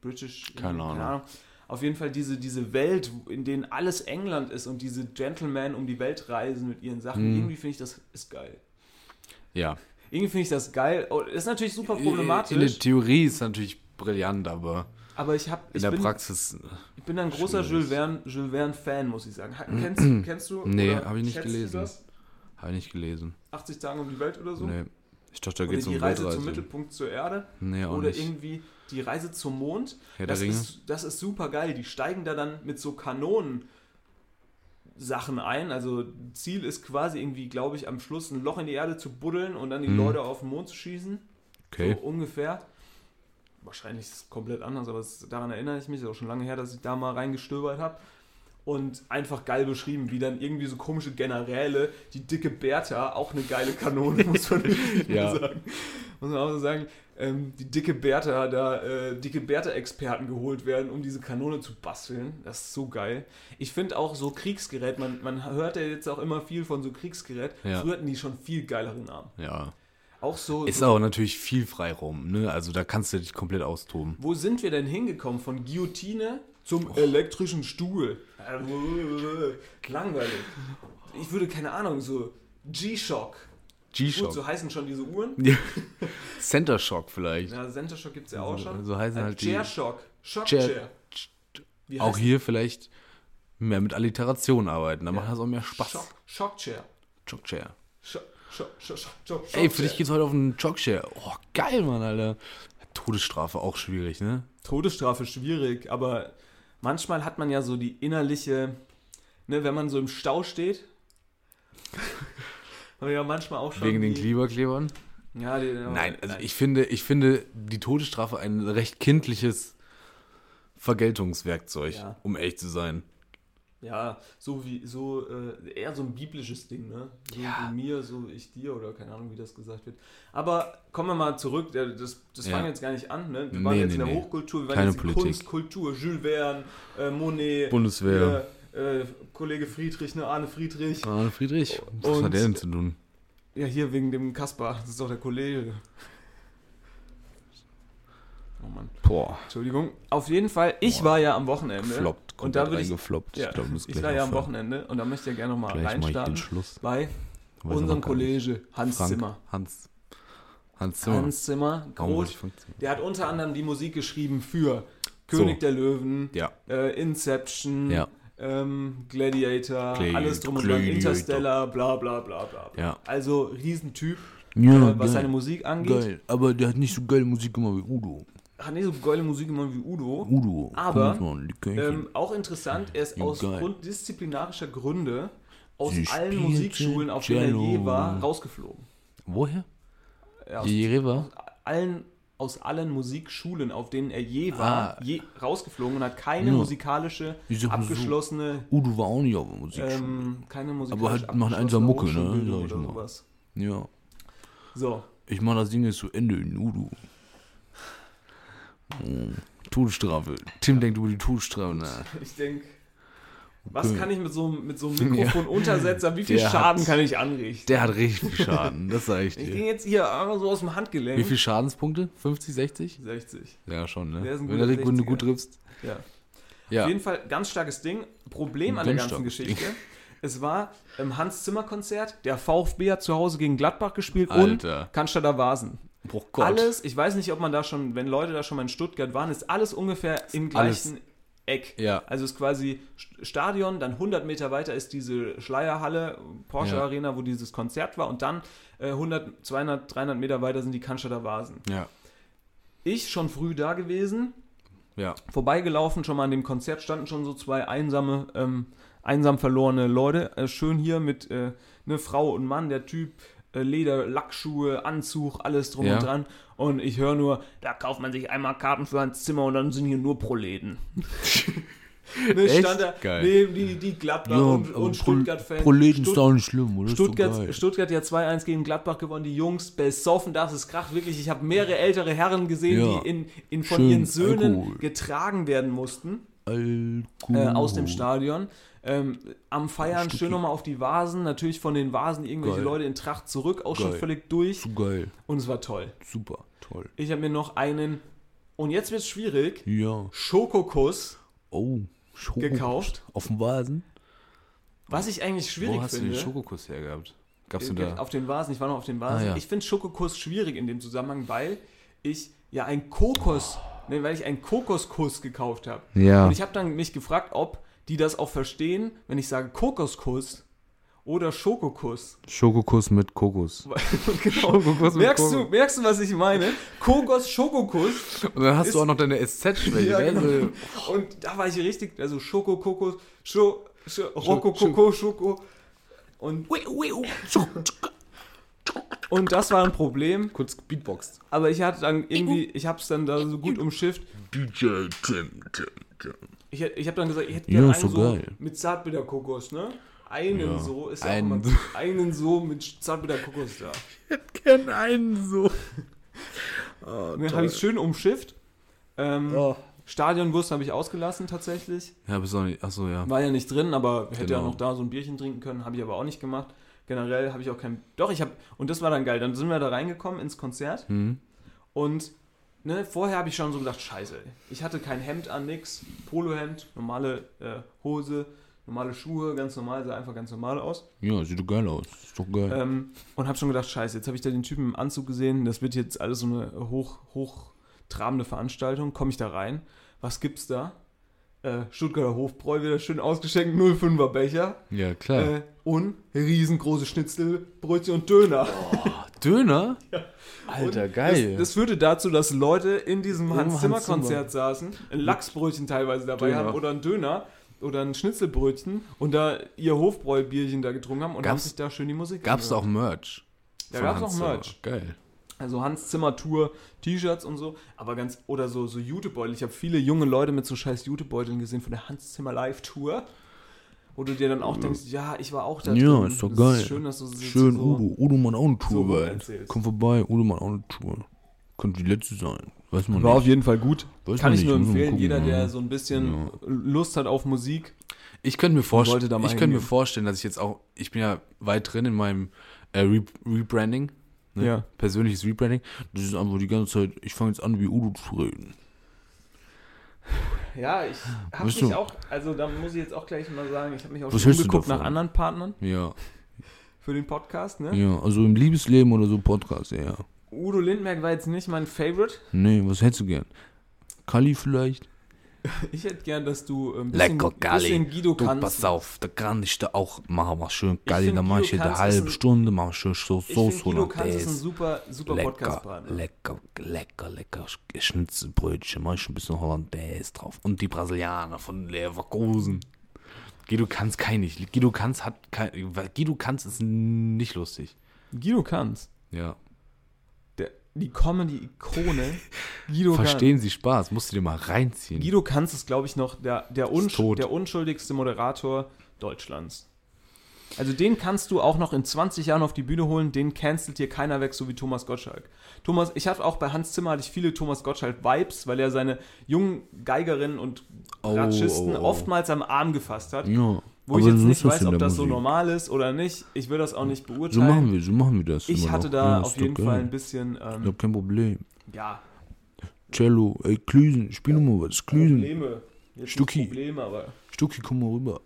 Speaker 3: British,
Speaker 4: Keine
Speaker 3: Indien,
Speaker 4: Ahnung.
Speaker 3: Auf jeden Fall diese, diese Welt, in denen alles England ist und diese Gentlemen um die Welt reisen mit ihren Sachen.
Speaker 4: Hm.
Speaker 3: Irgendwie finde ich das ist geil.
Speaker 4: Ja.
Speaker 3: Irgendwie finde ich das geil. Oh, ist natürlich super
Speaker 4: Äh, In der
Speaker 3: problematisch.
Speaker 4: Theorie ist natürlich brillant, aber
Speaker 3: Aber ich habe
Speaker 4: In
Speaker 3: ich
Speaker 4: der
Speaker 3: bin,
Speaker 4: Praxis.
Speaker 3: ich bin ein großer Jules
Speaker 4: Schwierig. Mhm.
Speaker 3: Verne Jules Verne Fan, muss ich sagen. Ha- Kennst, kennst du?
Speaker 4: Nee,
Speaker 3: oder
Speaker 4: hab ich nicht
Speaker 3: schätzt du
Speaker 4: gelesen.
Speaker 3: das?
Speaker 4: Habe ich nicht gelesen.
Speaker 3: 80 Tage um die Welt oder so?
Speaker 4: Nee. Ich dachte, da
Speaker 3: Oder
Speaker 4: geht es
Speaker 3: die
Speaker 4: um
Speaker 3: Reise
Speaker 4: Weltreise.
Speaker 3: zum Mittelpunkt zur Erde
Speaker 4: nee, auch
Speaker 3: oder
Speaker 4: nicht.
Speaker 3: irgendwie die Reise zum Mond.
Speaker 4: Herr der
Speaker 3: das,
Speaker 4: Ringe.
Speaker 3: ist, das ist super geil. Die steigen da dann mit so Kanonen Sachen ein. Also Ziel ist quasi irgendwie, glaube ich, am Schluss ein Loch in die Erde zu buddeln und dann die
Speaker 4: Mhm.
Speaker 3: Leute auf den Mond zu schießen.
Speaker 4: Okay.
Speaker 3: So ungefähr. Wahrscheinlich ist es komplett anders, aber es, daran erinnere ich mich. Ist auch schon lange her, dass ich da mal reingestöbert habe. Und einfach geil beschrieben, wie dann irgendwie so komische Generäle, die dicke Bertha, auch eine geile Kanone, muss man wirklich
Speaker 4: Ja.
Speaker 3: mal sagen. Muss man auch so sagen, ähm, die dicke Bertha, da äh, dicke Bertha-Experten geholt werden, um diese Kanone zu basteln. Das ist so geil. Ich finde auch so Kriegsgerät, man, man hört ja jetzt auch immer viel von so Kriegsgerät.
Speaker 4: Ja.
Speaker 3: Früher hatten die schon viel geilere Namen.
Speaker 4: Ja.
Speaker 3: Auch so.
Speaker 4: Ist auch natürlich viel frei rum, ne? Also da kannst du dich komplett austoben.
Speaker 3: Wo sind wir denn hingekommen? Von Guillotine zum elektrischen Stuhl. Langweilig. Ich würde, keine Ahnung, so G-Shock. Gut, so
Speaker 4: G-Shock.
Speaker 3: heißen schon diese Uhren.
Speaker 4: Ja. Center Shock vielleicht.
Speaker 3: Ja, Center-Shock gibt es ja auch
Speaker 4: So-
Speaker 3: schon.
Speaker 4: so heißen
Speaker 3: Äh,
Speaker 4: halt die-
Speaker 3: Chair-Shock. Shock-Chair.
Speaker 4: Chair-
Speaker 3: Wie
Speaker 4: Auch
Speaker 3: heißt-
Speaker 4: hier vielleicht mehr mit Alliteration arbeiten. Da macht das auch mehr Spaß.
Speaker 3: Shock- Shock-Chair.
Speaker 4: Shock-Chair.
Speaker 3: Shock- Shock- Shock- Shock- Shock-
Speaker 4: Ey, für dich
Speaker 3: Shock-Chair.
Speaker 4: geht's heute auf einen Shock-Chair. Oh, geil, Mann, Alter. Todesstrafe auch schwierig, ne?
Speaker 3: Todesstrafe schwierig, aber manchmal hat man ja so die innerliche, ne, wenn man so im Stau steht. Aber ja, manchmal auch schon.
Speaker 4: Wegen den
Speaker 3: die-
Speaker 4: Kleberklebern?
Speaker 3: Ja, die,
Speaker 4: Nein, also ich finde, ich finde die Todesstrafe ein recht kindliches Vergeltungswerkzeug,
Speaker 3: Ja.
Speaker 4: um ehrlich zu sein.
Speaker 3: Ja, so wie, so, äh, eher so ein biblisches Ding, ne? So
Speaker 4: Ja.
Speaker 3: du mir, so ich dir oder keine Ahnung, wie das gesagt wird. Aber kommen wir mal zurück, der- das, das
Speaker 4: Ja.
Speaker 3: fangen wir jetzt gar nicht an, ne? Wir waren
Speaker 4: Nee,
Speaker 3: jetzt in
Speaker 4: nee,
Speaker 3: der
Speaker 4: nee.
Speaker 3: Hochkultur, wir waren
Speaker 4: Keine
Speaker 3: jetzt in
Speaker 4: Politik.
Speaker 3: Kunst, Kultur, Jules Verne, äh, Monet,
Speaker 4: Bundeswehr.
Speaker 3: hier, äh, Kollege Friedrich, ne? Arne Friedrich.
Speaker 4: Ah, Friedrich, was
Speaker 3: Und-
Speaker 4: hat der denn zu tun?
Speaker 3: Ja, hier wegen dem Kaspar, das ist doch der Kollege. Oh Mann,
Speaker 4: Boah,
Speaker 3: Entschuldigung. Auf jeden Fall, ich war ja am Wochenende.
Speaker 4: floppt,
Speaker 3: Und da würde ich
Speaker 4: reingefloppt.
Speaker 3: Ja,
Speaker 4: glaub, muss
Speaker 3: ich
Speaker 4: gleich
Speaker 3: war ja am
Speaker 4: aufhören.
Speaker 3: Wochenende und da möchte ich ja gerne nochmal
Speaker 4: Gleich mache ich den
Speaker 3: reinstarten
Speaker 4: Schluss.
Speaker 3: bei
Speaker 4: Weiß aber
Speaker 3: unserem
Speaker 4: gar nicht.
Speaker 3: Kollege Hans
Speaker 4: Frank,
Speaker 3: Zimmer.
Speaker 4: Hans. Hans Zimmer.
Speaker 3: Hans Zimmer,
Speaker 4: Warum wollte
Speaker 3: groß.
Speaker 4: ich Frank Zimmer?
Speaker 3: Der hat unter anderem die Musik geschrieben für König der Löwen,
Speaker 4: Ja.
Speaker 3: äh, Inception,
Speaker 4: Ja.
Speaker 3: ähm, Gladiator,
Speaker 4: Gladi-
Speaker 3: alles drum und dran,
Speaker 4: Gladiator.
Speaker 3: Interstellar, bla bla bla bla. bla.
Speaker 4: Ja.
Speaker 3: Also Riesentyp,
Speaker 4: Ja,
Speaker 3: äh, was
Speaker 4: geil.
Speaker 3: seine Musik angeht.
Speaker 4: Geil, aber der hat nicht so geile Musik gemacht wie Udo.
Speaker 3: Hat nicht so geile Musik gemacht wie Udo.
Speaker 4: Udo.
Speaker 3: Aber,
Speaker 4: komm mal, Likörchen.
Speaker 3: Ähm, auch interessant, er ist
Speaker 4: Uh, Ja,
Speaker 3: aus
Speaker 4: geil.
Speaker 3: Grund disziplinarischer Gründe aus
Speaker 4: Sie
Speaker 3: allen
Speaker 4: spielte
Speaker 3: Musikschulen, auf denen er je
Speaker 4: Cello.
Speaker 3: war, rausgeflogen.
Speaker 4: Woher?
Speaker 3: Ja, aus
Speaker 4: Jereva?
Speaker 3: allen, aus allen Musikschulen, auf denen er je war,
Speaker 4: Ah.
Speaker 3: je rausgeflogen und hat keine
Speaker 4: Ja.
Speaker 3: musikalische
Speaker 4: Ich sag mal so.
Speaker 3: abgeschlossene,
Speaker 4: Udo war auch nicht auf der Musikschule.
Speaker 3: ähm, keine musikalische
Speaker 4: Aber halt macht einen
Speaker 3: abgeschlossene
Speaker 4: so Mucke, ne?
Speaker 3: Hochschulbildung
Speaker 4: Sag ich
Speaker 3: oder
Speaker 4: mal.
Speaker 3: sowas.
Speaker 4: ja.
Speaker 3: So,
Speaker 4: Ich mach das Ding jetzt zu Ende in Udo. Oh, Todesstrafe. Tim denkt über die Todesstrafe nach.
Speaker 3: ich denke, was
Speaker 4: Okay.
Speaker 3: kann ich mit so, einem- mit so einem Mikrofon-Untersetzer, wie viel
Speaker 4: Der hat-
Speaker 3: Schaden kann ich anrichten?
Speaker 4: Der hat richtig viel Schaden, das sag ich
Speaker 3: ich ging
Speaker 4: dir.
Speaker 3: jetzt hier einmal so aus dem Handgelenk.
Speaker 4: Wie viel Schadenspunkte? 50, 60?
Speaker 3: 60.
Speaker 4: Ja, schon, ne?
Speaker 3: Der ist ein
Speaker 4: Wenn
Speaker 3: guter
Speaker 4: du richtig gut,
Speaker 3: 60er.
Speaker 4: gut triffst.
Speaker 3: Ja.
Speaker 4: Ja.
Speaker 3: Auf jeden Fall ganz starkes Ding. Problem an der
Speaker 4: Ganz
Speaker 3: ganzen
Speaker 4: starkes
Speaker 3: Geschichte. Es war ähm, im Hans-Zimmer-Konzert, der VfB hat zu Hause gegen Gladbach gespielt
Speaker 4: Alter.
Speaker 3: und Cannstatter Vasen.
Speaker 4: Oh Gott.
Speaker 3: Alles, ich weiß nicht, ob man da schon, wenn Leute da schon mal in Stuttgart waren, ist alles ungefähr im
Speaker 4: alles-
Speaker 3: gleichen Eck.
Speaker 4: Ja.
Speaker 3: Also ist quasi St- Stadion, dann 100 Meter weiter ist diese Schleierhalle, Porsche
Speaker 4: Ja.
Speaker 3: Arena, wo dieses Konzert war und dann äh, 100, 200, 300 Meter weiter sind die Cannstatter Vasen.
Speaker 4: Ja.
Speaker 3: Ich schon früh da gewesen,
Speaker 4: Ja.
Speaker 3: vorbeigelaufen, schon mal an dem Konzert standen schon so zwei einsame, ähm, einsam verlorene Leute. Äh, schön hier mit äh, ne Frau und Mann, der Typ, äh, Leder, Lackschuhe, Anzug, alles drum
Speaker 4: Ja.
Speaker 3: und dran. Und ich höre nur, da kauft man sich einmal Karten für ein Zimmer und dann sind hier nur Proleten. ne,
Speaker 4: Echt?
Speaker 3: Stand da
Speaker 4: Geil.
Speaker 3: neben die, die Gladbach und,
Speaker 4: aber Pro-
Speaker 3: und Stuttgart-Fans.
Speaker 4: Proleten ist
Speaker 3: Stutt-
Speaker 4: doch nicht schlimm, oder? Ist doch geil.
Speaker 3: Stuttgart, Stuttgart ja 2-1 gegen Gladbach gewonnen, die Jungs besoffen, das ist Krach, wirklich, ich habe mehrere ältere Herren gesehen,
Speaker 4: Ja.
Speaker 3: die in, in von
Speaker 4: Schön
Speaker 3: ihren Söhnen
Speaker 4: Alkohol.
Speaker 3: getragen werden mussten
Speaker 4: Alkohol.
Speaker 3: äh, aus dem Stadion. Ähm, am Feiern
Speaker 4: Stuttgart.
Speaker 3: schön nochmal auf die Vasen, natürlich von den Vasen irgendwelche
Speaker 4: Geil.
Speaker 3: Leute in Tracht zurück, auch schon
Speaker 4: Geil.
Speaker 3: völlig durch
Speaker 4: Zu geil.
Speaker 3: und es war toll.
Speaker 4: Super. Toll.
Speaker 3: Ich habe mir noch einen, und jetzt wird's schwierig,
Speaker 4: Ja.
Speaker 3: Schokokuss
Speaker 4: Oh. Schoko.
Speaker 3: gekauft,
Speaker 4: Auf dem Vasen?
Speaker 3: was ich eigentlich schwierig
Speaker 4: Wo hast
Speaker 3: finde.
Speaker 4: du den Schokokuss hergehabt? Gab's du
Speaker 3: Äh,
Speaker 4: da?
Speaker 3: Auf den Vasen, ich war noch auf den Vasen.
Speaker 4: Ah, ja.
Speaker 3: Ich finde Schokokuss schwierig in dem Zusammenhang, weil ich ja ein Kokos, Nee, weil ich einen Kokoskuss gekauft habe.
Speaker 4: Ja.
Speaker 3: Und ich habe dann mich gefragt, ob die das auch verstehen, wenn ich sage Kokoskuss oder Schokokuss.
Speaker 4: Schokokuss mit Kokos.
Speaker 3: Und genau.
Speaker 4: Schokokuss mit
Speaker 3: Merkst du,
Speaker 4: Kokos.
Speaker 3: merkst du, was ich meine? Kokos, Schokokuss.
Speaker 4: Und dann hast
Speaker 3: Ist-
Speaker 4: du auch noch deine SZ-Schwäche.
Speaker 3: Ja,
Speaker 4: ne?
Speaker 3: genau.
Speaker 4: So-
Speaker 3: Und da war ich richtig, also Schokokokos, Scho, Scho, Rokokoko, Schoko. Und, und das war ein Problem,
Speaker 4: Kurz beatboxt.
Speaker 3: aber ich hatte dann irgendwie, ich hab's dann da so gut umschifft.
Speaker 4: DJ Tim, Tim, Tim.
Speaker 3: Ich, hätt- ich habe dann gesagt, ich hätte
Speaker 4: Ja,
Speaker 3: gerne
Speaker 4: ist
Speaker 3: einen
Speaker 4: doch
Speaker 3: so
Speaker 4: geil.
Speaker 3: mit Zartbitterkokos, ne? Einen so, ist ja auch
Speaker 4: einen.
Speaker 3: immer, einen so mit Zartbitterkokos da.
Speaker 4: Kenn einen so. Ah,
Speaker 3: Dann habe ich Ne, schön umschifft. Ähm, Stadionwurst habe ich ausgelassen tatsächlich.
Speaker 4: Ja, bist du auch nicht. Achso, ja.
Speaker 3: War ja nicht drin, aber hätte ja
Speaker 4: Genau.
Speaker 3: noch da so ein Bierchen trinken können, habe ich aber auch nicht gemacht. Generell habe ich auch kein. Doch, ich habe. Und das war dann geil. Dann sind wir da reingekommen ins Konzert.
Speaker 4: Mhm.
Speaker 3: Und ne, vorher habe ich schon so gedacht: Scheiße, ey. ich hatte kein Hemd an, nix. Polohemd, normale äh, Hose, normale Schuhe, ganz normal, sah einfach ganz normal aus.
Speaker 4: Ja, sieht doch geil aus. Ist doch geil.
Speaker 3: Ähm, und habe schon gedacht, scheiße, jetzt habe ich da den Typen im Anzug gesehen, das wird jetzt alles so eine hoch, hochtrabende Veranstaltung, komme ich da rein, was gibt's da? Äh, Stuttgarter Hofbräu wieder schön ausgeschenkt, 05er Becher
Speaker 4: ja, klar.
Speaker 3: äh, und riesengroße Schnitzel, Brötchen und Döner.
Speaker 4: Döner? Alter, geil.
Speaker 3: Das, das führte dazu, dass Leute in diesem
Speaker 4: Hans
Speaker 3: Hans-Zimmer-Konzert saßen, ein Lachsbrötchen teilweise dabei
Speaker 4: Döner.
Speaker 3: haben oder ein Döner oder ein Schnitzelbrötchen und da ihr Hofbräu-Bierchen da getrunken haben und haben
Speaker 4: Gab's-
Speaker 3: sich da schön die Musik
Speaker 4: gab's da auch Merch?
Speaker 3: Da
Speaker 4: Von
Speaker 3: gab's auch
Speaker 4: Hans Zimmer.
Speaker 3: Merch.
Speaker 4: Geil.
Speaker 3: Also Hans Zimmer Tour T-Shirts und so, aber ganz oder so so Jutebeutel. Ich habe viele junge Leute mit so scheiß Jutebeuteln gesehen von der Hans Zimmer Live Tour, wo du dir dann auch denkst, ja, ich war auch da
Speaker 4: Ja, ist doch
Speaker 3: das
Speaker 4: geil.
Speaker 3: Ist schön, dass du so-
Speaker 4: Schön,
Speaker 3: so,
Speaker 4: Udo. Udo macht auch eine Tour,
Speaker 3: so
Speaker 4: geil.
Speaker 3: erzählst.
Speaker 4: Komm vorbei, Udo macht auch eine Tour. Könnte die letzte sein. Weiß man
Speaker 3: War auf
Speaker 4: nicht.
Speaker 3: jeden Fall gut.
Speaker 4: Weiß
Speaker 3: Kann
Speaker 4: man
Speaker 3: ich nur
Speaker 4: nicht, muss man
Speaker 3: empfehlen,
Speaker 4: gucken, ne?
Speaker 3: jeder der
Speaker 4: ja.
Speaker 3: so ein bisschen Lust hat auf Musik.
Speaker 4: Ich könnte mir, vorst
Speaker 3: wollte da mal
Speaker 4: ich könnte mir
Speaker 3: hingehen.
Speaker 4: vorstellen, dass ich jetzt auch, ich bin ja weit drin in meinem äh, Re Rebranding. Ne?
Speaker 3: Ja.
Speaker 4: Persönliches Rebranding. Das ist einfach die ganze Zeit, ich fange jetzt an, wie Udo zu reden.
Speaker 3: Ja, ich habe
Speaker 4: Bist
Speaker 3: mich
Speaker 4: du-
Speaker 3: auch, also da muss ich jetzt auch gleich mal sagen, ich habe mich auch
Speaker 4: Was
Speaker 3: schon
Speaker 4: hältst du
Speaker 3: umgeguckt nach
Speaker 4: davon?
Speaker 3: anderen Partnern
Speaker 4: Ja,
Speaker 3: für den Podcast, ne?
Speaker 4: ja. Also im Liebesleben oder so Podcast, ja, ja.
Speaker 3: Udo Lindberg war jetzt nicht mein Favorite.
Speaker 4: Nee, was hättest du gern? Kali vielleicht?
Speaker 3: Ich hätte gern, dass du äh, ein bisschen,
Speaker 4: Lecker Galli.
Speaker 3: bisschen Guido
Speaker 4: Du,
Speaker 3: kannst.
Speaker 4: pass auf, da kann ich da auch machen, mach schön
Speaker 3: Ich
Speaker 4: Galli,
Speaker 3: find,
Speaker 4: dann mach ich
Speaker 3: Guido
Speaker 4: hier eine
Speaker 3: Kanz ist
Speaker 4: halbe
Speaker 3: ein-
Speaker 4: Stunde, mach schön so
Speaker 3: Ich
Speaker 4: Soße
Speaker 3: finde, Guido Kanz ist ein
Speaker 4: Hollandaise.
Speaker 3: super, super
Speaker 4: Lecker,
Speaker 3: Podcast-Partner.
Speaker 4: lecker, lecker, lecker Schnitzelbrötchen, mach ich ein bisschen Hollandaise drauf. Und die Brasilianer von Leverkusen. Guido Kanz kann ich. nicht. Guido Kanz hat kein, weil Guido Kanz ist nicht lustig.
Speaker 3: Guido Kanz,
Speaker 4: Ja.
Speaker 3: der, die Comedy-Ikone Guido Kanz.
Speaker 4: Verstehen Sie Spaß, musst du dir mal reinziehen.
Speaker 3: Guido Kanz ist, glaube ich, noch der, der, unsch
Speaker 4: tot.
Speaker 3: der unschuldigste Moderator Deutschlands. Also den kannst du auch noch in 20 Jahren auf die Bühne holen, den cancelt hier keiner weg, so wie Thomas Gottschalk. Thomas, ich hatte auch bei Hans Zimmer hatte ich viele Thomas Gottschalk-Vibes, weil er seine jungen Geigerinnen und
Speaker 4: Oh,
Speaker 3: Ratschisten
Speaker 4: oh, oh.
Speaker 3: oftmals am Arm gefasst hat.
Speaker 4: Ja.
Speaker 3: Wo ich jetzt
Speaker 4: so
Speaker 3: nicht
Speaker 4: ist das
Speaker 3: weiß,
Speaker 4: in
Speaker 3: ob
Speaker 4: der
Speaker 3: das so
Speaker 4: Musik.
Speaker 3: normal ist oder nicht. Ich will das auch nicht
Speaker 4: So
Speaker 3: beurteilen.
Speaker 4: machen wir, so machen wir das.
Speaker 3: ich
Speaker 4: immer
Speaker 3: hatte
Speaker 4: noch.
Speaker 3: da
Speaker 4: Ja, ist
Speaker 3: auf
Speaker 4: doch
Speaker 3: jeden
Speaker 4: geil.
Speaker 3: Fall ein bisschen,
Speaker 4: Ja,
Speaker 3: ähm,
Speaker 4: kein Problem.
Speaker 3: ja,
Speaker 4: Cello, ey, Klüsen, spiel nochmal was. Klüsen,
Speaker 3: Probleme. Jetzt nicht
Speaker 4: Stucki.
Speaker 3: Probleme, aber.
Speaker 4: Stucki, komm mal rüber.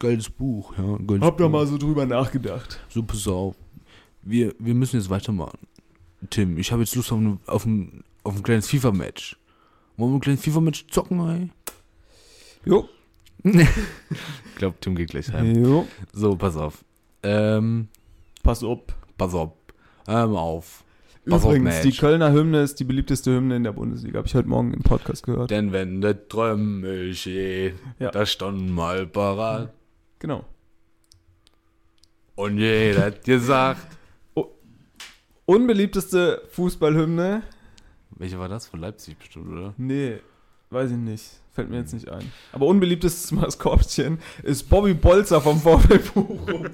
Speaker 4: Geiles Buch, ja. Geiles
Speaker 3: Hab da
Speaker 4: Buch.
Speaker 3: mal so drüber nachgedacht.
Speaker 4: So, pass auf. Wir, wir müssen jetzt weitermachen. Tim, ich habe jetzt Lust auf, ne, auf, ein, auf ein kleines FIFA-Match. Wollen wir ein kleines FIFA-Match zocken, ey?
Speaker 3: Jo.
Speaker 4: Ich glaube, Tim geht gleich heim.
Speaker 3: jo.
Speaker 4: So, pass auf. Ähm,
Speaker 3: Pass auf.
Speaker 4: pass auf. Hör mal auf. Pass auf,
Speaker 3: Übrigens, die
Speaker 4: Mensch.
Speaker 3: Kölner Hymne ist die beliebteste Hymne in der Bundesliga. Habe ich heute Morgen im Podcast gehört.
Speaker 4: Denn wenn der Träume steht,
Speaker 3: Ja.
Speaker 4: da stand mal parat.
Speaker 3: Genau.
Speaker 4: Und jeder hat gesagt.
Speaker 3: Unbeliebteste Fußballhymne?
Speaker 4: Welche war das? Von Leipzig bestimmt, oder?
Speaker 3: Nee, weiß ich nicht. Fällt mir jetzt nicht ein. Aber unbeliebtestes Maskottchen ist Bobby Bolzer vom VfL Bochum.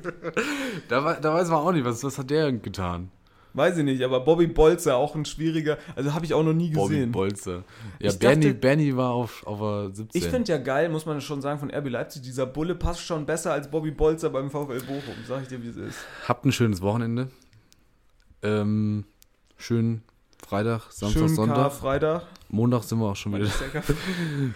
Speaker 4: Da, wei- da weiß man auch nicht, was, was hat der getan?
Speaker 3: Weiß ich nicht, aber Bobby Bolzer, auch ein schwieriger, also habe ich auch noch nie
Speaker 4: Bobby
Speaker 3: gesehen.
Speaker 4: Bolzer. Ja,
Speaker 3: Ich
Speaker 4: Bernie,
Speaker 3: dachte-
Speaker 4: Bernie war auf, auf der 17.
Speaker 3: ich finde ja geil, muss man schon sagen, von RB Leipzig, dieser Bulle passt schon besser als Bobby Bolzer beim VfL Bochum, sag ich dir, wie es ist.
Speaker 4: Habt ein schönes Wochenende. Ähm, schönen Freitag, Samstag,
Speaker 3: Schön
Speaker 4: Sonntag.
Speaker 3: Karfreitag.
Speaker 4: Montag sind wir auch schon
Speaker 3: Wann
Speaker 4: wieder.
Speaker 3: ist der Karfreitag?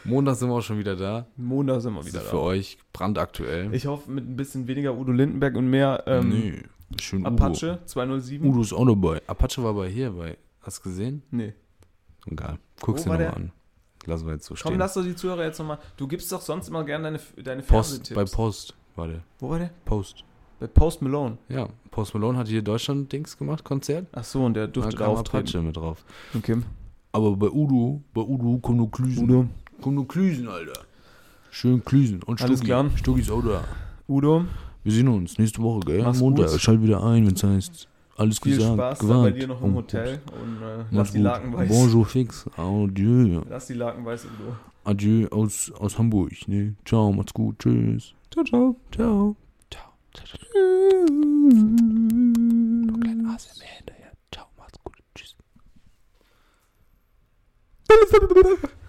Speaker 4: Montag sind wir auch schon wieder da.
Speaker 3: Montag sind wir
Speaker 4: Das
Speaker 3: wieder
Speaker 4: ist für
Speaker 3: da.
Speaker 4: euch brandaktuell.
Speaker 3: Ich hoffe, mit ein bisschen weniger Udo Lindenberg und mehr ähm,
Speaker 4: nee, schön Udo.
Speaker 3: Apache 207.
Speaker 4: Udo ist auch dabei. Apache war bei hier, bei. Hast du gesehen?
Speaker 3: Nee.
Speaker 4: Egal. Guck's
Speaker 3: Wo
Speaker 4: dir
Speaker 3: war
Speaker 4: nochmal
Speaker 3: der?
Speaker 4: an. lassen wir jetzt so stehen.
Speaker 3: Komm, lass doch die Zuhörer jetzt nochmal. Du gibst doch sonst immer gerne deine, deine
Speaker 4: Post, bei
Speaker 3: Fernsehtipps.
Speaker 4: Post war der.
Speaker 3: Wo war der?
Speaker 4: Post.
Speaker 3: Bei Post Malone.
Speaker 4: Ja, Post Malone hat hier Deutschland-Dings gemacht, Konzert.
Speaker 3: Ach so, und der durfte da auftreten.
Speaker 4: Patsche mit drauf.
Speaker 3: Und Kim.
Speaker 4: Aber bei Udo, bei Udo kommen nur Klüsen.
Speaker 3: Udo.
Speaker 4: Kommen nur Klüsen, Alter. Schön Klüsen. Und Stucki.
Speaker 3: Alles klar.
Speaker 4: Stucki ist auch da.
Speaker 3: Udo,
Speaker 4: Wir sehen uns nächste Woche, gell?
Speaker 3: Mach's
Speaker 4: Montag.
Speaker 3: gut.
Speaker 4: Schalt wieder ein, wenn's heißt, alles
Speaker 3: viel
Speaker 4: gesagt,
Speaker 3: Spaß dann bei
Speaker 4: gewagt.
Speaker 3: dir noch
Speaker 4: und
Speaker 3: im Hotel und äh,
Speaker 4: Mach's
Speaker 3: lass die
Speaker 4: gut.
Speaker 3: Laken weiß.
Speaker 4: Bonjour fix. Adieu.
Speaker 3: Lass die Laken weiß, Udo.
Speaker 4: Adieu aus, aus Hamburg. Ne? Ciao, macht's gut. Tschüss. Ciao, ciao. Ciao. Ciao. ciao, ciao. Noch kleine ASMR hinterher. Ciao, macht's gut. Tschüss.